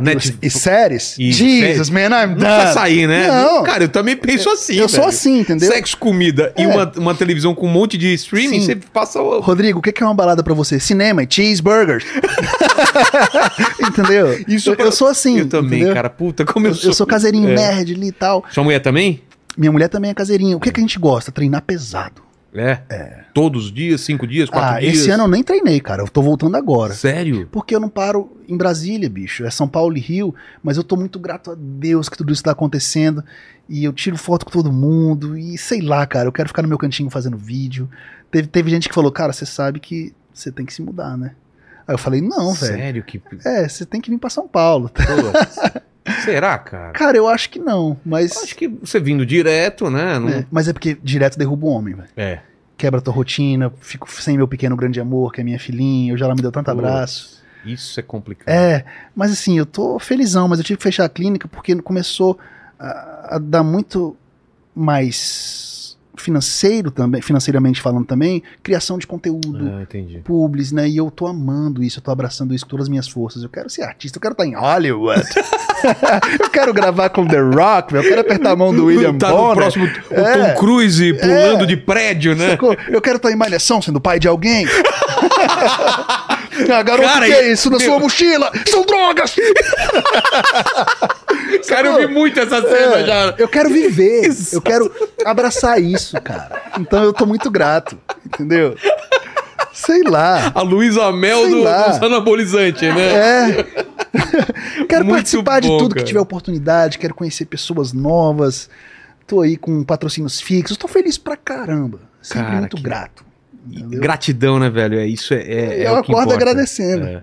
A: Net...
C: e séries,
A: Né, tipo, E
C: Jesus, man, I'm
A: Não vai
C: done.
A: sair, né?
C: Não.
A: Cara, eu também penso assim,
C: eu sou
A: velho.
C: assim, entendeu?
A: Sexo, comida e
C: É.
A: uma, uma televisão com um monte de streaming,
C: Sim.
A: você passa o...
C: Rodrigo, o que que é uma balada pra você? Cinema e cheeseburgers. (laughs) entendeu?
A: Isso
C: eu,
A: pra-
C: eu sou assim.
A: eu também,
C: entendeu?
A: cara. Puta, como
C: Eu,
A: eu,
C: eu sou caseirinho
A: É.
C: nerd ali e tal.
A: Sua mulher também?
C: Minha mulher também é caseirinha. O que, que a gente gosta? Treinar pesado.
A: É. Todos os dias, cinco dias, quatro
C: ah,
A: dias?
C: esse ano eu nem treinei, cara. Eu tô voltando agora.
A: Sério?
C: Porque eu não paro em Brasília, bicho. É São Paulo e Rio, mas eu tô muito grato a Deus que tudo isso tá acontecendo. E eu tiro foto com todo mundo. E sei lá, cara, eu quero ficar no meu cantinho fazendo vídeo. Teve, teve gente que falou, cara, você sabe que você tem que se mudar, né? Aí eu falei, não, velho.
A: Sério que...
C: É, você tem que vir pra São Paulo. (laughs)
A: Pô, (laughs) será, cara?
C: Cara, eu acho que não, mas.
A: Acho que você vindo direto, né? Não...
C: É, mas é porque direto derruba o homem, velho.
A: É.
C: Quebra tua rotina, fico sem meu pequeno grande amor, que é minha filhinha, eu já ela me deu tanto
A: Putz.
C: abraço.
A: Isso é complicado.
C: É, mas assim, eu tô felizão, mas eu tive que fechar a clínica porque começou a, a dar muito mais financeiro também, financeiramente falando também, criação de conteúdo,
A: Ah, entendi.
C: publis, né? E eu tô amando isso, eu tô abraçando isso com todas as minhas forças. Eu quero ser artista, eu quero estar em Hollywood. (laughs) eu quero gravar com The Rock, meu, eu quero apertar a mão do William
A: tá no
C: Bonner.
A: próximo o
C: É.
A: Tom Cruise pulando de prédio, né?
C: Sacou? Eu quero estar em malhação sendo pai
A: (laughs)
C: de alguém. ah, garoto,
A: Cara,
C: o que é
A: e-
C: isso na sua mochila? é um São drogas!
A: (laughs) Cara, eu vi muito essa cena
C: É,
A: já.
C: Eu quero viver.
A: Exato.
C: Eu quero abraçar isso, cara. Então eu tô muito grato, entendeu? Sei lá.
A: A Luísa Mel
C: Sei
A: do,
C: lá.
A: dos anabolizante, né?
C: É. (laughs)
A: É.
C: quero
A: Muito
C: participar de
A: bom,
C: tudo
A: cara.
C: que tiver oportunidade, quero conhecer pessoas novas. Tô aí com patrocínios fixos, tô feliz pra caramba. Sempre
A: Cara,
C: muito
A: que-
C: grato.
A: E
C: Entendeu?
A: Gratidão, né, velho? É isso é, é, é
C: eu
A: o que
C: acordo
A: importa.
C: agradecendo.
A: É.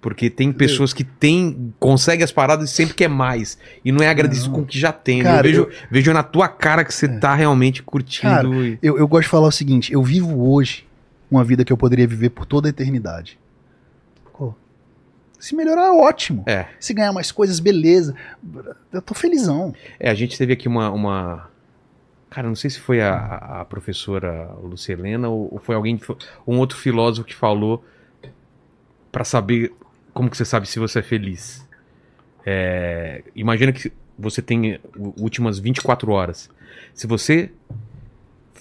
A: Porque tem pessoas que tem, consegue as paradas e sempre quer mais. E não é agradecido
C: Não.
A: com o que já tem. né?
C: Cara, É.
A: eu vejo, vejo na tua cara que você tá realmente curtindo.
C: Cara,
A: e-
C: Eu, eu gosto de falar o seguinte: eu vivo hoje uma vida que eu poderia viver por toda a eternidade. Pô, se melhorar, ótimo.
A: É.
C: Se ganhar mais coisas, beleza. Eu tô felizão.
A: É, a gente teve aqui uma. uma... Cara, não sei se foi a, a- a professora Lucelena ou, ou foi alguém, que fo- um outro filósofo que falou pra saber como que você sabe se você é feliz. É, imagina que você tem u- últimas 24 horas. Se você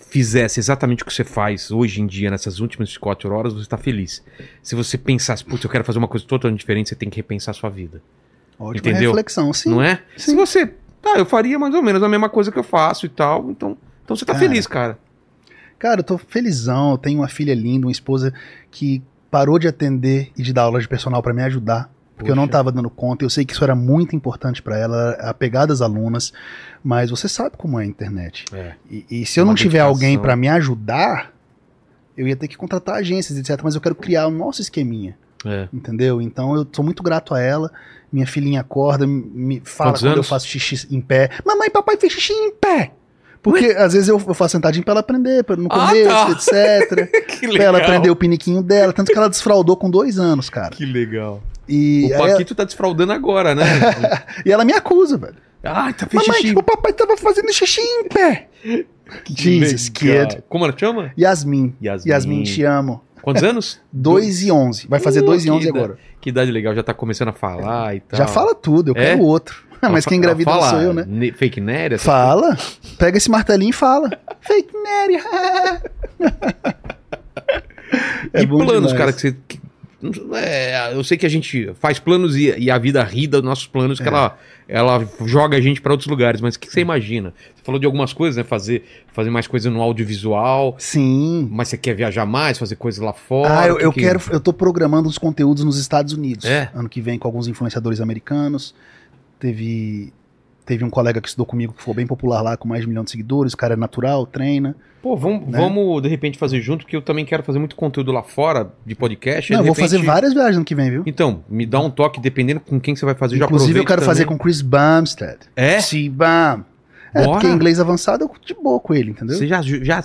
A: fizesse exatamente o que você faz hoje em dia, nessas últimas 24 horas, você tá feliz. Se você pensasse, putz, eu quero fazer uma coisa totalmente diferente, você tem que repensar a sua vida.
C: Ótima
A: Entendeu?
C: reflexão, sim.
A: não é?
C: sim.
A: Se você. Tá, eu faria mais ou menos a mesma coisa que eu faço e tal. Então, então você tá
C: Cara.
A: feliz, cara.
C: Cara, eu tô felizão. Eu tenho uma filha linda, uma esposa que parou de atender e de dar aula de personal pra me ajudar. Porque eu não
A: Poxa.
C: tava dando conta, eu sei que isso era muito importante pra ela, apegada às alunas, mas você sabe como é a internet.
A: É.
C: E, e se eu
A: Uma
C: não tiver alguém
A: dedicação.
C: pra me ajudar, eu ia ter que contratar agências, etc. Mas eu quero criar o nosso esqueminha,
A: É.
C: entendeu? Então eu sou muito grato a ela. Minha filhinha acorda, me- me fala
A: Quantos
C: quando
A: anos?
C: eu faço xixi em pé. Mamãe, papai fez xixi em pé! Porque às vezes eu, eu faço sentadinho pra ela aprender, pra, no
A: Ah,
C: começo,
A: tá. (laughs)
C: etc.
A: Que
C: pra ela aprender o piniquinho dela. Tanto que ela desfraudou com dois anos, cara.
A: Que legal.
C: E,
A: o
C: aí ela,
A: Paquito tá desfraudando agora, (laughs) né?
C: e ela me acusa, velho.
A: Ai, tá fez
C: Mamãe,
A: xixi.
C: o papai tava fazendo xixi em pé. Jesus,
A: legal.
C: kid.
A: Como ela chama?
C: Yasmin.
A: Yasmin.
C: Yasmin, te amo.
A: Quantos anos?
C: 2 e 11. Vai fazer
A: Uh,
C: 2 e
A: que
C: 11
A: idade.
C: agora.
A: Que idade legal, já tá começando a falar e tal.
C: Já fala tudo, eu
A: É?
C: quero outro. (laughs) Ah, Mas quem engravida não
A: fala
C: sou eu, né?
A: ne- Fake nerd? essa-
C: Fala. Pega esse martelinho e fala. Fake Mary.
A: É
C: É
A: e planos, cara, que você. que- é, eu sei que a gente faz planos e, e a vida ri dos nossos planos,
C: É.
A: que ela, ela joga a gente para outros lugares. Mas o que, que você imagina? Você falou de algumas coisas, né? Fazer, fazer mais coisa no audiovisual,
C: Sim.
A: mas você quer viajar mais, fazer coisas lá fora.
C: Ah, eu,
A: o que
C: eu
A: que-
C: quero. Eu tô programando os conteúdos nos Estados Unidos.
A: É?
C: Ano que vem com alguns influenciadores americanos. Teve. Teve um colega que estudou comigo que foi bem popular lá, com mais de um milhão de seguidores. O cara é natural, treina.
A: Pô, vamos,
C: né?
A: vamos de repente fazer junto, porque eu também quero fazer muito conteúdo lá fora de podcast. e
C: Não, eu
A: de
C: vou
A: repente-
C: fazer várias viagens ano que vem, viu?
A: Então, me dá um toque, dependendo com quem você vai fazer. já
C: Inclusive, eu
A: aproveita
C: quero fazer
A: também.
C: com Chris Bumstead.
A: É?
C: Sibam. É,
A: Bora.
C: porque inglês avançado eu de boa com ele, entendeu? É.
A: Você já, já,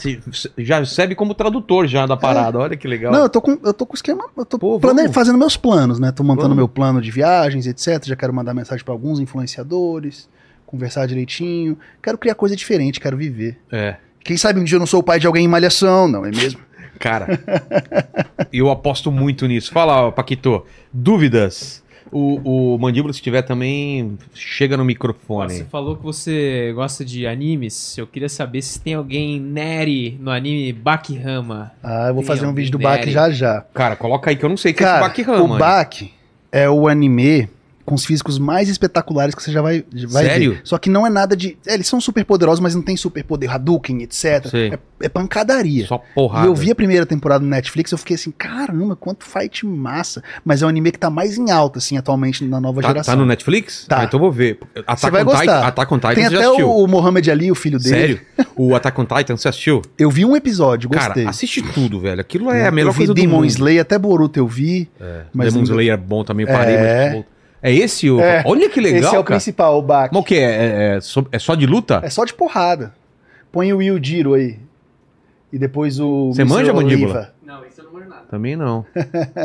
A: já serve como tradutor já da parada, olha que legal.
C: Não, eu tô com eu tô com esquema, eu tô
A: Pô,
C: plane-
A: vamos.
C: fazendo meus planos, né? Tô montando
A: Vamos.
C: meu plano de viagens, etc. Já quero mandar mensagem pra alguns influenciadores, conversar direitinho. Quero criar coisa diferente, quero viver.
A: É,
C: Quem sabe um dia eu não sou o pai de alguém em malhação, não é mesmo?
A: cara, eu aposto muito nisso. Fala, Paquito, dúvidas? O, o Mandíbula, se tiver também, chega no
B: Você
A: microfone.
B: falou que você gosta de animes. Eu queria saber se tem alguém Neri no anime Bakihama.
C: (laughs) Ah, eu vou
B: Tem
C: fazer um
B: alguém
C: vídeo do
B: velho.
C: Bach já já.
A: Cara, coloca aí que eu não sei o que é
C: Cara,
A: esse Bakihama.
C: o Bach é o anime com os físicos mais espetaculares que você já vai, já vai
A: Sério?
C: ver. Só que não é nada de... é, eles são super poderosos, mas não tem super poder Hadouken, etc.
A: Sei.
C: É, é pancadaria.
A: Só porrada.
C: E eu vi a primeira temporada no Netflix, eu fiquei assim, caramba, quanto fight massa. Mas é um anime que tá mais em alta, assim, atualmente na nova
A: Tá,
C: geração.
A: tá no Netflix?
C: Tá.
A: Ah, então eu vou ver. Attack
C: Você vai
A: on Titan-
C: gostar.
A: Attack on Titan
C: Tem
A: você já
C: até
A: assistiu.
C: o Mohamed Ali, o filho dele.
A: Sério? o Attack on Titan você assistiu?
C: Eu vi um episódio, gostei.
A: Cara, assiste tudo, velho. Aquilo é a
C: Eu
A: melhor
C: vi
A: coisa do
C: Demon
A: mundo.
C: Slayer, até Boruto eu vi. mas
A: Demon
C: ainda-
A: Slayer é bom também, eu parei.
C: É.
A: mas- É esse o...
C: É.
A: Olha que legal,
C: Esse é o
A: cara.
C: principal, o Bach.
A: Mas o que? É, é, so- é só de luta?
C: É só de porrada. Põe o Yujiro aí. E depois o.
A: Você
C: Mr.
A: manja,
C: Oliva.
A: Mandíbula?
F: Não, isso eu não moro nada.
A: Também não. (laughs)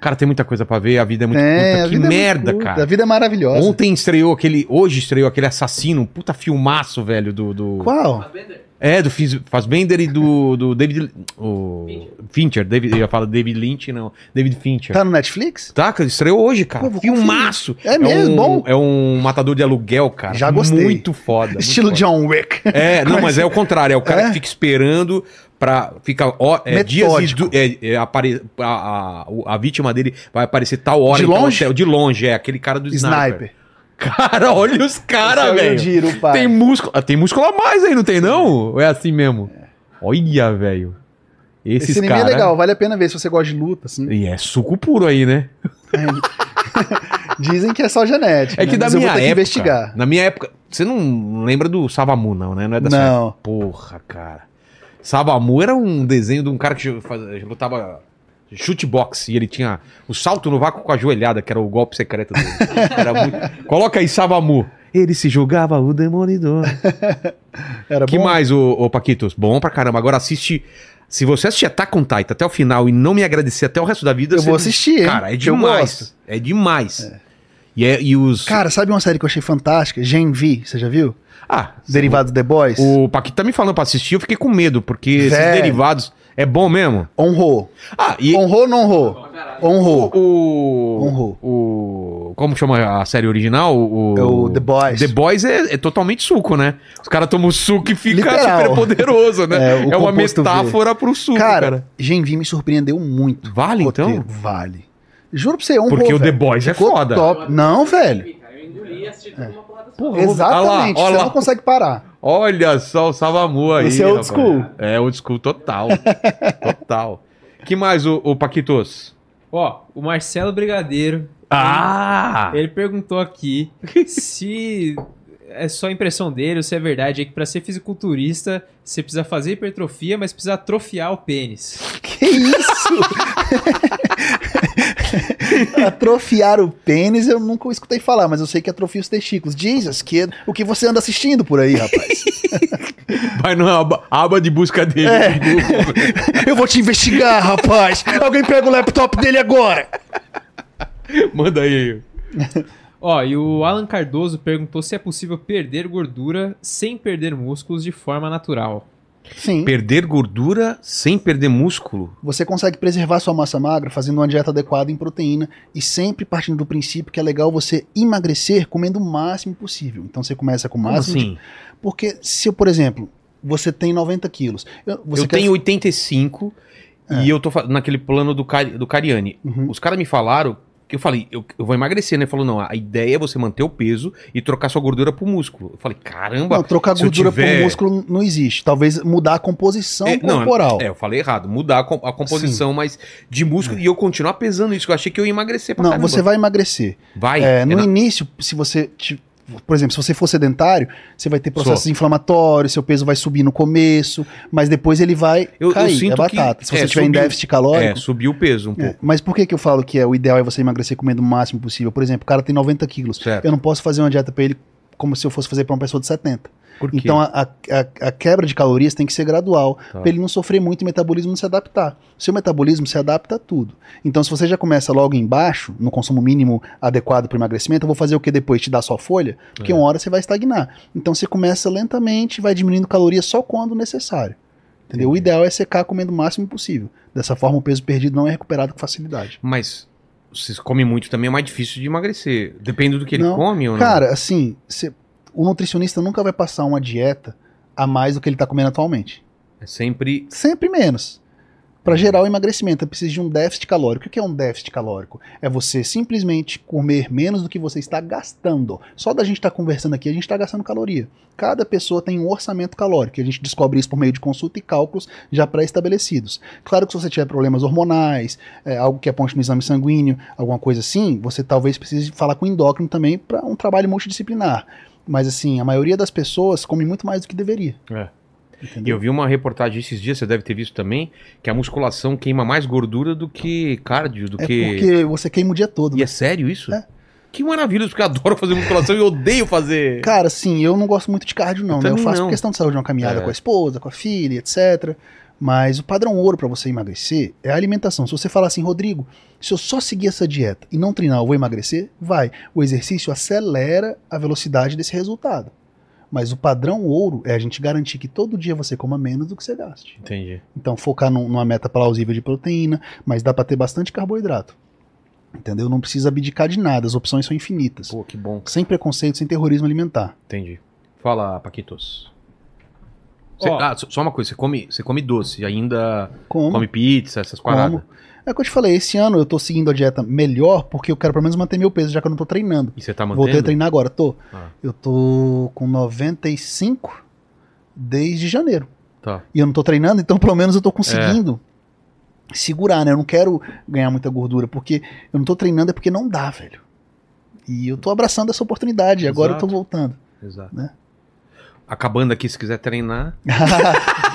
A: Cara, tem muita coisa pra ver, a vida é muito
C: Tem,
A: curta.
C: a
A: Que
C: vida é muito
A: merda,
C: curta, A
A: cara.
C: vida é maravilhosa.
A: Ontem estreou aquele. Hoje estreou aquele assassino, um puta filmaço, velho, do. do-
C: Qual?
F: Mas, Bender,
A: É, do Fiz- Fassbender e do, do David. O... Fincher. David, eu ia falar David Lynch, não. David Fincher.
C: Tá no Netflix?
A: Tá, cara, estreou hoje, cara.
C: Pô, vou conferir.
A: Filmaço.
C: É mesmo,
A: um,
C: bom?
A: É um matador de aluguel, cara.
C: Já gostei.
A: Muito
C: (laughs)
A: foda. muito
C: Estilo
A: foda.
C: John Wick.
A: É, não, mas é o contrário. É o cara
C: É?
A: que fica esperando pra. Fica ó, é, dias
C: Metódico.
A: e du- é, é, apare- a, a- o- a vítima dele vai aparecer tal hora.
C: De
A: em tal
C: longe?
A: hotel. de longe, é. Aquele cara do sniper.
C: Sniper.
A: Cara, olha os
C: Esse é
A: caras,
C: o
A: velho.
C: Yujiro, pai.
A: Tem músculo. ah, Tem músculo a mais aí, não tem, não? Ou é assim mesmo? Olha, velho. Esses
C: Esse anime
A: cara...
C: é legal, vale a pena ver se você gosta de
A: (laughs)
C: luta, assim.
A: E é suco puro aí, né?
C: Dizem que é só genética.
A: É que
C: né?
A: da
C: Mas
A: minha
C: eu vou ter
A: época.
C: que investigar.
A: Na minha época. Você não lembra do Savamu, não, né? Não é da sua
C: Não.
A: Porra, cara. Sabamu era um desenho de um cara que faz- lutava chute box e ele tinha o salto no vácuo com a joelhada, que era o golpe secreto
C: (laughs)
A: dele. Era muito- Coloca aí Sabamu. Ele se jogava o demolidor.
C: Era
A: que
C: Tá bom?
A: mais, ô, ô Paquitos? Bom pra caramba. Agora assiste. Se você assistir Attack on Titan até o final e não me agradecer até o resto da vida,
C: Eu
A: você-
C: vou assistir, hein?
A: Cara, é
C: Eu gosto.
A: demais. É demais. E, é- e os.
C: Cara, sabe uma série que eu achei fantástica? Gen V, você já viu?
A: ah,
C: Derivado do The Boys?
A: o Paquito tá me falando pra assistir, eu fiquei com medo, porque esses
C: Velho.
A: derivados. É bom mesmo?
C: Honrou.
A: Ah, e,
C: Honrou ou não honrou?
F: pra caralho.
C: Honrou.
A: O,
C: Honrou.
A: o. Como chama a série original? O,
C: É o The Boys.
A: The Boys é, é totalmente suco, né? Os caras tomam o suco e fica
C: Literal.
A: super poderoso, né?
C: É,
A: (laughs) É,
C: o
A: uma
C: composto V.
A: metáfora pro suco, cara.
C: Cara, Gen V me surpreendeu muito.
A: Vale,
C: Roteiro,
A: então?
C: Vale. Juro pra você, honrou.
A: Porque o The
C: velho.
A: Boys é
C: Ficou
A: foda.
C: top. Não, velho.
F: Cara, eu engoli e assisti tudo uma porrada só.
A: Porra, olha
C: Exatamente.
A: Ah lá, olha
C: Você
A: lá.
C: não consegue parar.
A: Olha só o Savamu aí.
C: Esse é
A: rapaz.
C: old school.
A: É old school (laughs) total. total. Que mais, o, o Paquitos?
B: Ó, o Marcelo Brigadeiro,
A: Ah!
B: ele perguntou
C: (laughs)
B: aqui se é só impressão dele ou se é verdade é que pra ser fisiculturista você precisa fazer hipertrofia, mas precisa atrofiar o pênis.
C: Que isso? (laughs) Atrofiar o pênis eu nunca escutei falar, mas eu sei que atrofia os testículos. Jesus, que o que você anda assistindo por aí, rapaz?
A: Vai na é aba, aba de busca dele.
C: (laughs) É. eu vou te investigar, rapaz. Alguém pega o laptop dele agora.
A: (laughs) Manda aí.
B: Ó, e o Alan Cardoso perguntou se é possível perder gordura sem perder músculos de forma natural.
C: Sim.
A: Perder gordura sem perder músculo?
C: Você consegue preservar sua massa magra fazendo uma dieta adequada em proteína e sempre partindo do princípio que é legal você emagrecer comendo o máximo possível. Então você começa com o
A: Como
C: máximo. de-
A: assim?
C: Porque se, eu, por exemplo, você tem 90 quilos. eu- Você
A: eu
C: quer-
A: tenho 85 E eu tô fa- naquele plano do, Ca- do Cariani.
C: Uhum.
A: Os caras me falaram que eu falei, eu, eu vou emagrecer, né? Falou, não, a ideia é você manter o peso e trocar sua gordura pro músculo. Eu falei, caramba.
C: Não, trocar
A: se eu
C: gordura por
A: tiver-
C: músculo não existe. Talvez mudar a composição
A: É, não,
C: corporal.
A: É, eu falei errado, mudar a, com- a composição, mas de músculo e eu continuar pesando isso, que eu achei que eu ia emagrecer pra
C: É. não,
A: caramba.
C: você vai emagrecer.
A: Vai.
C: É, no
A: Renato.
C: início, se você. te- Por exemplo, se você for sedentário, você vai ter processos
A: Sou.
C: inflamatórios, seu peso vai subir no começo, mas depois ele vai
A: Eu- eu
C: cair. é
A: sinto que-
C: batata. se você
A: é,
C: tiver em
A: subiu.
C: déficit calórico.
A: É, subiu o peso um
C: É,
A: pouco.
C: Mas por que, que eu falo que é, o ideal é você emagrecer comendo o máximo possível? Por exemplo, o cara tem 90 quilos.
A: Certo.
C: Eu não posso fazer uma dieta pra ele como se eu fosse fazer pra uma pessoa de 70.
A: Por quê?
C: Então a, a- a- a quebra de calorias tem que ser gradual,
A: Tá.
C: pra ele não sofrer muito e o metabolismo não se adaptar. Seu metabolismo se adapta a tudo. Então se você já começa logo embaixo, no consumo mínimo adequado para emagrecimento, eu vou fazer o que depois? Te dar só folha? Porque
A: É.
C: uma hora você vai estagnar. Então você começa lentamente, vai diminuindo calorias só quando necessário. Entendeu? O
A: Entendi.
C: ideal é secar comendo o máximo possível. Dessa forma, o peso perdido não é recuperado com facilidade.
A: Mas se come muito também é mais difícil de emagrecer. Depende do que ele
C: Não.
A: come ou não.
C: Cara, assim, cê- o nutricionista nunca vai passar uma dieta a mais do que ele está comendo atualmente.
A: É sempre.
C: Sempre menos. Para gerar o emagrecimento, é preciso de um déficit calórico. O que é um déficit calórico? É você simplesmente comer menos do que você está gastando. Só da gente estar conversando aqui, a gente está gastando caloria. Cada pessoa tem um orçamento calórico. e A gente descobre isso por meio de consulta e cálculos já pré-estabelecidos. Claro que se você tiver problemas hormonais, é, algo que aponte no exame sanguíneo, alguma coisa assim, você talvez precise falar com o endócrino também para um trabalho multidisciplinar. Mas assim, a maioria das pessoas come muito mais do que deveria.
A: É. E
C: Entendeu?
A: eu vi uma reportagem esses dias, você deve ter visto também, que a musculação queima mais gordura do que cardio, do
C: É
A: que.
C: porque você queima o dia todo,
A: E
C: né?
A: é sério isso?
C: É.
A: Que maravilha, porque eu (laughs) adoro fazer musculação e eu odeio fazer.
C: Cara, sim, eu não gosto muito de cardio, não.
A: Eu
C: né? Eu
A: também
C: faço
A: não.
C: questão de saúde de uma caminhada
A: É.
C: com a esposa, com a filha, etc. Mas o padrão ouro pra você emagrecer é a alimentação. Se você falar assim, Rodrigo, se eu só seguir essa dieta e não treinar, eu vou emagrecer, vai. O exercício acelera a velocidade desse resultado. Mas o padrão ouro é a gente garantir que todo dia você coma menos do que você gaste.
A: Entendi.
C: Então, focar num- numa meta plausível de proteína, mas dá pra ter bastante carboidrato. Entendeu? Não precisa abdicar de nada, as opções são infinitas.
A: Pô, que bom.
C: Sem preconceito, sem terrorismo alimentar.
A: Entendi. Fala, Paquitos. Você-
B: Ó.
A: ah, só só uma coisa, você come, você come doce, ainda
C: Como?
A: come pizza, essas
C: como.
A: paradas.
C: É o que eu te falei, esse ano eu tô seguindo a dieta melhor porque eu quero pelo menos manter meu peso, já que eu não tô treinando.
A: E você tá
C: Voltei a
A: mantendo?
C: treinar agora, tô.
A: Ah.
C: Eu tô com 95 desde janeiro.
A: Tá.
C: E eu não tô treinando, então pelo menos eu tô conseguindo
A: É.
C: segurar, né? Eu não quero ganhar muita gordura, porque eu não tô treinando é porque não dá, velho. E eu tô abraçando essa oportunidade, agora eu tô
A: Exato.
C: voltando. (laughs)
A: Exato.
C: né?
A: Acabando aqui, se quiser treinar.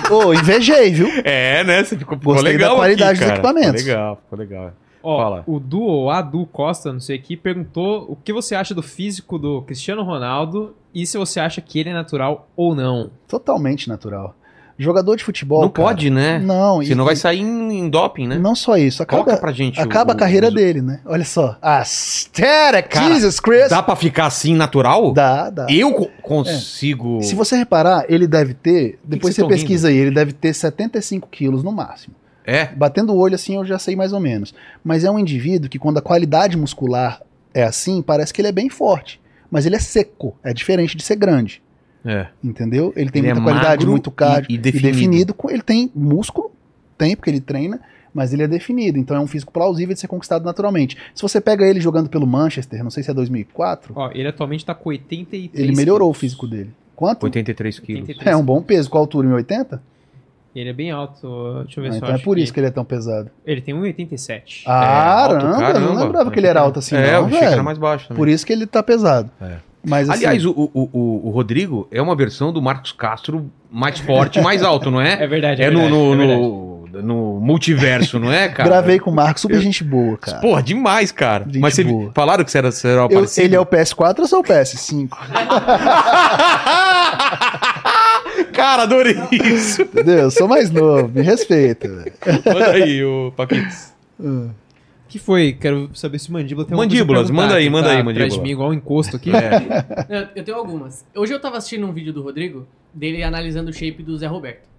C: Ô, invejei, viu?
A: É, né? Você ficou, ficou
C: Gostei da
A: legal
C: qualidade
A: aqui,
C: dos
A: cara.
C: equipamentos.
A: Ficou legal, ficou legal.
B: Ó,
A: Fala.
B: o Duo, a Du Costa, não sei aqui, perguntou o que você acha do físico do Cristiano Ronaldo e se você acha que ele é natural ou não.
C: Totalmente natural. Jogador de futebol.
A: não
C: cara,
A: pode, né?
C: Não,
A: Você
C: e-
A: não vai sair em, em doping, né?
C: Não só isso, acaba,
A: Coloca pra gente. o-
C: acaba a
A: o-
C: carreira
A: os-
C: dele, né? Olha só. Aesthetic,
A: Cara,
C: Jesus Christ.
A: Dá pra ficar assim, natural?
C: Dá, dá.
A: Eu co- consigo.
C: Se você reparar, ele deve ter, depois
A: que
C: você
A: você tá
C: pesquisa aí, ele deve ter 75 quilos no máximo.
A: É?
C: Batendo o olho assim eu já sei mais ou menos. Mas é um indivíduo que quando a qualidade muscular é assim, parece que ele é bem forte. Mas ele é seco, é diferente de ser grande,
A: É.
C: entendeu? Ele tem
A: Ele é
C: muita qualidade,
A: magro
C: muito cardio.
A: E, e
C: e
A: definido.
C: definido. com- Ele tem músculo, tem, porque ele treina, mas ele é definido. Então é um físico plausível de ser conquistado naturalmente. Se você pega ele jogando pelo Manchester, não sei se é 2004,
B: Ó, ele atualmente tá com 83
C: ele melhorou
B: quilos.
C: o físico dele. Quanto?
A: 83 quilos.
B: 83.
C: É um bom peso. Qual a altura? 1,80?
B: Ele é bem alto, ó, deixa eu ver
C: Ah,
B: se
C: então
B: eu
C: é
B: acho
C: por isso
B: que...
C: que ele é tão pesado.
B: Ele tem 1,87. É,
A: alto,
C: Caramba, Ah, eu não
A: caramba.
C: lembrava que ele era alto assim,
A: é,
C: não,
A: o Chico era
C: velho.
A: mais baixo. Também.
C: Por isso que ele tá pesado.
A: É.
C: Mas assim,
A: Aliás, o, o, o, o Rodrigo é uma versão do Marcos Castro mais forte, mais alto, não é?
B: (laughs) É verdade,
A: É, no,
B: verdade,
A: no,
B: é verdade.
A: no, no multiverso, não é, cara?
C: gravei com o Marcos, super gente boa, cara.
A: Porra, demais, cara.
C: Gente
A: Mas você
C: boa.
A: falaram que você era, você era
C: Eu-
A: parecido?
C: ele é o PS4 ou sou o (laughs) PS5?
A: (laughs) cara, adorei isso.
C: Meu Deus, sou mais novo, me respeita. velho.
A: Manda aí, o Paquitos.
C: Ah.
B: O que foi? Quero saber se o Mandíbula tem alguma coisa
A: Mandíbulas,
B: pra perguntar,
A: manda aí,
B: que
A: manda
B: tá
A: aí,
B: Atrás de
A: Mandíbula.
B: mim igual um encosto (laughs) aqui.
A: É,
F: Eu, eu tenho algumas. Hoje eu tava assistindo um vídeo do Rodrigo, dele analisando o shape do Zé Roberto.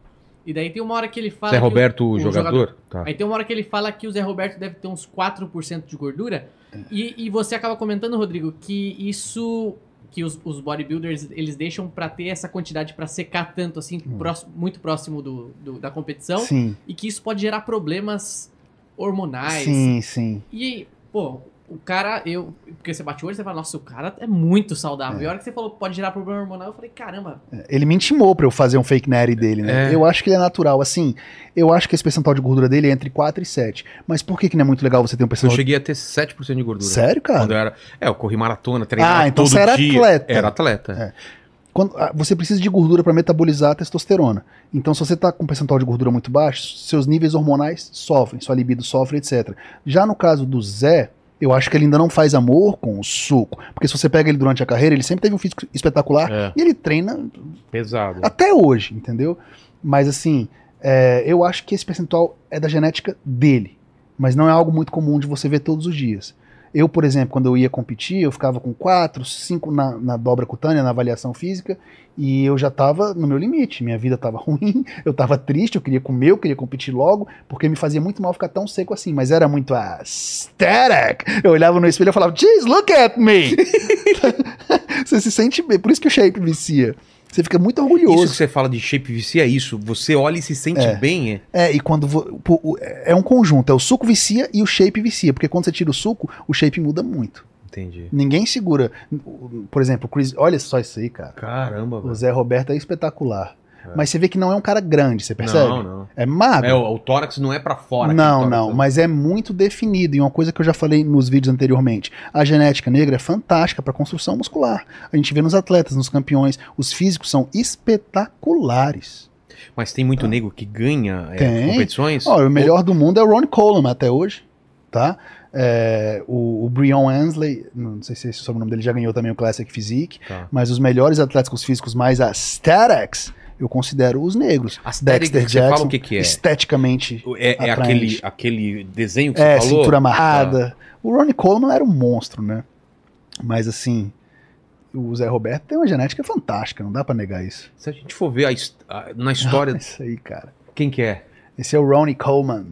F: E daí tem uma hora que ele fala.
A: Zé
F: que o-
A: Roberto, o
F: o
A: jogador? Tá.
F: Aí tem uma hora que ele fala que o Zé Roberto deve ter uns 4% de gordura. E, e você acaba comentando, Rodrigo, que isso que os, os bodybuilders eles deixam pra ter essa quantidade pra secar tanto assim, próximo- muito próximo do, do- da competição,
C: Sim,
F: e que isso pode gerar problemas hormonais.
C: sim, sim.
F: E, pô, o cara, eu. Porque você bate o olho e você fala, nossa, o cara é muito saudável. E a hora que você falou pode gerar problema hormonal, eu falei, caramba,
C: Ele me intimou pra eu fazer um fake natty dele, né?
A: É.
C: Eu acho que ele é natural, assim. Eu acho que esse percentual de gordura dele é entre 4 e 7. Mas por que que não é muito legal você ter um
A: Eu
C: percentual de...
A: cheguei a ter 7% de gordura.
C: Sério, cara?
A: Quando eu era. É, eu corri maratona, treinava
C: Ah, então
A: todo
C: você era
A: dia.
C: atleta. É.
A: Era atleta.
C: Quando- ah, você precisa de gordura para metabolizar a testosterona. Então, se você está com um percentual de gordura muito baixo, seus níveis hormonais sofrem, sua libido sofre, etc. Já no caso do Zé, eu acho que ele ainda não faz amor com o suco. Porque se você pega ele durante a carreira, ele sempre teve um físico espetacular
A: É.
C: e ele treina
A: Pesado.
C: até hoje, entendeu? Mas assim, é, eu acho que esse percentual é da genética dele. Mas não é algo muito comum de você ver todos os dias. Eu, por exemplo, quando eu ia competir, eu ficava com 4, 5 na, na dobra cutânea, na avaliação física, e eu já estava no meu limite. Minha vida estava (laughs) ruim, eu estava triste, eu queria comer, eu queria competir logo, porque me fazia muito mal ficar tão seco assim. Mas era muito aesthetic. Eu olhava no espelho e eu falava, Jeez, look at me! (laughs) você se sente bem. Por isso que o shape vicia. Você fica muito orgulhoso.
A: Isso que você fala de shape VC é isso. Você olha e se sente bem, é.
C: É, e quando. vo- pô, o- É um conjunto, é o suco vicia e o shape vicia, porque quando você tira o suco, o shape muda muito.
A: Entendi.
C: Ninguém segura. Por exemplo, o Chris. Olha só isso aí, cara.
A: Caramba,
C: O
A: velho.
C: Zé Roberto é espetacular. Mas você vê que não é um cara grande, você percebe?
A: Não, não.
C: É magro.
A: É, o, o tórax não é pra fora.
C: não,
A: aquele tórax,
C: não,
A: né?
C: mas é muito definido. E uma coisa que eu já falei nos vídeos anteriormente: a genética negra é fantástica para construção muscular. A gente vê nos atletas, nos campeões, os físicos são espetaculares.
A: Mas tem muito nego que ganha é,
C: Ah. Tem.
A: competições.
C: Ó, o melhor do mundo é o Ron Coleman até hoje, tá? É, o, o Brion Ansley, não sei se esse é o sobrenome dele, já ganhou também o Classic Physique,
A: Tá.
C: mas os melhores atletas com os físicos mais aesthetics, eu considero os negros.
A: Asterix,
C: Dexter
A: que você fala
C: Jackson,
A: o que, que é?
C: esteticamente,
A: É, é
C: atraente.
A: aquele, aquele desenho que
C: é,
A: você falou? Ah.
C: cintura amarrada. O Ronnie Coleman era um monstro, né? Mas assim, o Zé Roberto tem uma genética fantástica, não dá pra negar isso. É
A: Se a gente for ver a his- a- na
C: (laughs)
A: história,
C: Isso aí, cara.
A: quem que é?
C: Esse é o Ronnie Coleman.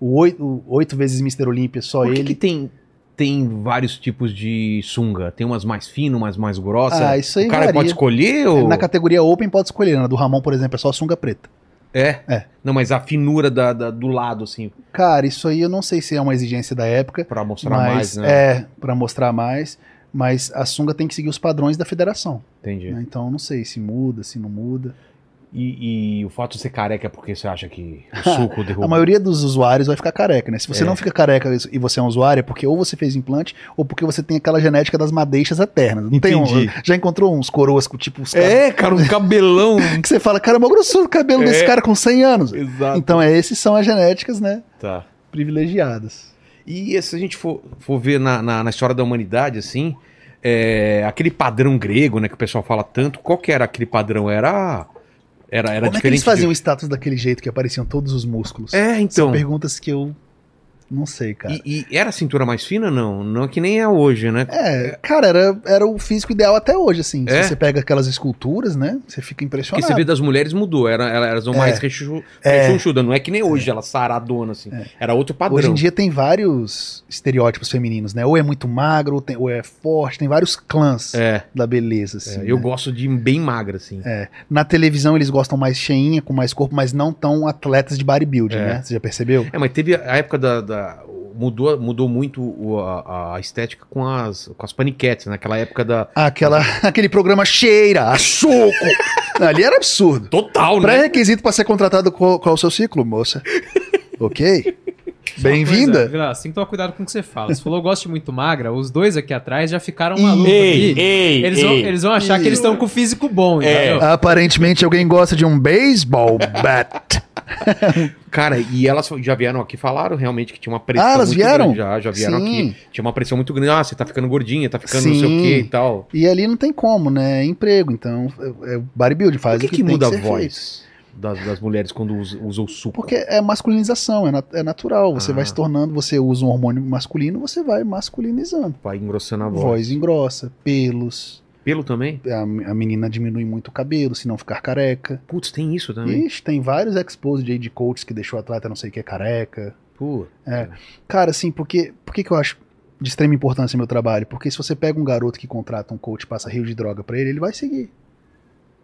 C: O oito, o oito vezes Mr. Olímpia, só
A: Por que, que
C: ele.
A: tem, tem vários tipos de sunga? Tem umas mais finas, umas mais grossas.
C: Ah, isso aí
A: o cara
C: varia. É
A: pode escolher? Ou...
C: Na categoria Open pode escolher, né? Do Ramon, por exemplo, é só sunga preta.
A: É?
C: É.
A: Não, mas a finura da, da- do lado, assim,
C: Cara, isso aí eu não sei se é uma exigência da época,
A: pra mostrar mais,
C: mas
A: né?
C: é, pra mostrar mais, mas a sunga tem que seguir os padrões da federação.
A: Entendi.
C: né? Então eu não sei se muda, se não muda.
A: E, e o fato de ser careca é porque você acha que
C: (laughs)
A: o suco derruba.
C: A maioria dos usuários vai ficar careca, né? Se você
A: É.
C: não fica careca e você é um usuário, é porque ou você fez implante ou porque você tem aquela genética das madeixas eternas. Não tem um,
A: Entendi.
C: já encontrou uns coroas com tipo os caras
A: É, cara, um cabelão. (laughs)
C: que você fala, cara, é uma grossura o cabelo desse
A: É.
C: cara com 100 anos.
A: Exato.
C: Então, é, esses são as genéticas, né?
A: Tá.
C: Privilegiadas.
A: E se a gente for, for ver na, na, na história da humanidade, assim, é, aquele padrão grego, né, que o pessoal fala tanto, qual que era aquele padrão? Era, era, era
C: Como é que
A: diferente.
C: eles faziam
A: de-
C: o status daquele jeito que apareciam todos os músculos?
A: É,
C: São
A: então.
C: perguntas que eu não sei, cara.
A: E, e era a cintura mais fina? Não, não é que nem é hoje, né?
C: É, cara, era, era o físico ideal até hoje, assim.
A: É?
C: Se você pega aquelas esculturas, né? Você fica
A: Porque
C: impressionado.
A: você vê das mulheres mudou, era, ela- elas eram
C: É. É.
A: mais rechu, rechonchudas, não é que nem hoje, ela saradona, assim. Era outro padrão.
C: Hoje em dia tem vários estereótipos femininos, né? Ou é muito magro, ou, tem- ou é forte, tem vários clãs
A: É,
C: da
A: é,
C: beleza, assim.
A: eu
C: né?
A: gosto de bem magra, assim.
C: É. Na televisão eles gostam mais cheinha, com mais corpo, mas não tão atletas de bodybuilding,
A: É.
C: né? Você já percebeu?
A: É, mas teve a época da. da- mudou, mudou muito o- a, a estética com as, com as paniquetes, naquela época da.
C: Aquela, (laughs) aquele programa cheira, a suco! Ali era absurdo.
A: Total, né?
C: Pré-requisito para ser contratado qual, qual é o seu ciclo, moça? Ok?
B: Coisa,
C: Bem-vinda?
B: Vilas, tem que tomar cuidado com o que você fala. Você falou gosto muito magra, os dois aqui atrás já ficaram malucos aqui.
A: ei, É.
B: eles, Vão, eles vão achar que eles estão com o físico bom, entendeu?
C: Aparentemente alguém gosta de um baseball bat.
A: Cara, e elas já vieram aqui, falaram realmente que tinha uma pressão.
C: Ah, elas
A: muito
C: vieram?
A: grande, já, já vieram
C: Sim.
A: aqui. Tinha uma pressão muito grande. Ah, você tá ficando gordinha, tá ficando não sei
C: Sim.
A: o que e tal.
C: E ali não tem como, né? É emprego, então é é bodybuilding, faz
A: Por que,
C: o que,
A: que,
C: tem
A: muda
C: que
A: a
C: ser feito.
A: voz das, das mulheres quando us- usam o suco?
C: Porque é masculinização, é, nat- é natural. Você
A: Ah.
C: vai se tornando, você usa um hormônio masculino, você vai masculinizando.
A: Vai engrossando a voz.
C: Voz engrossa, pelos.
A: Pelo também?
C: A, a menina diminui muito o cabelo, se não ficar careca.
A: Putz, tem isso também.
C: Ixi, tem vários exposed aí de coaches que deixou o atleta não sei o que é careca.
A: Pô.
C: Cara, assim, porque. Por que que eu acho. de extrema importância meu trabalho, porque se você pega um garoto que contrata um coach e passa rio de droga pra ele, ele vai seguir.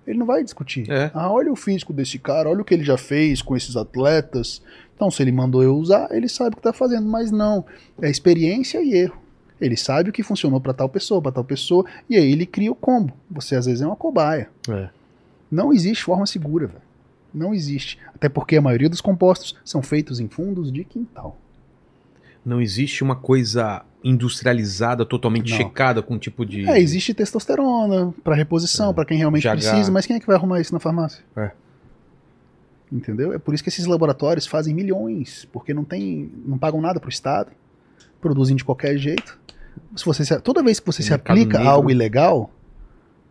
C: Ele não vai discutir.
A: É.
C: Ah, olha o físico desse cara, olha o que ele já fez com esses atletas. Então, se ele mandou eu usar, ele sabe o que tá fazendo, mas não. É experiência e erro. Ele sabe o que funcionou pra tal pessoa, pra tal pessoa, e aí ele cria o combo. Você às vezes é uma cobaia.
A: É.
C: Não existe forma segura, velho. Não existe. Até porque a maioria dos compostos são feitos em fundos de quintal.
A: Não existe uma coisa industrializada, totalmente
C: Não.
A: checada com um tipo de.
C: É, existe testosterona pra reposição, pra quem realmente
A: GH.
C: precisa, mas quem é que vai arrumar isso na farmácia?
A: É.
C: Entendeu? É por isso que esses laboratórios fazem milhões, porque não tem, não pagam nada pro estado, produzem de qualquer jeito. Se você se- toda vez que você
A: Tem
C: se
A: mercado
C: aplica
A: negro.
C: a algo ilegal,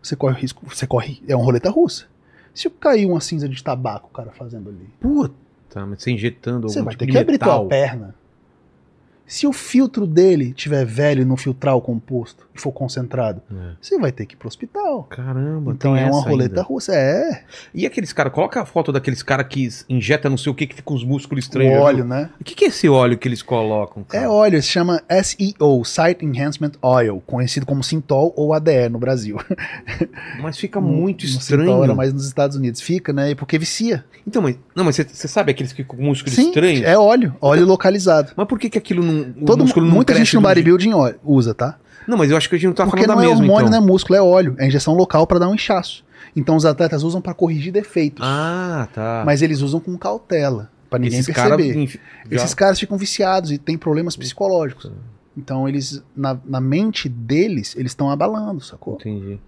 C: você corre o risco, você corre, é uma roleta russa. Se cair uma cinza de tabaco o cara fazendo ali,
A: Puta, tá, mas você injetando
C: você
A: algum
C: vai
A: tipo
C: ter que
A: de
C: abrir
A: metal.
C: tua perna. Se o filtro dele tiver velho e não filtrar o composto e for concentrado,
A: É.
C: você vai ter que ir pro hospital.
A: Caramba,
C: Então
A: tem
C: é uma
A: essa
C: roleta
A: ainda.
C: russa. É,
A: E aqueles caras, coloca a foto daqueles caras que s- injeta não sei o que, que fica uns músculos
C: o
A: estranhos.
C: óleo, né?
A: O que, que é esse óleo que eles colocam? Cara?
C: É óleo, se chama SEO, Site Enhancement Oil, conhecido como Sintol ou ADE no Brasil.
A: Mas fica
C: No-
A: muito
C: no
A: estranho.
C: Sintol então era mais nos Estados Unidos. Fica, né? Porque vicia.
A: Então, mas, não, mas você- você sabe aqueles que com músculos
C: Sim,
A: estranhos?
C: é óleo, óleo localizado.
A: Mas por que, que aquilo não. O
C: Todo,
A: músculo não
C: muita
A: cresce
C: gente no
A: do jeito-
C: bodybuilding óleo- usa, tá?
A: Não, mas eu acho que a gente não tá
C: Porque
A: falando
C: não
A: da
C: é
A: mesma.
C: hormônio,
A: então.
C: não é músculo, é óleo. É injeção local pra dar um inchaço. Então os atletas usam pra corrigir defeitos.
A: Ah, tá.
C: Mas eles usam com cautela, pra ninguém
A: Esses caras.
C: perceber. Esses caras ficam viciados e têm problemas psicológicos. Então eles, na, na mente deles, eles estão abalando, sacou?
A: Entendi.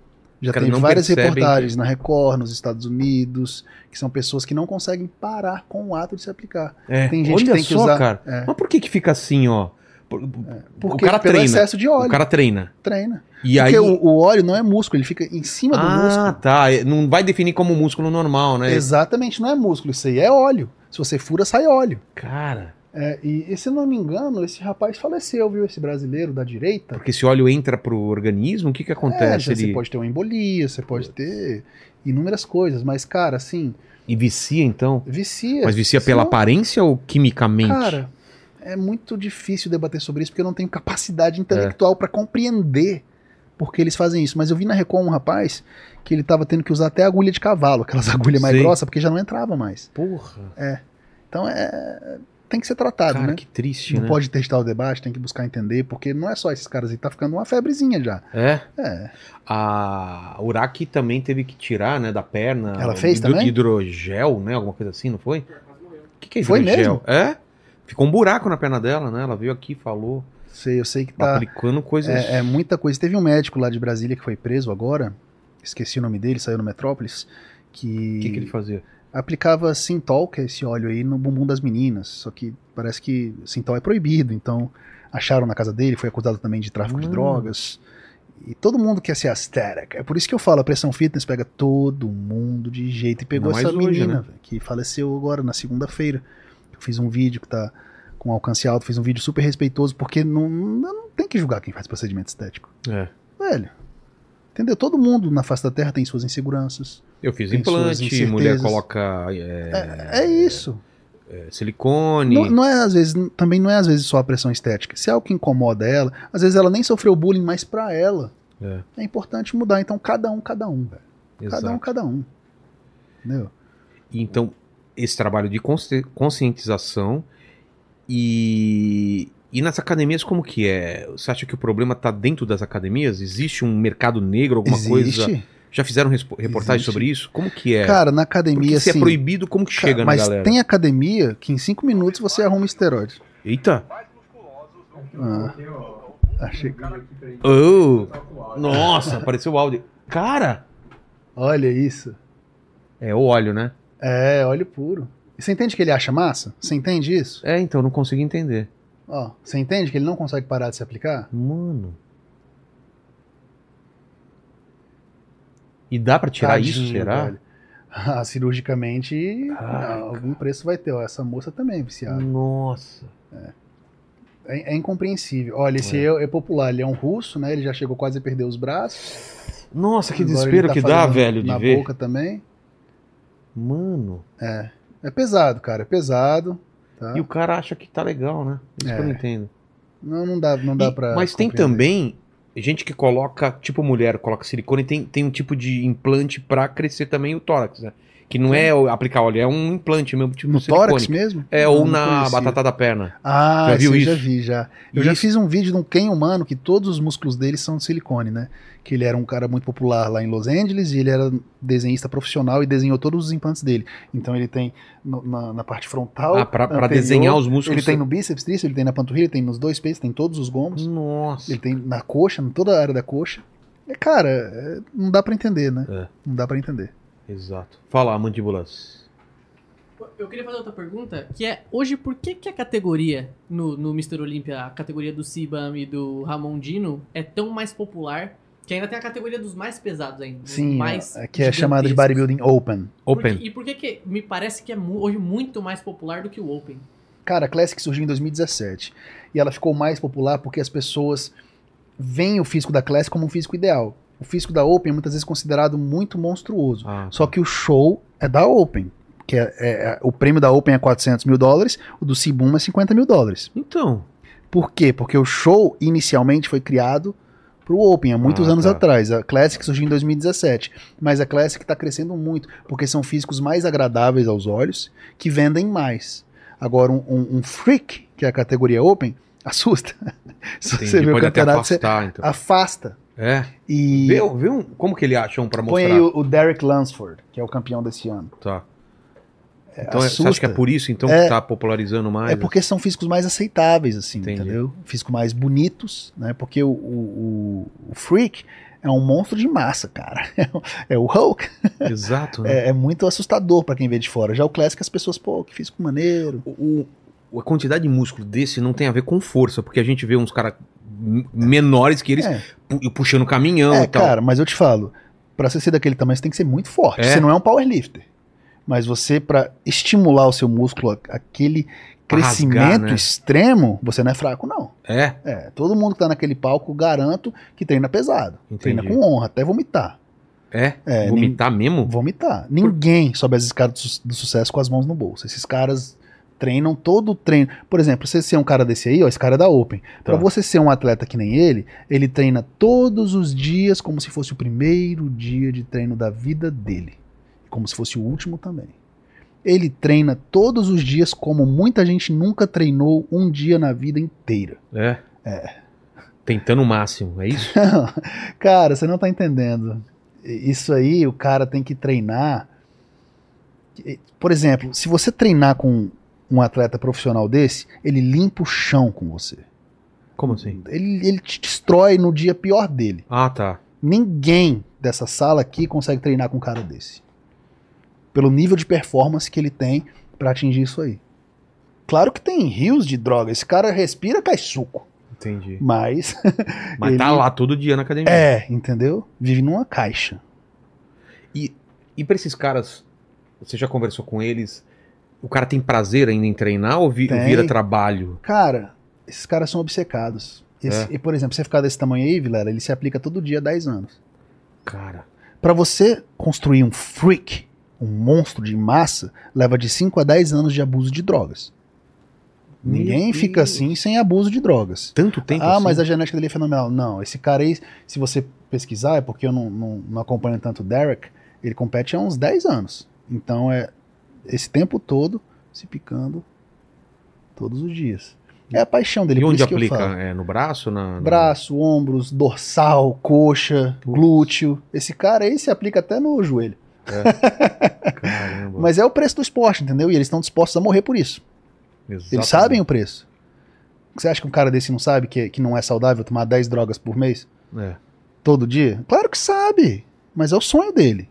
C: Já
A: Cara,
C: tem
A: não
C: várias
A: percebem
C: reportagens na Record, nos Estados Unidos, que são pessoas que não conseguem parar com o ato de se aplicar.
A: É,
C: Tem gente
A: olha
C: que tem que
A: só,
C: usar-
A: cara.
C: é.
A: Mas por que que fica assim, ó? Por-
C: Porque
A: o cara
C: pelo
A: treina.
C: excesso de
A: O
C: óleo,
A: cara treina.
C: treina.
A: E
C: Porque
A: aí.
C: o, o óleo não é músculo, ele fica em cima do
A: Ah,
C: músculo.
A: tá. É, Não vai definir como músculo normal, né?
C: Exatamente, não é músculo, isso aí é óleo. Se você fura, sai óleo.
A: Cara.
C: É, e, e se eu não me engano, esse rapaz faleceu, viu? Esse brasileiro da direita.
A: Porque esse óleo entra pro organismo, o que que acontece?
C: É, você
A: Ele...
C: pode ter uma embolia, você pode ter inúmeras coisas, mas, cara, assim,
A: E vicia, então?
C: vicia.
A: Mas vicia pela
C: Senão,
A: aparência ou quimicamente?
C: Cara, é muito difícil debater sobre isso porque eu não tenho capacidade
A: É.
C: intelectual pra compreender porque eles fazem isso. Mas eu vi na Record um rapaz que ele tava tendo que usar até agulha de cavalo, aquelas (laughs) agulhas mais
A: Sim.
C: grossas, porque já não entrava mais.
A: Porra.
C: Então é. Tem que ser tratado,
A: Cara,
C: né?
A: que triste,
C: Não
A: né?
C: pode testar o debate, tem que buscar entender, porque não é só esses caras aí, tá ficando uma febrezinha já.
A: É.
C: É.
A: A Uraki também teve que tirar, né, da perna.
C: Ela fez
A: hidro-
C: também?
A: Hidrogel, né? Alguma coisa assim, não foi? O que, que é
C: Foi
A: hidrogel?
C: mesmo?
A: É? Ficou um buraco na perna dela, né? Ela veio aqui, falou,
C: Sei, eu sei que tá.
A: aplicando coisas.
C: É, é muita coisa. Teve um médico lá de Brasília que foi preso agora, esqueci o nome dele, saiu no Metrópolis, que,
A: O que, que ele fazia?
C: aplicava Sintol, que é esse óleo aí, no bumbum das meninas. Só que parece que Sintol é proibido, então acharam na casa dele, foi acusado também de tráfico de
A: Hum.
C: drogas. E todo mundo quer ser aesthetic. É por isso que eu falo, a pressão fitness pega todo mundo de jeito. E pegou
A: Ainda
C: essa
A: mais hoje,
C: menina,
A: né?
C: velho, que faleceu agora, na segunda-feira. Eu fiz um vídeo que tá com alcance alto, fiz um vídeo super respeitoso, porque não, não tem que julgar quem faz procedimento estético.
A: É.
C: Velho, entendeu? Todo mundo na face da Terra tem suas inseguranças.
A: Eu fiz
C: Tem suas
A: implante,
C: incertezas.
A: mulher coloca é,
C: É, é isso.
A: é, silicone.
C: Não, não é às vezes, também não é às vezes só a pressão estética. Se é algo que incomoda ela, às vezes ela nem sofreu bullying, mas pra ela
A: É.
C: é importante mudar. Então cada um, cada um, velho.
A: Exato.
C: Cada um, cada um. Entendeu?
A: Então, esse trabalho de consci- conscientização e. E nas academias, como que é? Você acha que o problema está dentro das academias? Existe um mercado negro, alguma coisa? Já fizeram respo- reportagem
C: Existe.
A: sobre isso? Como que é?
C: Cara, na
A: Porque
C: academia
A: se
C: assim,
A: é proibido, como que
C: ca-
A: chega na
C: mas
A: galera?
C: tem academia que em cinco minutos você arruma esteroide.
A: Eita!
C: Ah, achei...
A: Oh! Nossa, apareceu o áudio. Cara!
C: Olha isso.
A: É o óleo, né?
C: É, óleo puro. E Você entende que ele acha massa? Você entende isso?
A: É, então, não consegui entender.
C: Ó, você entende que ele não consegue parar de se aplicar?
A: Mano. E dá pra tirar
C: Tadinho,
A: isso, será?
C: velho. (laughs) Ah, cirurgicamente,
A: Ah,
C: ah, algum preço vai ter. Ó, essa moça também é
A: Hum.
C: viciada.
A: Nossa.
C: É, é incompreensível. Olha, esse
A: É.
C: é. é popular, ele é um russo, né? Ele já chegou quase a perder os braços.
A: Nossa, que
C: Agora ele
A: desespero
C: tá
A: que dá,
C: fazendo
A: velho, de
C: na
A: ver.
C: boca também.
A: Mano.
C: É pesado, cara, é pesado. tá?
A: E o cara acha que tá legal, né? Isso que eu
C: É.
A: não entendo.
C: Não, não dá, não dá
A: E-
C: pra.
A: mas tem
C: compreender.
A: também gente que coloca, tipo mulher, coloca silicone, tem, tem um tipo de implante pra crescer também o tórax, né? Que não é o- aplicar óleo, é um implante mesmo, tipo
C: No
A: silicone.
C: tórax mesmo?
A: É, ou
C: Não, não
A: na
C: conhecia.
A: batata da perna.
C: Ah,
A: Já
C: já
A: viu
C: viu já
A: isso?
C: vi, já. Eu já
A: Isso.
C: fiz um vídeo de um Ken humano que todos os músculos dele são de silicone, né? Que ele era um cara muito popular lá em Los Angeles e ele era desenhista profissional e desenhou todos os implantes dele. Então ele tem no- na, na parte frontal.
A: Ah, pra, pra
C: anterior,
A: desenhar os músculos.
C: Ele tem no bíceps, tríceps, ele tem na panturrilha, ele tem nos dois peitos, tem todos os gomos.
A: Nossa.
C: Ele tem na coxa, em toda a área da coxa. É, cara, é- não dá pra entender, né?
A: É.
C: Não dá pra entender.
A: Exato. Fala, mandíbulas.
F: Eu queria fazer outra pergunta, que é hoje por que, que a categoria no, no Mr. Olímpia, a categoria do Sibam e do Ramon Dino, é tão mais popular que ainda tem a categoria dos mais pesados ainda. dos
C: Sim,
F: mais
C: é, que é chamada de
F: gigantescos.
C: bodybuilding open.
F: Por que-
A: Open.
F: e por que que me parece que é mu- hoje muito mais popular do que o Open?
C: Cara, a Classic surgiu em 2017 e ela ficou mais popular porque as pessoas veem o físico da Classic como um físico ideal. O físico da Open é muitas vezes considerado muito monstruoso.
A: Ah,
C: Só que o show é da Open, que é, é- é- o prêmio da Open é 400 mil dólares, o do Cibum é 50 mil dólares.
A: Então,
C: Por quê? Porque o show inicialmente foi criado pro Open há muitos
A: Ah,
C: anos
A: tá.
C: atrás. A Classic surgiu em 2017, mas a Classic está crescendo muito porque são físicos mais agradáveis aos olhos que vendem mais. Agora um, um- um freak que é a categoria Open (laughs) assusta. Se
A: entendi.
C: (laughs) você vê o
A: pode até
C: campeonato, você
A: afastar, então.
C: afasta
A: É.
C: e
A: Vê, vê um, como que ele acha um pra
C: põe
A: mostrar.
C: aí o, o Derek Lansford, que é o campeão desse ano.
A: Tá. Então, é- você acha
C: assusta.
A: que é por isso então
C: É.
A: que tá popularizando mais?
C: É porque são físicos mais aceitáveis, assim,
A: Entendi.
C: entendeu? Físicos mais bonitos, né? Porque o, o, o- o Freak é um monstro de massa, cara. (laughs) É o Hulk.
A: Exato, né?
C: É, é muito assustador pra quem vê de fora. Já é o Classic, as pessoas, pô, que físico maneiro.
A: O, o- a quantidade de músculo desse não tem a ver com força, porque a gente vê uns caras menores que eles então.
C: É.
A: pu- puxando caminhão
C: é,
A: e tal.
C: cara, mas eu te falo, pra você ser daquele tamanho, você tem que ser muito forte.
A: É.
C: Você não é um powerlifter. Mas você, pra estimular o seu músculo, a- aquele
A: Pra rasgar,
C: crescimento
A: né?
C: extremo, você não é fraco, não.
A: É,
C: É, todo mundo que tá naquele palco, garanto que treina pesado. Treina
A: entendi.
C: com honra, até vomitar.
A: É?
C: É,
A: Vomitar mesmo?
C: Vomitar. Ninguém sobe as escadas do su- do sucesso com as mãos no bolso. Esses caras treinam todo o treino. Por exemplo, você ser um cara desse aí, ó, esse cara é da Open. Pra
A: Tá.
C: você ser um atleta que nem ele, ele treina todos os dias como se fosse o primeiro dia de treino da vida dele. Como se fosse o último também. Ele treina todos os dias como muita gente nunca treinou um dia na vida inteira.
A: É. Tentando o máximo, é
C: (laughs)
A: isso?
C: cara, você não tá entendendo. I- Isso aí, o cara tem que treinar. E- Por exemplo, se você treinar com um atleta profissional desse, ele limpa o chão com você.
A: Como assim?
C: Ele, ele te destrói no dia pior dele.
A: Ah, tá.
C: Ninguém dessa sala aqui consegue treinar com um cara desse. Pelo nível de performance que ele tem pra atingir isso aí. Claro que tem rios de droga. Esse cara respira, cai suco.
A: Entendi.
C: Mas (laughs)
A: Mas
C: Ele-
A: tá lá todo dia na academia.
C: é, entendeu? Vive numa caixa.
A: E pra esses caras, você já conversou com eles? O cara tem prazer ainda em treinar ou vi-
C: Tem.
A: vira trabalho?
C: Cara, esses caras são obcecados. Esse- E, por exemplo, você ficar desse tamanho aí, Vilela, ele se aplica todo dia há 10 anos.
A: Cara,
C: Pra você construir um freak, um monstro de massa, leva de 5 a 10 anos de abuso de drogas.
A: Meu
C: Ninguém
A: Deus.
C: fica assim sem abuso de drogas.
A: tanto tempo
C: ah,
A: assim?
C: mas a genética dele é fenomenal. Não, esse cara aí, se você pesquisar, é porque eu não, não, não acompanho tanto o Derek, ele compete há uns 10 anos. Então é esse tempo todo se picando todos os dias. É a paixão dele,
A: E
C: por
A: onde
C: isso que eu falo.
A: aplica? É no braço? Na, na-
C: Braço, ombros, dorsal, coxa,
A: Putz.
C: glúteo. Esse cara aí se aplica até no joelho.
A: Caramba.
C: Mas é o preço do esporte, entendeu? E eles estão dispostos a morrer por isso. Eles
A: Exatamente.
C: sabem o preço. Você acha que um cara desse não sabe que, que não é saudável tomar 10 drogas por mês?
A: É.
C: Todo dia? Claro que sabe. Mas é o sonho dele.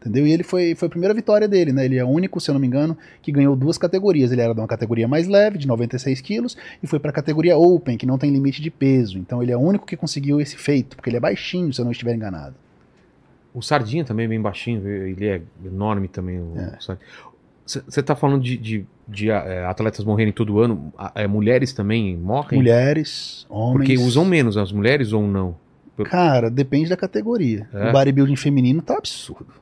C: Entendeu? E ele foi, foi a primeira vitória dele, né? Ele é o único, se eu não me engano, que ganhou duas categorias. Ele era de uma categoria mais leve, de 96 quilos, e foi pra categoria Open, que não tem limite de peso. Então ele é o único que conseguiu esse feito, porque ele é baixinho, se eu não estiver enganado.
A: O Sardinha também é bem baixinho, ele é enorme também.
C: É.
A: Você tá falando de, de- de, é, atletas morrerem todo ano, a- é, mulheres também morrem?
C: Mulheres, homens.
A: Porque usam menos as mulheres ou não?
C: Cara, depende da categoria.
A: É?
C: O bodybuilding feminino tá absurdo.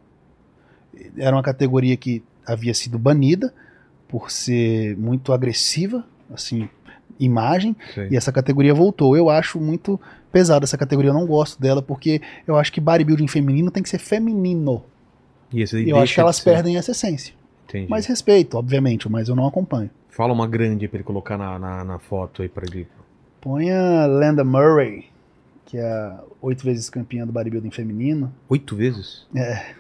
C: Era uma categoria que havia sido banida por ser muito agressiva, assim, imagem,
A: Sei.
C: e essa categoria voltou. Eu acho muito pesada essa categoria, eu não gosto dela, porque eu acho que bodybuilding feminino tem que ser feminino.
A: E esse aí
C: E eu
A: deixa
C: acho que elas
A: de ser.
C: perdem essa essência.
A: Entendi.
C: Mas respeito, obviamente, mas eu não acompanho.
A: Fala uma grande pra ele colocar na, na, na foto aí pra ele.
C: Põe a Landa Murray, que é a oito vezes campeã do bodybuilding feminino.
A: Oito vezes?
C: É.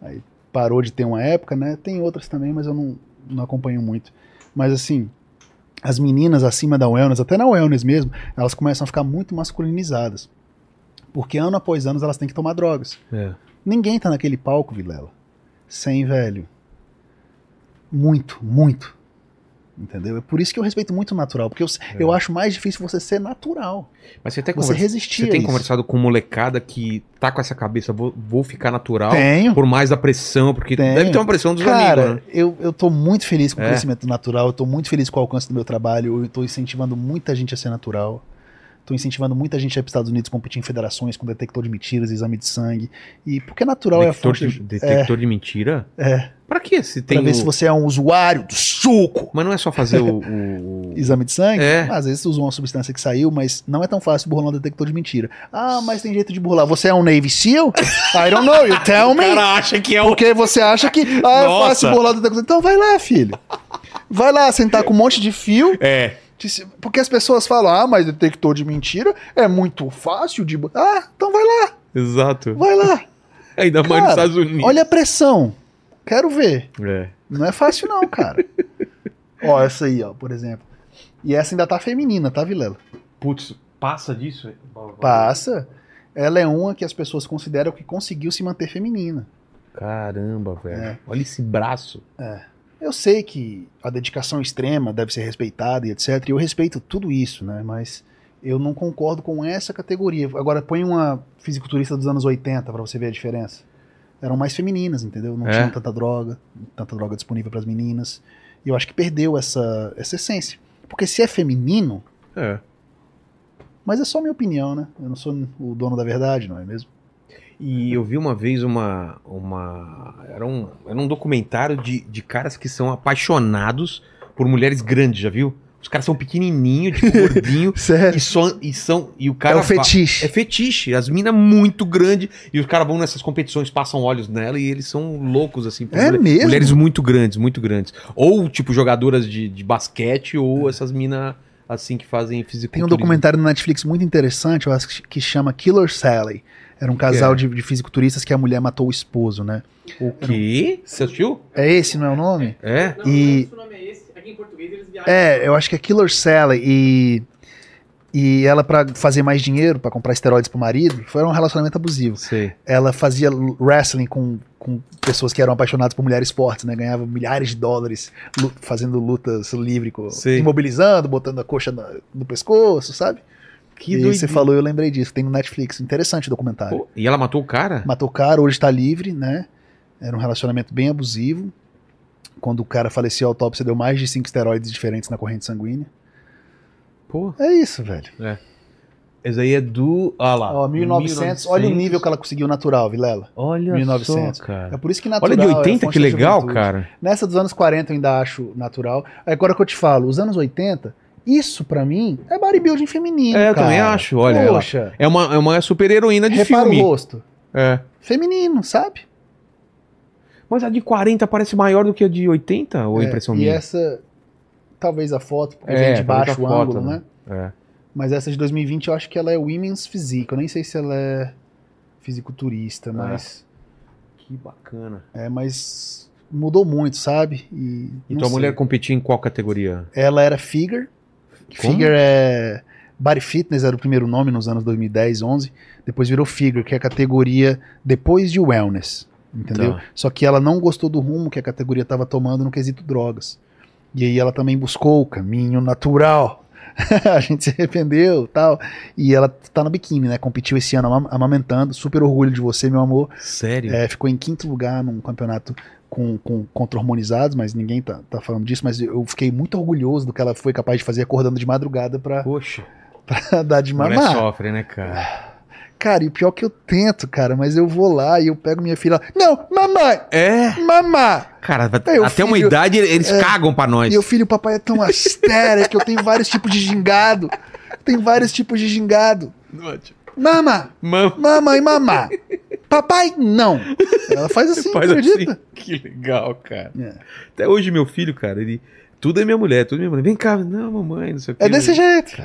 C: Aí parou de ter uma época, né? Tem outras também, mas eu não, não acompanho muito. Mas assim, as meninas acima da wellness, até na wellness mesmo, elas começam a ficar muito masculinizadas. Porque ano após ano elas têm que tomar drogas.
A: É.
C: Ninguém tá naquele palco, Vilela, sem velho. Muito, muito. Entendeu? É por isso que eu respeito muito o natural, porque eu, eu acho mais difícil você ser natural.
A: Mas você até
C: Você
A: É. conversa-
C: resistir
A: Você tem
C: a isso.
A: conversado com molecada que tá com essa cabeça, vou, vou ficar natural.
C: Tenho.
A: Por mais da pressão, porque
C: Tenho.
A: deve ter uma pressão dos
C: Cara,
A: amigos, né?
C: eu, eu tô muito feliz com
A: É.
C: o crescimento natural, eu tô muito feliz com o alcance do meu trabalho, eu tô incentivando muita gente a ser natural. Tô incentivando muita gente a ir para Estados Unidos competir em federações com detector de mentiras, exame de sangue. E porque natural
A: Detector,
C: é a
A: de,
C: fonte.
A: detector de mentira?
C: É.
A: Pra que se tem
C: Pra ver
A: o-
C: se você é um usuário do suco.
A: Mas não é só fazer o... o- o-
C: (laughs) Exame de sangue?
A: É.
C: Às vezes usam uma substância que saiu, mas não é tão fácil burlar um detector de mentira. Ah, mas tem jeito de burlar. Você é um Navy SEAL? I don't know, you tell me.
A: acha que é
C: Porque você acha que ah, é
A: Nossa.
C: fácil burlar do detector. Então vai lá, filho. Vai lá sentar com um monte de fio.
A: É.
C: de- Porque as pessoas falam, ah, mas detector de mentira é muito fácil de. bu- Ah, então vai lá,
A: Exato.
C: vai lá.
A: Ainda mais nos
C: Cara,
A: Estados Unidos.
C: Olha a pressão. Quero ver.
A: É.
C: Não é fácil, não,
A: (laughs)
C: cara. ó, essa aí, ó, por exemplo. E essa ainda tá feminina, tá, Vilela?
A: Putz, passa disso?
C: Passa. Ela é uma que as pessoas consideram que conseguiu se manter feminina.
A: Caramba, velho.
C: É.
A: Olha esse braço.
C: Eu sei que a dedicação extrema deve ser respeitada e etc. E eu respeito tudo isso, né? Mas eu não concordo com essa categoria. Agora, põe uma fisiculturista dos anos 80 pra você ver a diferença. Eram mais femininas, entendeu? Não
A: É.
C: tinham tanta droga, tanta droga disponível pras meninas. E eu acho que perdeu essa, essa essência. Porque se é feminino,
A: É.
C: mas é só minha opinião, né? Eu não sou o dono da verdade, não é mesmo?
A: E eu vi uma vez uma. uma era, um, era um documentário de, de caras que são apaixonados por mulheres grandes, já viu? Os caras são pequenininhos,
C: (laughs)
A: tipo gordinho,
C: Sério?
A: e, só, e são. E o
C: É
A: cara
C: o
A: va- É
C: É fetiche.
A: fetiche. As minas muito grande e os caras vão nessas competições, passam olhos nela e eles são loucos, assim. por
C: É mesmo?
A: Mulheres muito grandes, muito grandes. Ou, tipo, jogadoras de, de basquete ou essas minas, assim, que fazem
C: Hum. Tem um
A: fisiculturismo.
C: documentário na Netflix muito interessante, eu acho que- que chama Killer Sally. Era um casal
A: É.
C: de, de fisiculturistas que a mulher matou o esposo, né?
A: O quê? Você assistiu?
C: É esse, não é o nome?
A: É?
C: E-
F: Não, não sei se o nome é esse. Aqui em português eles viajam.
C: É, eu acho que é Killer Sally e e ela pra fazer mais dinheiro, pra comprar esteroides pro marido, foi um relacionamento abusivo.
A: Sei.
C: Ela fazia l- wrestling com, com pessoas que eram apaixonadas por mulheres fortes, né? Ganhava milhares de dólares lu- fazendo lutas livre, com,
A: Sei.
C: imobilizando, botando a coxa na- no pescoço, sabe?
A: Que
C: e aí você
A: doideira.
C: falou, eu lembrei disso. Tem no Netflix, interessante o documentário.
A: Pô, e ela matou o cara?
C: Matou o cara, hoje tá livre, né? Era um relacionamento bem abusivo. Quando o cara faleceu, a autópsia deu mais de cinco esteroides diferentes na corrente sanguínea.
A: Pô,
C: É isso, velho.
A: esse aí é do. Olha lá.
C: Ó, 1900, olha o nível que ela conseguiu natural, Vilela.
A: Olha
C: 1900.
A: só,
C: É
A: cara.
C: por isso que natural
A: Olha de
C: é a
A: 80,
C: fonte
A: que
C: da
A: legal,
C: juventude.
A: cara.
C: Nessa dos anos 40 eu ainda acho natural. Agora que eu te falo, os anos 80, isso pra mim é bodybuilding feminino,
A: É, eu
C: cara.
A: também acho. Olha, ela.
C: Poxa,
A: É uma, é uma super heroína de
C: repara o
A: filme.
C: rosto.
A: É.
C: Feminino, sabe?
A: Mas a de 40 parece maior do que a de 80? Ou é
C: É,
A: impressão
C: e
A: minha?
C: essa, talvez a foto, porque
A: É,
C: vem de
A: talvez
C: baixo
A: a
C: o
A: foto,
C: ângulo,
A: né?
C: né?
A: É.
C: Mas essa de 2020 eu acho que ela é Women's Physique. Eu nem sei se ela é
A: É.
C: fisiculturista, mas.
A: Que bacana.
C: É, mas mudou muito, sabe? E,
A: E
C: não
A: tua
C: sei.
A: mulher competia em qual categoria?
C: Ela era Figure.
A: Como?
C: Figure é. Body Fitness era o primeiro nome nos anos 2010, 11. Depois virou Figure, que é a categoria depois de Wellness. Entendeu?
A: Tá.
C: Só que ela não gostou do rumo que a categoria estava tomando no quesito drogas. E aí ela também buscou o caminho natural. (laughs) a gente se arrependeu tal. E ela tá no biquíni, né? Competiu esse ano amam- amamentando. Super orgulho de você, meu amor.
A: Sério?
C: É, ficou em quinto lugar num campeonato com, com contra hormonizados, mas ninguém tá, tá falando disso. Mas eu fiquei muito orgulhoso do que ela foi capaz de fazer acordando de madrugada pra, (laughs)
A: Poxa.
C: pra dar de
A: A mulher
C: mamar.
A: sofre, né, cara?
C: Cara, e o pior é que eu tento, cara, mas eu vou lá e eu pego minha filha. Não, mamãe!
A: É.
C: Mamá!
A: Cara,
C: É, o
A: até uma
C: filho-
A: idade eles cagam pra nós.
C: é. E eu, filho, o papai é
A: (laughs)
C: tão astéria que eu tenho vários tipos de gingado. Tem vários tipos de gingado.
A: tipo,
C: Mama!
A: Mano,
C: Mamãe, mamá! Papai, não! Ela faz assim,
A: faz
C: acredita?
A: assim. Que legal, cara.
C: É.
A: Até hoje, meu filho, cara, ele. Tudo é minha mulher, tudo é minha mulher. Vem cá, não, mamãe, não sei o que.
C: É desse jeito.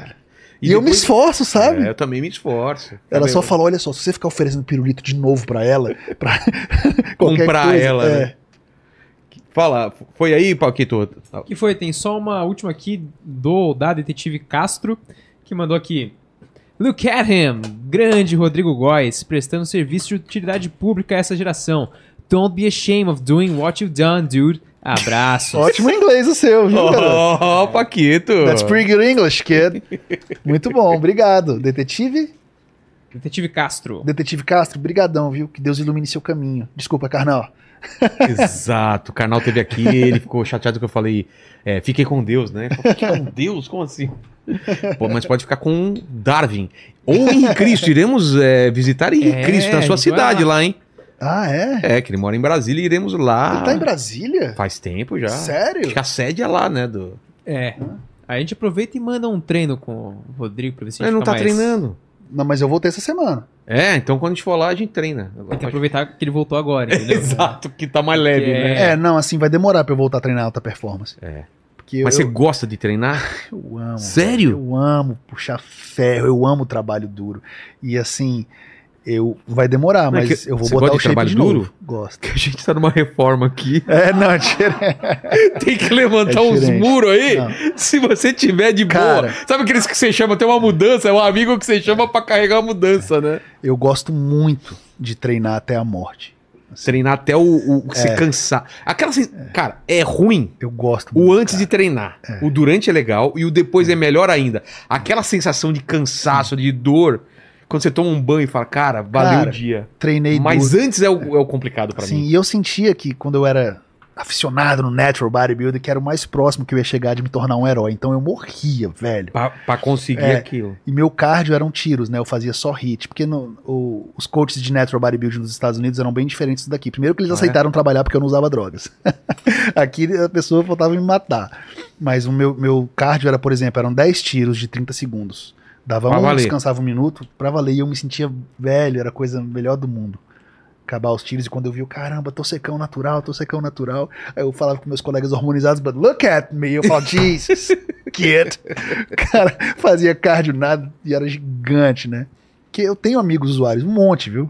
C: E, eu me
A: depois-
C: esforço, sabe?
A: É, eu também me esforço.
C: Ela
A: Também-
C: só falou, olha só, se você ficar oferecendo pirulito de novo pra ela, (laughs)
A: (laughs)
C: pra qualquer
A: Comprar
C: coisa,
A: ela,
C: é.
A: né? Fala, foi aí, Paquito?
B: Que foi? Tem só uma última aqui do da detetive Castro, que mandou aqui. Look at him! Grande Rodrigo Góes, prestando serviço de utilidade pública a essa geração. Don't be ashamed of doing what you've done, dude. Abraço.
C: Ótimo inglês o seu, viu, cara?
A: Oh, Paquito!
C: That's pretty good English, kid. Muito bom, obrigado. Detetive?
B: detetive Castro.
C: Detetive Castro, brigadão, viu? Que Deus ilumine seu caminho. Desculpa, carnal.
A: Exato, o Carnal teve aqui, ele ficou chateado que eu falei, é, fiquei com Deus, né? Ele falou, Fiquei com Deus? Como assim? Pô, mas pode ficar com Darwin. Ou em Cristo, iremos é, visitar em
B: É,
A: Cristo, na
B: a
A: sua
B: gente vai
A: cidade lá, hein?
C: Ah, é?
A: É, que ele mora em Brasília e iremos lá.
C: Ele tá em Brasília?
A: Faz tempo Ah. já. Acho
C: Sério?
A: que a sede é lá, né? Do...
B: É. A gente aproveita e manda um treino com o Rodrigo pra ver se a
A: Ele
B: gente
A: não
B: fica
A: tá
B: mais-
A: treinando.
C: Não, mas eu voltei essa semana.
A: É, então quando a gente for lá, a gente treina. (laughs)
B: Tem que aproveitar que ele voltou agora,
A: É,
B: então. entendeu?
A: Exato, que tá mais leve,
B: É.
A: né?
C: É. não, assim, vai demorar pra eu voltar a treinar alta performance.
A: É.
C: Porque
A: Mas você
C: eu,
A: gosta de treinar? (laughs)
C: eu amo.
A: Sério?
C: Eu amo puxar ferro, eu amo trabalho duro. E assim, eu vai demorar,
A: Não, é
C: mas
A: que
C: eu vou
A: você
C: botar
A: gosta
C: o
A: de
C: shape
A: trabalho
C: de
A: duro?
C: novo. Gosto. (laughs)
A: Que a gente tá numa reforma aqui.
C: É, não, é diferente.
A: Tem que levantar
C: É
A: uns
C: diferente.
A: muros aí.
C: Não.
A: Se você tiver de
C: Cara.
A: boa. Sabe aqueles que você chama, tem uma mudança, é um amigo que você chama pra carregar a mudança, né?
C: Eu gosto muito de treinar até a morte.
A: Treinar até o, o se
C: É.
A: cansar. Aquela. sen- Cara, é ruim.
C: Eu gosto
A: O
C: muito,
A: antes de treinar. O durante é legal e o depois é melhor ainda. Aquela sensação de cansaço, de dor, quando você toma um banho e fala, cara, valeu
C: Cara,
A: o dia.
C: de treinei
A: Mas
C: duro.
A: antes é o, é o complicado pra
C: Assim,
A: mim.
C: e eu sentia que quando eu era aficionado no natural bodybuilding, que era o mais próximo que eu ia chegar de me tornar um herói. Então eu morria, velho.
A: Pra, pra conseguir
C: É.
A: aquilo.
C: E meu cardio eram tiros, né? Eu fazia só hit. Porque no- o- os coaches de natural bodybuilding nos Estados Unidos eram bem diferentes daqui. Primeiro que eles
A: Ah, é?
C: aceitaram trabalhar porque eu não usava drogas. (laughs) aqui a pessoa voltava a me matar. Mas o meu, meu cardio era, por exemplo, eram 10 tiros de 30 segundos. Dava
A: Pra
C: um,
A: valer.
C: descansava um minuto pra valer. E eu me sentia velho, era a coisa melhor do mundo. Acabar os tiros e quando eu vi, eu, caramba, tô secão natural, tô secão natural. Aí eu falava com meus colegas hormonizados, but look at me. Eu falo,
A: (laughs)
C: Jesus, kid cara fazia cardio nada e era gigante, né? Que eu tenho amigos usuários, um monte, viu?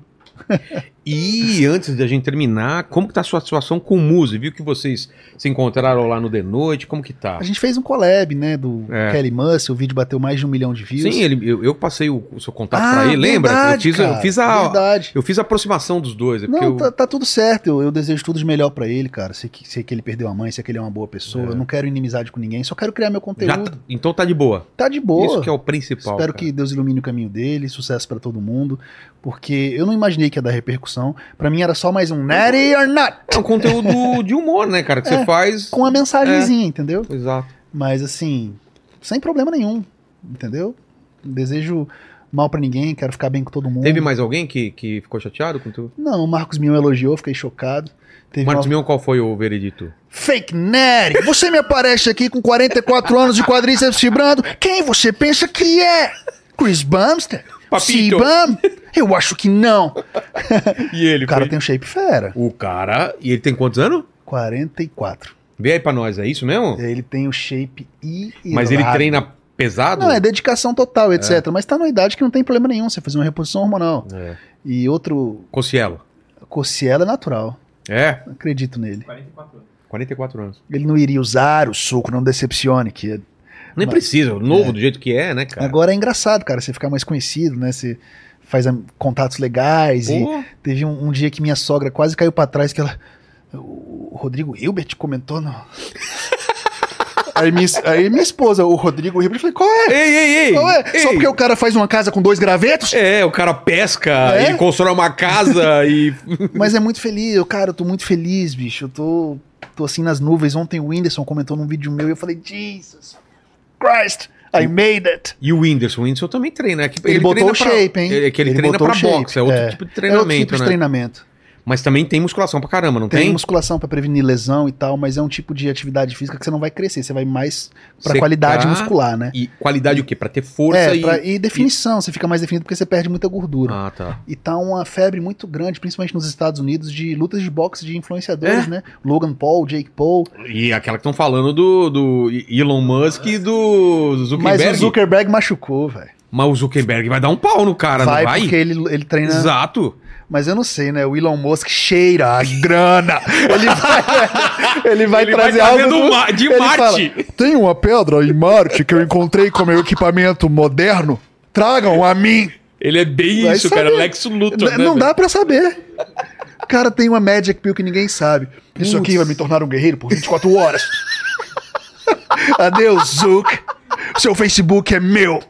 A: E antes de a gente terminar, como que tá a sua situação com o Muse? Viu que vocês se encontraram lá no The Noite? Como que tá?
C: A gente fez um collab, né, do
A: É.
C: Kelly Muscle, o vídeo bateu mais de um milhão de views.
A: Sim, ele, eu, eu passei o, o seu contato
C: Ah,
A: pra ele, lembra?
C: verdade,
A: eu, fiz, eu,
C: cara,
A: fiz a,
C: Verdade.
A: eu fiz a aproximação dos dois. É porque
C: Não,
A: eu-
C: tá, tá tudo certo. Eu, eu desejo tudo de melhor pra ele, cara. Sei que, sei que ele perdeu a mãe, sei que ele é uma boa pessoa.
A: É.
C: Eu não quero inimizade com ninguém, só quero criar meu
A: já
C: conteúdo.
A: tá- então tá de boa.
C: Tá de boa.
A: Isso que é o principal.
C: Espero
A: cara.
C: que Deus ilumine o caminho dele, sucesso pra todo mundo, porque eu não imaginei que ia dar repercussão. Pra mim era só mais um natty or not,
A: É um conteúdo de humor, né, cara? Que
C: É,
A: você faz.
C: com uma mensagenzinha,
A: É.
C: entendeu?
A: Exato.
C: Mas assim, sem problema nenhum, entendeu? Desejo mal pra ninguém, quero ficar bem com todo mundo.
A: Teve mais alguém que, que ficou chateado com tu?
C: Não, o Marcos Mion elogiou, fiquei chocado. Teve
A: Marcos
C: uma...
A: Mion, qual foi o veredito?
C: Fake Nery, você me aparece aqui com 44 anos de quadríceps fibrando. Quem você pensa que é? Chris Bumster?
A: Papito.
C: Cibam? Eu acho que não.
A: E ele,
C: O cara
A: foi-
C: tem um shape fera.
A: O cara. E ele tem quantos anos?
C: 44.
A: Vê aí pra nós, é isso mesmo?
C: Ele tem um shape e
A: Mas ele treina pesado?
C: Não, é dedicação total, etc. Mas tá numa idade que não tem problema nenhum você fazer uma reposição hormonal.
A: É.
C: E outro
A: Cossielo.
C: Cossiela é natural.
A: É,
C: Não acredito nele.
B: 44 anos.
A: 44 anos.
C: Ele não iria usar o suco, não decepcione, que
A: Nem
C: Mas-
A: precisa, novo do jeito que é, né, cara?
C: agora é engraçado, cara, você ficar mais conhecido, né? Você faz am- contatos legais e
A: Pô,
C: teve um, um dia que minha sogra quase caiu pra trás que ela o o Rodrigo Hilbert comentou no (laughs) Aí minha, es- aí minha esposa, o Rodrigo Hilbert, eu falei, qual é?
A: Ei, ei, ei!
C: Qual é?
A: ei.
C: Só porque o cara faz uma casa com dois gravetos?
A: É, o cara pesca
C: É?
A: e constrói uma casa
C: (laughs)
A: e.
C: Mas é muito feliz, eu, cara, eu tô muito feliz, bicho. Eu tô, tô assim nas nuvens. Ontem o Whindersson comentou num vídeo meu e eu falei, Jesus Christ, I made it.
A: E o Whindersson, o Whindersson também treina. É que
C: Ele botou
A: treina
C: o shape, hein?
A: É que ele,
C: Ele
A: treina
C: botou
A: pra
C: o shape,
A: boxe, é outro
C: é.
A: tipo de
C: É outro
A: treinamento,
C: tipo de
A: né?
C: treinamento.
A: Mas também tem musculação pra caramba, não
C: Tem,
A: tem?
C: musculação pra prevenir lesão e tal, mas é um tipo de atividade física que você não vai crescer, você vai mais pra
A: Secar
C: qualidade muscular,
A: tá
C: né?
A: E qualidade o quê? Pra ter força
C: é,
A: e...
C: pra- e definição, você fica mais definido porque você perde muita gordura.
A: Ah, tá.
C: E tá uma febre muito grande, principalmente nos Estados Unidos, de lutas de boxe de
A: É?
C: influenciadores, né? Logan Paul, Jake Paul.
A: E aquela que estão falando do, do Elon Musk e do Zuckerberg.
C: Mas o Zuckerberg machucou, velho.
A: Mas o Zuckerberg vai dar um pau no cara,
C: Vai,
A: não vai?
C: porque né? ele, ele treina.
A: Exato.
C: Mas eu não sei, né? O Elon Musk cheira a grana. Ele vai, (laughs) ele vai trazer
A: tá
C: algo.
A: vendo
C: do-
A: ma- de
C: ele
A: Marte.
C: fala, Tem uma pedra em Marte que eu encontrei com meu equipamento moderno. Tragam a mim.
A: Ele é bem
C: Vai
A: isso, cara.
C: saber.
A: Lex Luthor,
C: N-
A: né,
C: não
A: velho?
C: dá pra saber. O cara tem uma Magic Pill que ninguém sabe. Isso aqui vai me tornar um guerreiro por 24 horas. (laughs) Adeus, Zuck. Seu Facebook é meu.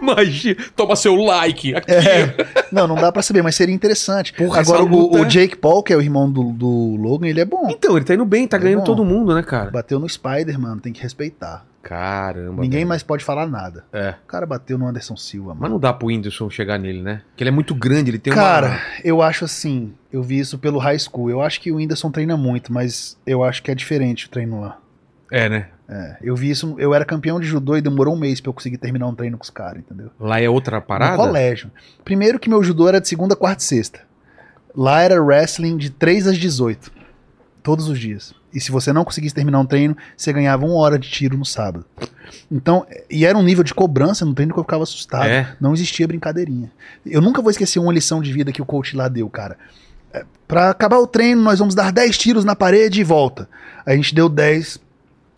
A: Imagina. Toma seu like. Aqui.
C: É. Não, não dá pra saber, mas seria interessante.
A: É. Porra,
C: Agora,
A: essa
C: o,
A: luta
C: o
A: é-
C: Jake Paul, que é o irmão do, do Logan, ele é bom.
A: Então, ele tá indo bem, tá
C: Tá
A: ganhando
C: bom.
A: todo mundo, né, cara?
C: Bateu no Spider, mano, tem que respeitar.
A: Caramba.
C: Ninguém
A: velho.
C: mais pode falar nada.
A: É.
C: O cara bateu no Anderson Silva,
A: Mas
C: mano.
A: não dá pro Whindersson chegar nele, né? Porque ele é muito grande, ele tem
C: Cara,
A: uma...
C: eu acho assim, eu vi isso pelo high school. Eu acho que o Whindersson treina muito, mas eu acho que é diferente o treino lá.
A: É, né?
C: É, eu vi isso, eu era campeão de judô e demorou um mês pra eu conseguir terminar um treino com os caras, entendeu?
A: Lá é outra parada?
C: No colégio. Primeiro que meu judô era de segunda, quarta e sexta. Lá era wrestling de 3 às 18. Todos os dias. E se você não conseguisse terminar um treino, você ganhava uma hora de tiro no sábado. Então, e era um nível de cobrança no treino que eu ficava assustado.
A: É.
C: Não existia brincadeirinha. Eu nunca vou esquecer uma lição de vida que o coach lá deu, cara. É, Pra acabar o treino, nós vamos dar 10 tiros na parede e volta. A gente deu 10.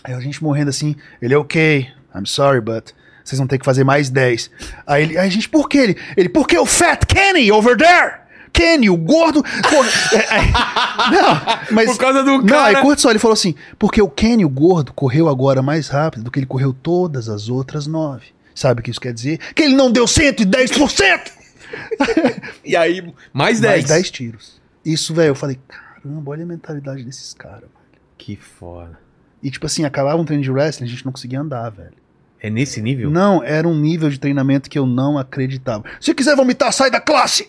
C: Aí a gente morrendo assim, ele é ok, I'm sorry, but vocês vão ter que fazer mais 10. Aí, ele, aí a gente, por que ele? Ele, porque o Fat Kenny over there! Kenny, o gordo. Porra, é, é, (laughs) não, mas.
A: Por causa do
C: Não, aí
A: cara...
C: curte só, ele falou assim, porque o Kenny, o gordo, correu agora mais rápido do que ele correu todas as outras nove. Sabe o que isso quer dizer? Que ele não deu 110%!
A: E aí, mais
C: Mais
A: 10.
C: 10 tiros. Isso, velho, eu falei, caramba, olha a mentalidade desses caras.
A: Que foda.
C: E tipo assim, acabava um treino de wrestling, a gente não conseguia andar, velho.
A: É nesse nível?
C: Não, era um nível de treinamento que eu não acreditava. Se quiser vomitar, sai da classe!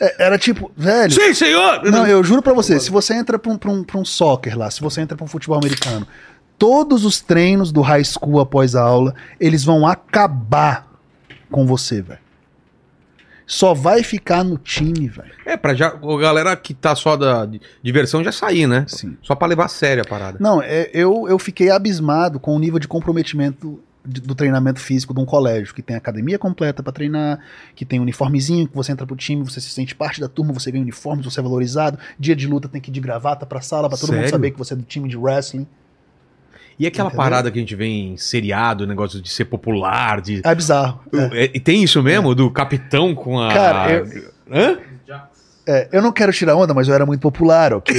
C: É, Era tipo, velho.
A: Sim, senhor!
C: Não, eu juro pra você, se você entra pra um, pra um- pra um soccer lá, se você entra pra um futebol americano, todos os treinos do high school após a aula, eles vão acabar com você, velho. Só vai ficar no time, velho.
A: É, pra já... A galera que tá só da de- diversão já sair, né?
C: Sim.
A: Só pra levar a sério a parada.
C: Não, é, eu, eu fiquei abismado com o nível de comprometimento de- do treinamento físico de um colégio, que tem academia completa pra treinar, que tem uniformezinho, que você entra pro time, você se sente parte da turma, você ganha uniforme, você é valorizado. Dia de luta tem que ir de gravata pra sala, pra todo mundo
A: Sério?
C: saber que você é do time de wrestling.
A: E aquela
C: Entendeu?
A: parada que a gente vê em seriado, negócio de ser popular, de...
C: É bizarro. É.
A: É, E tem isso mesmo? Do capitão com a...
C: Cara, eu-
A: Hã?
C: É, eu não quero tirar onda, mas eu era muito
A: (laughs)
C: popular, ok?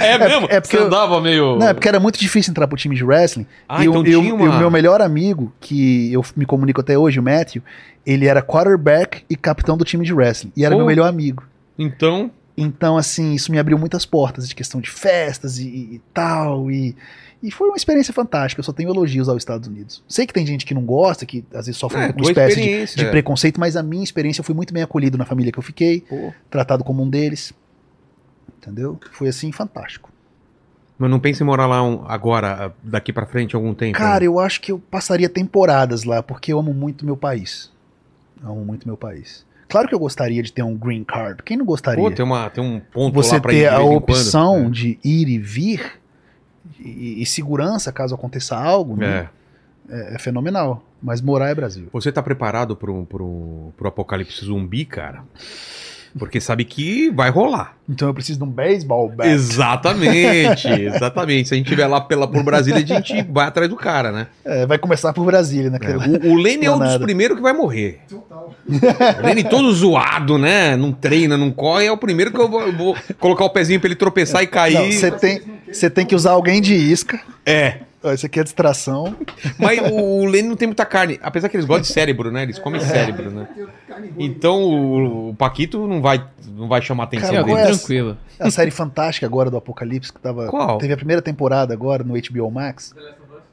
A: É mesmo?
C: é porque
A: Você
C: eu-
A: andava meio...
C: não, é porque era muito difícil entrar pro time de wrestling.
A: Ah,
C: e, o-
A: então
C: e o,
A: tinha
C: e
A: uma...
C: o meu melhor amigo, que eu me comunico até hoje, o Matthew, ele era quarterback e capitão do time de wrestling. E era
A: Oh.
C: meu melhor amigo.
A: Então...
C: Então, assim, isso me abriu muitas portas de questão de festas e, e- e tal. E, e foi uma experiência fantástica. Eu só tenho elogios aos Estados Unidos. Sei que tem gente que não gosta, que às vezes sofre
A: É,
C: com
A: tua
C: uma espécie de,
A: experiência.
C: de preconceito, mas a minha experiência eu fui muito bem acolhido na família que eu fiquei,
A: Pô.
C: tratado como um deles. Entendeu? Foi assim, fantástico.
A: Mas não pensa em morar lá um- agora, daqui pra frente, algum tempo.
C: Cara, eu acho que eu passaria temporadas lá, porque eu amo muito meu país. Eu amo muito meu país. Claro que eu gostaria de ter um green card. Quem não gostaria?
A: Pô, tem, uma, tem um ponto
C: Você
A: lá pra ir
C: ter
A: de
C: a
A: vez em
C: opção
A: quando.
C: de ir e vir e, e segurança caso aconteça algo, né?
A: É.
C: É, é fenomenal. Mas morar é Brasil.
A: Você tá preparado pro, pro, pro apocalipse zumbi, cara? Porque sabe que vai rolar.
C: Então eu preciso de um baseball bat.
A: Exatamente, (laughs) exatamente. Se a gente tiver lá pela, por Brasília, a gente vai atrás do cara, né?
C: É, vai começar por Brasília, né,
A: É,
C: naquela.
A: O, o Lene é um dos
C: Explanada.
A: primeiros que vai morrer. O Lene todo zoado, né? Não treina, não corre, é o primeiro que eu vou, eu vou colocar o pezinho pra ele tropeçar e cair.
C: Você tem, você tem que usar alguém de isca.
A: É.
C: Ó, Isso aqui é distração.
A: Mas o Lênin não tem muita carne. Apesar que eles gostam de cérebro, né? Eles comem cérebro, né? Então o, o Paquito não vai, não vai chamar a atenção
C: Cara,
B: é
A: dele.
B: bem
C: qual é essa?
B: tranquilo.
C: A série fantástica agora do Apocalipse, que tava.
A: Qual?
C: Teve a primeira temporada agora no HBO Max.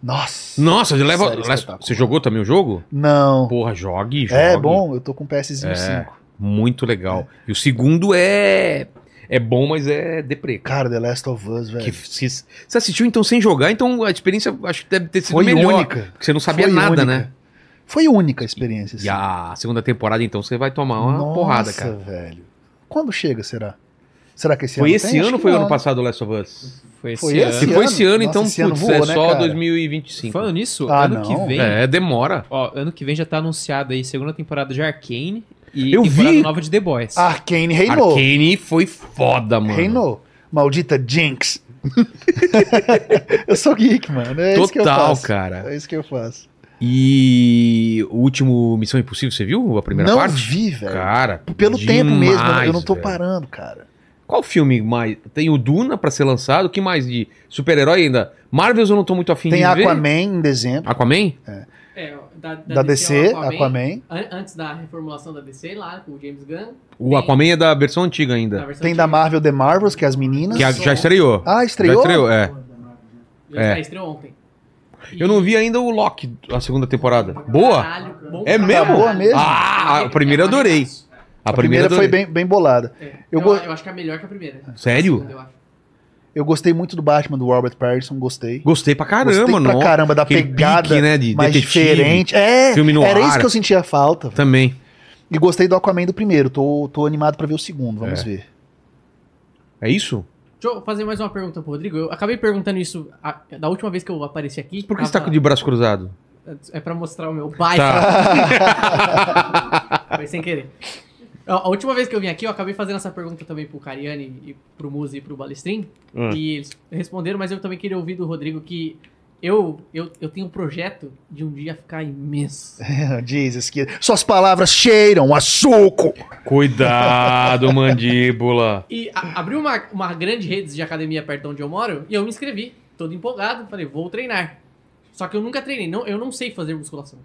C: Nossa.
A: Nossa, ele leva.
C: Sério,
A: leva-
C: espetáculo.
A: você jogou também o jogo?
C: Não.
A: Porra, jogue, jogue.
C: é bom, eu tô com PSzinho
A: É.
C: 5.
A: Muito legal. E o segundo é. É bom, mas é deprê. cara.
C: Cara, The Last of Us, velho.
A: Que se- você assistiu então sem jogar, então a experiência acho que deve ter sido
C: foi
A: melhor.
C: única.
A: Porque você não sabia
C: Foi
A: nada,
C: única.
A: né?
C: Foi única a experiência.
A: E
C: assim.
A: a segunda temporada, então, você vai tomar uma
C: Nossa,
A: porrada, cara.
C: velho. Quando chega, será? Será que esse
A: Foi
C: ano
A: esse
C: tem? Acho
A: ano ou
C: que
A: foi
C: não,
A: ano
C: né?
A: passado o Last of Us?
B: Foi esse
C: Foi
B: ano.
C: esse
A: Se foi esse ano,
C: ano?
A: então,
C: Nossa, esse ano
A: putz, é
C: voou, né,
A: só
C: cara?
A: 2025.
B: Falando nisso,
C: Ah,
B: ano que
C: não.
B: vem.
A: É, demora.
B: Ó, ano que vem já tá anunciado aí segunda temporada de Arcane e
A: Eu
B: temporada
A: vi!
B: nova de The Boys.
A: Ah.
C: Arkane reinou.
A: Arcane foi foda, mano.
C: Reinou. Maldita Jinx. (laughs) eu sou geek, mano. É isso que eu
A: Total,
C: faço.
A: cara.
C: É isso que eu faço.
A: E o último Missão Impossível, você viu a primeira
C: não
A: parte?
C: vi, velho.
A: Cara,
C: Pelo tempo mesmo, eu não- eu não
A: demais,
C: tô
A: velho.
C: parando, cara.
A: Qual filme mais? Tem o Duna pra ser lançado, que mais de super-herói ainda? Marvels eu não tô muito afim
C: Tem
A: de ver.
C: Aquaman em dezembro,
A: Aquaman?
F: É, da,
C: da, DC, Aquaman.
F: An- Antes da reformulação da DC lá, com o James Gunn.
A: O
F: Tem.
A: Aquaman é da versão antiga
F: na
A: ainda,
F: versão
C: Tem da
F: antiga.
C: Marvel The Marvels, que é as meninas.
A: que a- já estreou.
C: Ah, estreou?
A: Já estreou, é.
F: Já
A: É.
F: é. estreou ontem.
A: Eu não vi ainda o Loki, a segunda temporada. Boa?
F: Caralho, é bom
A: É
F: pra
A: mesmo?
F: caralho.
C: Tá Boa mesmo?
A: Ah, a primeira eu adorei.
C: A, primeira, foi
A: adorei.
C: bem, bem bolada.
F: É.
C: Eu
F: Eu,
C: go-
F: eu acho que é melhor que a primeira.
A: Sério?
F: Eu acho.
C: Eu gostei muito do Batman, do Robert Pattinson, gostei.
A: Gostei pra caramba,
C: gostei pra
A: não.
C: caramba da
A: Aquele
C: pegada
A: pique, né, de
C: mais
A: detetive,
C: diferente. É,
A: filme no
C: era
A: ar.
C: isso que eu sentia falta. velho.
A: Também.
C: E gostei do Aquaman do primeiro, tô, tô animado pra ver o segundo, vamos
A: É.
C: ver. (laughs)
A: É isso?
F: Deixa eu fazer mais uma pergunta pro Rodrigo. Eu acabei perguntando isso a- da última vez que eu apareci aqui.
A: Por que você tá
F: Tava-
A: com de Tá. braço cruzado?
F: É pra mostrar o meu baita. (laughs) Foi sem querer. A a última vez que eu vim aqui, eu acabei fazendo essa pergunta também pro Cariani, e pro Muzi e pro Balestrin.
C: Hum.
A: Ah.
F: E eles responderam, mas eu também queria ouvir do Rodrigo que eu, eu, eu tenho um projeto de um dia ficar imenso.
C: Jesus, que suas palavras cheiram a suco.
A: (laughs) Cuidado, mandíbula.
F: E a- abriu uma, uma grande rede de academia perto de onde eu moro e eu me inscrevi, todo empolgado. Falei, vou treinar. Só que eu nunca treinei, não, eu não sei fazer musculação.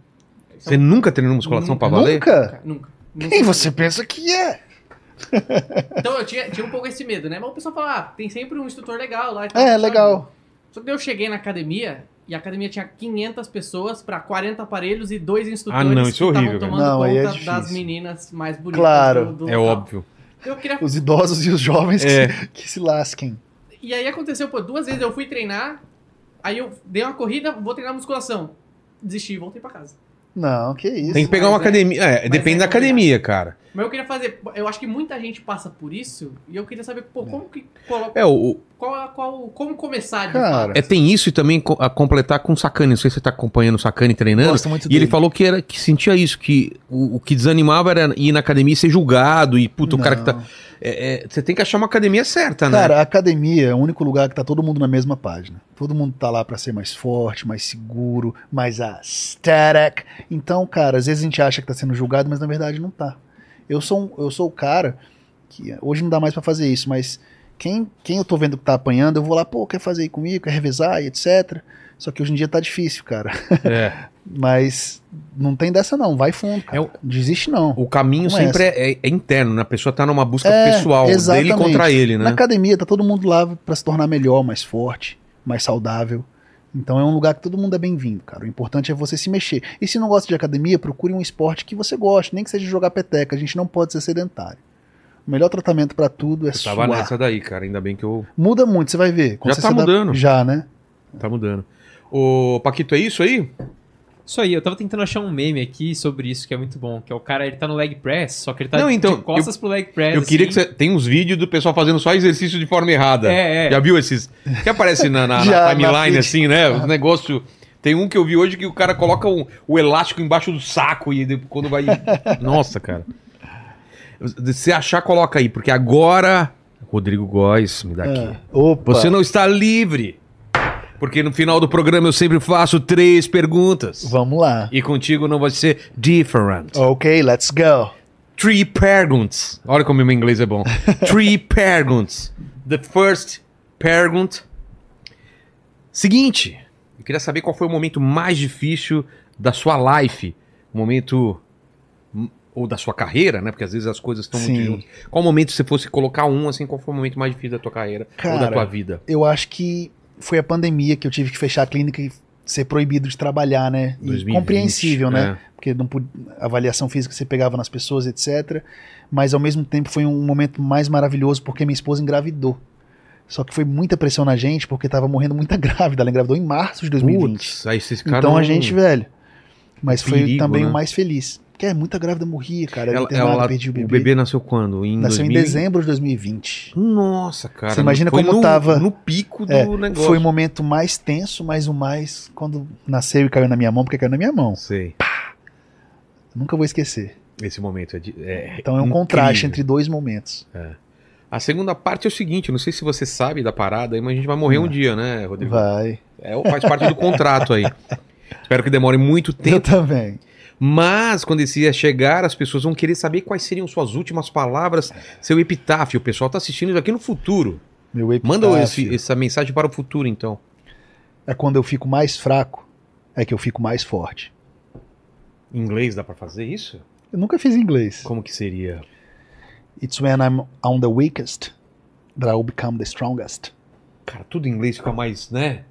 A: Você nunca treinou musculação pra valer?
C: Nunca?
F: Nunca. nunca.
C: Quem você pensa que é?
F: Então eu tinha, tinha um pouco esse medo, né? Mas o pessoal fala, ah, tem sempre um instrutor legal lá. e tal,
C: É,
F: sabe?
C: legal.
F: Só que daí eu cheguei na academia e a academia tinha 500 pessoas pra 40 aparelhos e dois instrutores
A: Ah, não, isso é
F: que estavam
A: horrível,
F: tomando
C: Não, aí é
F: conta
C: difícil.
F: das meninas mais bonitas.
C: Claro.
F: do- do
A: É
F: local.
A: óbvio.
F: Eu queria...
C: Os idosos e os jovens que
A: É.
C: se- que se lasquem.
F: E aí aconteceu, pô, duas vezes eu fui treinar, aí eu dei uma corrida, vou treinar musculação. Desisti, voltei pra casa.
C: Não, que isso.
A: Tem que pegar uma
F: Mas é-
A: academia. É, depende
F: é
A: da academia, cara.
F: Mas eu queria fazer, eu acho que muita gente passa por isso, e eu queria saber, pô, como que coloca,
A: É, o,
F: qual, é- qual, como começar de
C: Cara,
A: é, tem isso e também co- a completar com o Sacani. Não sei se você tá acompanhando o Sacani treinando.
C: gosto muito
A: E ele
C: dele.
A: falou que, era, que sentia isso, que o, o que desanimava era ir na academia e ser julgado. E, puta, o cara que tá.
C: Não.
A: É, é, você tem que achar uma academia certa, né?
C: Cara, a academia é o único lugar que tá todo mundo na mesma página. Todo mundo tá lá pra ser mais forte, mais seguro, mais aesthetic. Então, cara, às vezes a gente acha que tá sendo julgado, mas na verdade não tá. Eu sou, um- eu sou o cara que hoje não dá mais pra fazer isso, mas quem, quem eu tô vendo que tá apanhando, eu vou lá, pô, quer fazer aí comigo, quer revezar e etc. Só que hoje em dia tá difícil, cara.
A: É.
C: (laughs) Mas não tem dessa não, vai fundo, cara.
A: É o-
C: Desiste não.
A: O caminho
C: Como
A: sempre é, é- é interno, né? A pessoa tá numa busca
C: É,
A: pessoal, dele
C: exatamente.
A: contra ele,
C: Na
A: né?
C: academia tá todo mundo lá pra se tornar melhor, mais forte, mais saudável. Então é um lugar que todo mundo é bem-vindo, cara. O importante é você se mexer. E se não gosta de academia, procure um esporte que você goste, nem que seja jogar peteca. A gente não pode ser sedentário. O melhor tratamento pra tudo é
A: Eu tava
C: suar.
A: nessa daí, cara. Ainda bem que eu.
C: Muda muito, você vai ver. Quando
A: Já
C: você
A: tá
C: se adap-
A: mudando.
C: Já, né?
A: Tá mudando. Ô, Paquito, é isso aí?
B: Isso aí, eu tava tentando achar um meme aqui sobre isso que é muito bom, que é o cara, ele tá no leg press, só que ele tá
A: Não, então,
B: de costas pro leg press.
A: Eu queria que
B: assim.
A: você. Tem uns vídeos do pessoal fazendo só exercício de forma errada.
B: É, é.
A: Já viu esses? Que aparece na,
C: (laughs)
A: na- na
C: Já, na
A: timeline,
C: feed.
A: assim, né? Os negócio. Tem um que eu vi hoje que o cara coloca um- o elástico embaixo do saco e de- quando
C: (laughs)
A: vai. Nossa, cara. Se achar, coloca aí, porque agora. Rodrigo Góes, me dá aqui.
C: Ah, Opa.
A: Você não está livre. Porque no final do programa eu sempre faço três perguntas.
C: Vamos lá.
A: E contigo não vai ser different.
C: Ok, let's go.
A: Three perguntas. Olha como meu inglês é
C: (laughs)
A: bom. Three perguntas. The first pergunt. Seguinte, eu queria saber qual foi o momento mais difícil da sua life, o momento ou da sua carreira, né? Porque às vezes as coisas estão muito
C: Sim.
A: juntas. Qual momento se você fosse colocar um assim, qual foi o momento mais difícil da tua carreira ou da
C: Cara,
A: tua vida?
C: Eu acho que foi a pandemia que eu tive que fechar a clínica e ser proibido de trabalhar, né? E
A: 2020,
C: compreensível, né?
A: é.
C: Porque não pude, a avaliação física você pegava nas pessoas, etc. Mas ao mesmo tempo foi um momento mais maravilhoso porque minha esposa engravidou. Só que foi muita pressão na gente porque tava morrendo muita (laughs) grávida. Ela engravidou em março de 2020.
A: Putz, aí vocês ficaram. um-
C: então a gente, velho. Mas foi
A: Perigo,
C: também
A: né?
C: o mais feliz. Porque é muita grávida morria, cara. Era
A: Ela,
C: internada,
A: ela-
C: perdi o bebê.
A: nasceu quando? Em
C: Nasceu
A: 2000?
C: em dezembro de 2020.
A: Nossa, cara.
C: Você imagina
A: foi
C: como
A: no,
C: tava-
A: No pico do
C: É,
A: negócio.
C: Foi o momento mais tenso, mas o mais. Quando nasceu e caiu na minha mão, porque caiu na minha mão.
A: Sei.
C: Nunca vou esquecer.
A: Esse momento é. de- é
C: Então é um
A: incrível.
C: contraste entre dois momentos.
A: A segunda parte é o seguinte: não sei se você sabe da parada, aí, mas a gente vai morrer um dia, né, Rodrigo?
C: Vai.
A: É, faz parte do contrato
C: (laughs)
A: aí. Espero que demore muito tempo.
C: Eu também.
A: Mas quando esse ia chegar, as pessoas vão querer saber quais seriam suas últimas palavras, seu epitáfio. O pessoal tá assistindo isso aqui no futuro.
C: Meu
A: Manda
C: epitáfio
A: esse- essa mensagem para o futuro, então.
C: É quando eu fico mais fraco, é que eu fico mais forte.
A: Em inglês dá para fazer isso?
C: Eu nunca fiz inglês.
A: Como que seria?
C: It's when I'm on the weakest that I'll become the strongest.
A: Cara, tudo em inglês fica mais, né?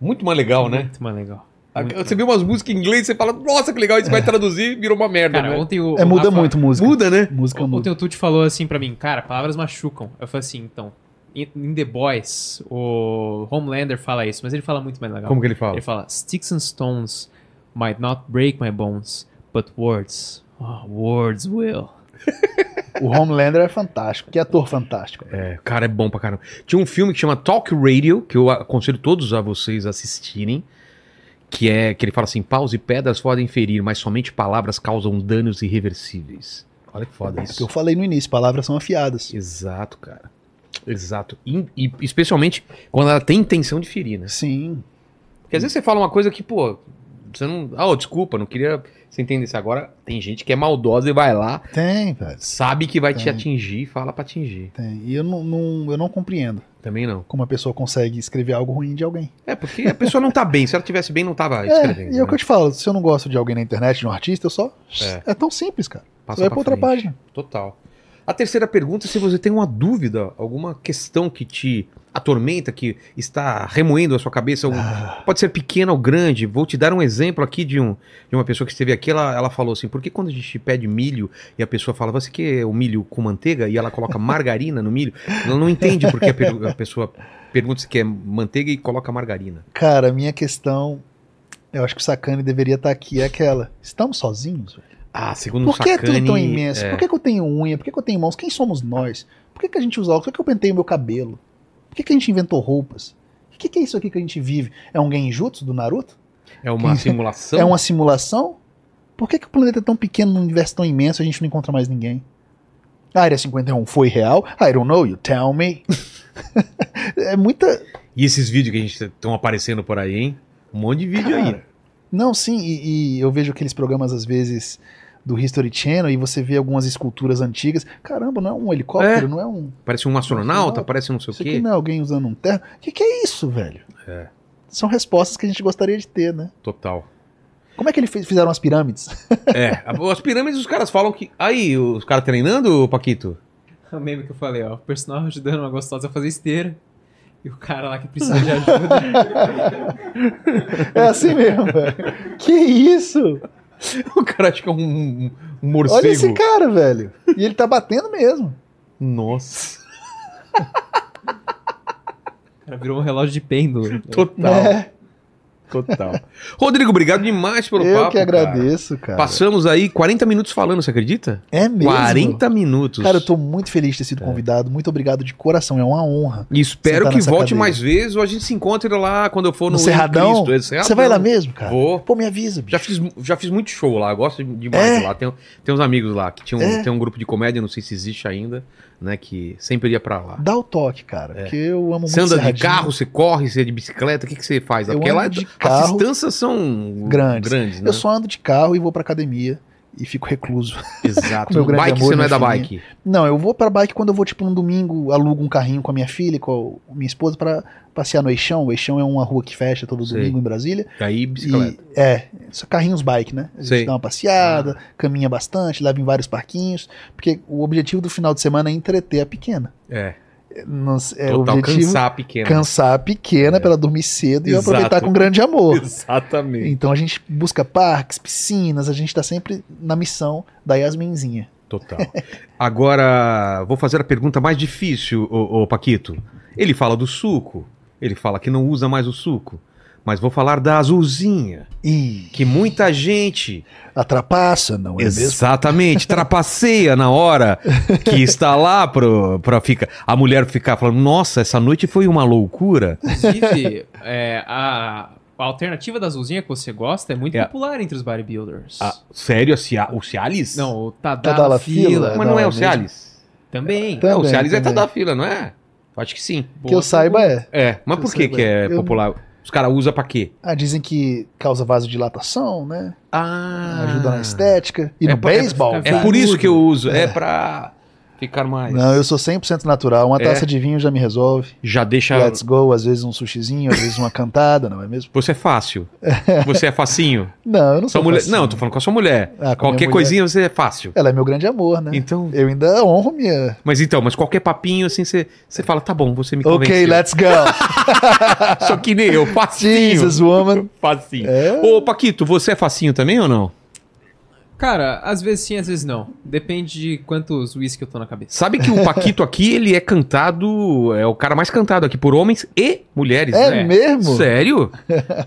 A: Muito mais legal, né?
B: Muito mais legal. Muito É.
A: Você vê umas músicas em inglês e você fala, nossa, que legal, isso vai traduzir e virou uma merda,
B: Cara,
A: né?
B: ontem o.
C: É,
B: o
C: muda
B: Rafa-
C: muito música.
A: Muda, né?
C: Música muda.
B: Ontem o Tuti falou assim pra mim, cara, palavras machucam. Eu falei assim, então, em em The Boys, o Homelander fala isso, mas ele fala muito mais legal.
A: Como que ele fala?
B: Ele fala, sticks and stones might not break my bones, but words, oh, words will.
C: O Homelander é fantástico. Que ator fantástico.
A: É, cara, é bom pra caramba. Tinha um filme que chama Talk Radio, que eu aconselho todos a vocês assistirem. Que é que ele fala assim: paus e pedras podem ferir, mas somente palavras causam danos irreversíveis. Olha que foda
C: É o que
A: isso.
C: eu falei no início, palavras são afiadas.
A: Exato, cara. Exato. E, e especialmente quando ela tem intenção de ferir, né?
C: Sim.
A: Porque às vezes você fala uma coisa que, pô, você não. Ah, ô, desculpa, não queria. Você entender isso agora. Tem gente que é maldosa e vai lá,
C: Tem, velho.
A: sabe que vai te
C: Tem.
A: atingir e fala pra atingir.
C: Tem. E eu não, não- eu não compreendo
A: Também não.
C: como a pessoa consegue escrever algo ruim de alguém.
A: É, porque a pessoa não tá bem. Se ela tivesse bem, não tava
C: É,
A: escrevendo.
C: e é o
A: né?
C: que eu te falo, se eu não gosto de alguém na internet, de um artista, eu só.
A: É.
C: É, tão simples, cara.
A: Passa
C: Você vai
A: pra
C: pra outra
A: frente.
C: página.
A: Total. A terceira pergunta é se você tem uma dúvida, alguma questão que te atormenta, que está remoendo a sua cabeça. algum- Pode ser pequena ou grande. Vou te dar um exemplo aqui de, um, de uma pessoa que esteve aqui. Ela, ela falou assim: por que quando a gente pede milho e a pessoa fala, você quer o milho com manteiga? E ela coloca margarina no milho? Ela não entende porque a, per- a pessoa pergunta se quer manteiga e coloca margarina.
C: Cara, minha questão. Eu acho que o Sacani deveria estar aqui. É aquela. Estamos sozinhos? velho?
A: Ah, segundo
C: Por que é tudo tão
A: Sacani,
C: imenso? Por que, que eu tenho unha? Por que, que eu tenho mãos? Quem somos nós? Por que, que a gente usa óculos? Por que, que eu pentei o meu cabelo? Por que, que a gente inventou roupas? O que, que é isso aqui que a gente vive? É um genjutsu do Naruto?
A: (laughs) É uma
B: Então
A: simulação?
C: É uma simulação? Por que, que o planeta é tão pequeno, num universo tão imenso, a gente não encontra mais ninguém? A Área 51 foi real? I don't know, you tell me. (laughs) é muita.
A: E esses vídeos que a gente estão aparecendo por aí, hein? Um monte de vídeo aí.
C: Cara, Não, sim, e, e eu vejo aqueles programas, às vezes, do History Channel, e você vê algumas esculturas antigas. Caramba, não é um helicóptero, não é um.
A: Parece um astronauta,
C: astronauta,
A: parece não sei o
C: Isso
A: quê.
C: aqui não é alguém usando um terno. O que, que é isso, velho?
A: É.
C: São respostas que a gente gostaria de ter, né?
A: Total. Como
C: Como é que eles fe- fizeram as pirâmides? (laughs)
A: É, a- as pirâmides os caras falam que. Aí, os caras treinando, Paquito? (laughs)
B: O É um meme que eu falei, ó, o personal ajudando é uma gostosa a fazer esteira. E o cara lá que precisa de ajuda.
C: É assim mesmo, velho. Que isso?
A: O cara acha que é um, um- um morcego.
C: Olha esse cara, velho. E ele tá batendo mesmo.
A: Nossa.
B: o cara virou um relógio
A: (laughs)
B: de pêndulo.
A: Total,
C: É,
A: total. Rodrigo, obrigado demais pelo
C: eu
A: papo.
C: que
A: cara.
C: agradeço, cara.
A: Passamos aí 40 minutos falando, você acredita?
C: É mesmo.
A: 40 minutos.
C: Cara, eu tô muito feliz de ter
A: É.
C: sido convidado. Muito obrigado de coração. É uma honra.
A: E espero
C: Sentar
A: que
C: nessa
A: volte
C: cadeira.
A: mais vezes ou a gente se encontre lá quando eu for
C: No
A: no,
C: Cerradão?
A: Cristo. É,
C: Você vai lá
A: Cerradão.
C: mesmo, cara?
A: Vou.
C: Pô, me avisa.
A: Já
C: bicho.
A: fiz, já fiz muito show lá, eu gosto demais
C: É?
A: de lá. Tem, tem uns amigos lá que tinha um,
C: É?
A: tem um grupo de comédia, não sei se existe ainda, né? Que sempre ia pra lá.
C: Dá o toque, cara. Porque eu amo
A: É. Você
C: muito
A: anda de
C: Cerradinho.
A: carro, você corre, você é de bicicleta, o que, que você faz? lá?
C: Eu
A: Porque
C: ando
A: lá
C: de
A: as
C: carro.
A: distâncias são
C: Grandes.
A: grandes né?
C: Eu só ando de carro e vou pra academia e fico recluso. (laughs)
A: Exato.
C: com meu
A: No
C: grande
A: bike
C: amor,
A: você não é da
C: minha
A: bike.
C: Não, eu vou pra bike quando eu vou, tipo, num domingo, alugo um carrinho com a minha filha, e com a minha esposa, pra passear no Eixão. O Eixão é uma rua que fecha todo
A: Sei.
C: domingo em Brasília.
A: Aí
C: E,
A: bicicleta.
C: é, só carrinhos bike, né? A gente
A: Sei. Ah.
C: dá uma passeada, caminha bastante, leva em vários parquinhos, porque o objetivo do final de semana é entreter a pequena.
A: É.
C: Nossa, é o
A: Total,
C: objetivo cansar,
A: cansar a pequena. É.
C: a pequena pra ela dormir cedo e eu
A: Exato.
C: aproveitar com
A: (laughs)
C: grande amor.
A: Exatamente.
C: Então a gente busca parques, piscinas, a gente tá sempre na missão da Yasminzinha.
A: Total. Agora, vou fazer a pergunta mais difícil, ô, ô Paquito. Ele fala do suco. Ele fala que não usa mais o suco. Mas vou falar da azulzinha,
C: E
A: que muita gente
C: a trapaça, não é mesmo?
A: Exatamente, trapaceia na hora que está lá pro, pra fica, a mulher ficar falando, nossa, essa noite foi uma loucura. (laughs)
B: Inclusive, é, a, a alternativa da azulzinha que você gosta é muito
A: É.
B: popular entre os bodybuilders.
A: Ah, sério, a Cia- o Cialis?
B: Não, o
C: Tadala
B: Tadala
C: Fila.
B: Fila.
A: mas não é o
C: Tadala
A: Cialis.
B: Também.
C: Também,
A: é, o Cialis é
C: também.
A: Tadá Fila, não é? Acho que sim.
C: Que eu saiba é.
A: É, mas
C: Eu
A: por
C: sei,
A: que que é
C: eu-
A: popular? Os caras usam pra quê?
C: Ah, dizem que causa vasodilatação, né?
A: Ah,
C: Ajuda na estética. E
A: É
C: no
A: pra- é pra
C: beisebol.
B: ficar
A: É
C: cara.
A: por isso que eu uso, é pra ficar mais...
C: Não, eu sou 100% natural. Uma
A: É.
C: taça de vinho já me resolve.
A: Já deixa...
C: Let's go, às vezes um sushizinho, às
A: (laughs)
C: vezes uma cantada, não é mesmo?
A: Você é
C: (laughs)
A: fácil. Você é facinho.
C: Não, eu não
A: Sua
C: sou.
A: mulher...
C: facinho.
A: Não, eu tô falando com a sua mulher.
C: Ah, com a minha
A: Qualquer
C: mulher.
A: coisinha você é fácil.
C: Ela é meu grande amor, né?
A: Então,
C: Eu ainda honro minha.
A: Mas então, mas qualquer papinho assim, você você fala, tá bom, você me convenceu.
C: Ok,
A: (laughs)
C: let's go.
A: Só que nem
C: (laughs)
A: eu, facinho. (laughs)
C: Jesus, woman.
A: Facinho.
C: É.
A: Ô, Paquito, você é facinho também ou não?
B: Cara, às vezes sim, às vezes não. Depende de quantos whisky eu tô na cabeça.
A: Sabe que o Paquito aqui, ele é cantado, é o cara mais cantado aqui por homens e mulheres,
C: É
A: né?
C: mesmo? (laughs)
A: Sério?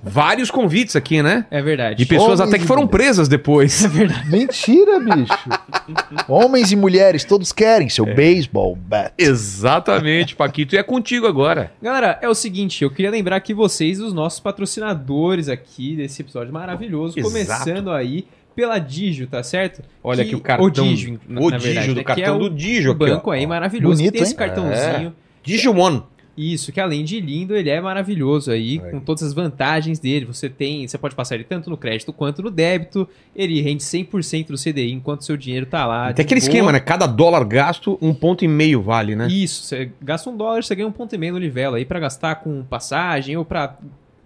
A: Vários convites aqui, né?
B: É verdade.
A: De pessoas
C: Homens
A: até que
C: e
A: foram
C: mulheres.
A: presas depois.
B: (laughs)
C: Mentira, bicho.
A: (laughs)
C: Homens e mulheres, todos querem seu
A: É.
C: beisebol bat.
A: Exatamente, Paquito. E é contigo agora.
B: Galera, é o seguinte, eu queria lembrar que vocês, os nossos patrocinadores aqui desse episódio maravilhoso,
A: Exato.
B: começando aí pela Digio, tá certo?
A: Olha
B: Que-
A: aqui o cartão.
B: O Digio, na,
A: o
B: na
A: Digio
B: verdade,
A: do
B: né,
A: cartão
B: que
A: do
B: é
A: Digio
B: o
A: aqui.
B: banco
A: ó. É.
B: aí maravilhoso. que
C: Bonito,
B: tem esse
C: hein?
B: cartãozinho.
A: Digimon.
B: Isso, que além de lindo, ele é maravilhoso aí,
A: Aí.
B: com todas as vantagens dele. Você tem, você pode passar ele tanto no crédito quanto no débito. Ele rende 100% do CDI enquanto seu dinheiro tá lá.
A: Tem aquele esquema, né? Cada dólar gasto, um ponto e meio vale, né?
B: Isso, você gasta um dólar, você ganha um ponto e meio no livelo aí pra gastar com passagem ou pra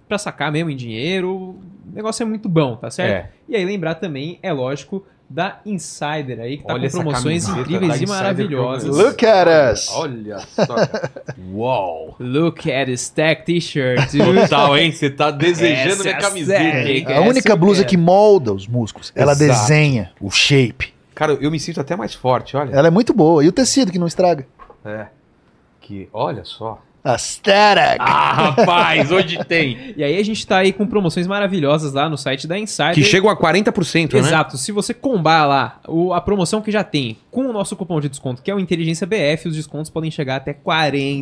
B: para sacar mesmo em dinheiro. O negócio é muito bom, tá certo?
A: É.
B: E aí lembrar também, é lógico, da Insider aí que tá
A: Olha
B: com
A: essa
B: promoções
A: camiseta da
B: incríveis e
A: Insider
B: maravilhosas.
A: Program.
C: Look at us.
A: Olha só.
B: (laughs)
A: cara. Uau.
B: Look at this tech t-shirt.
A: (laughs)
B: dude.
A: Total, hein? Você tá desejando
B: Essa é
A: minha
B: a
A: camiseta.
B: série.
A: hein?
C: A única
B: Essa
C: blusa
B: é.
C: que molda os músculos. Ela
A: Exato.
C: desenha o shape.
A: Cara, eu me sinto até mais forte, olha.
C: Ela é muito boa. E o tecido que não estraga?
A: É. Que, olha só.
C: Aesthetic.
A: Ah, rapaz, hoje tem.
B: E aí a gente tá aí com promoções maravilhosas lá no site da Insider.
A: Que chegam a 40%, né?
B: Exato, se você combar lá o- a promoção que já tem com o nosso cupom de desconto, que é o Inteligência BF, os descontos podem chegar até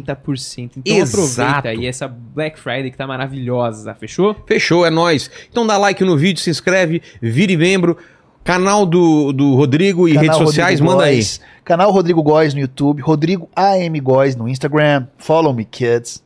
B: 40%. Então
A: Exato.
B: aproveita aí essa Black Friday que tá maravilhosa, fechou?
A: Fechou, é nóis. Então dá like no vídeo, se inscreve, vire membro. Canal do, do Rodrigo e redes sociais,
C: Rodrigo
A: manda aí.
C: Góes. Canal Rodrigo Góes no YouTube, Rodrigo AM Góes no Instagram. Follow me, kids.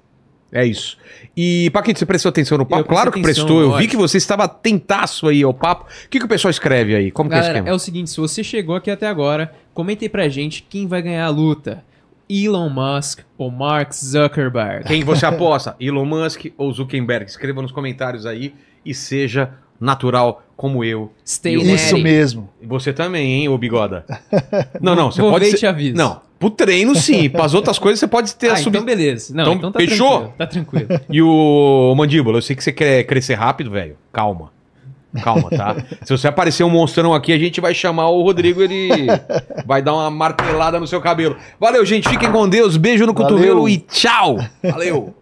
A: É isso. E, Paquito, você prestou atenção no papo?
B: Eu prestei
A: claro que
B: atenção,
A: prestou. Eu vi
B: lógico.
A: que você estava atentaço aí ao papo. O que, que o pessoal escreve aí? Como que é o
B: Galera,
A: esquema?
B: é o seguinte, se você chegou aqui até agora, comenta aí pra gente quem vai ganhar a luta. Elon Musk ou Mark Zuckerberg?
A: Quem você aposta? (laughs) Elon Musk ou Zuckerberg? Escreva nos comentários aí e seja natural como eu.
B: Stay
C: Isso
B: ready.
C: mesmo.
A: E você também, hein, ô (laughs) bigoda? Não, não, você
B: Vou
A: pode
B: ver e
A: ser...
B: te aviso.
A: Não, pro treino sim, (laughs) pras outras coisas você pode ter
B: Ah,
A: a sub...
B: então beleza. Não,
A: Então,
B: então, tá
A: fechou?
B: tranquilo. Tá tranquilo.
A: (laughs) E o Mandíbula, eu sei que você quer crescer rápido, velho. Calma. Calma, tá? Se você aparecer um monstrão aqui, a gente vai chamar o Rodrigo, ele vai dar uma martelada no seu cabelo. Valeu, gente. Fiquem com Deus. Beijo no
C: Valeu.
A: cotovelo e tchau. Valeu.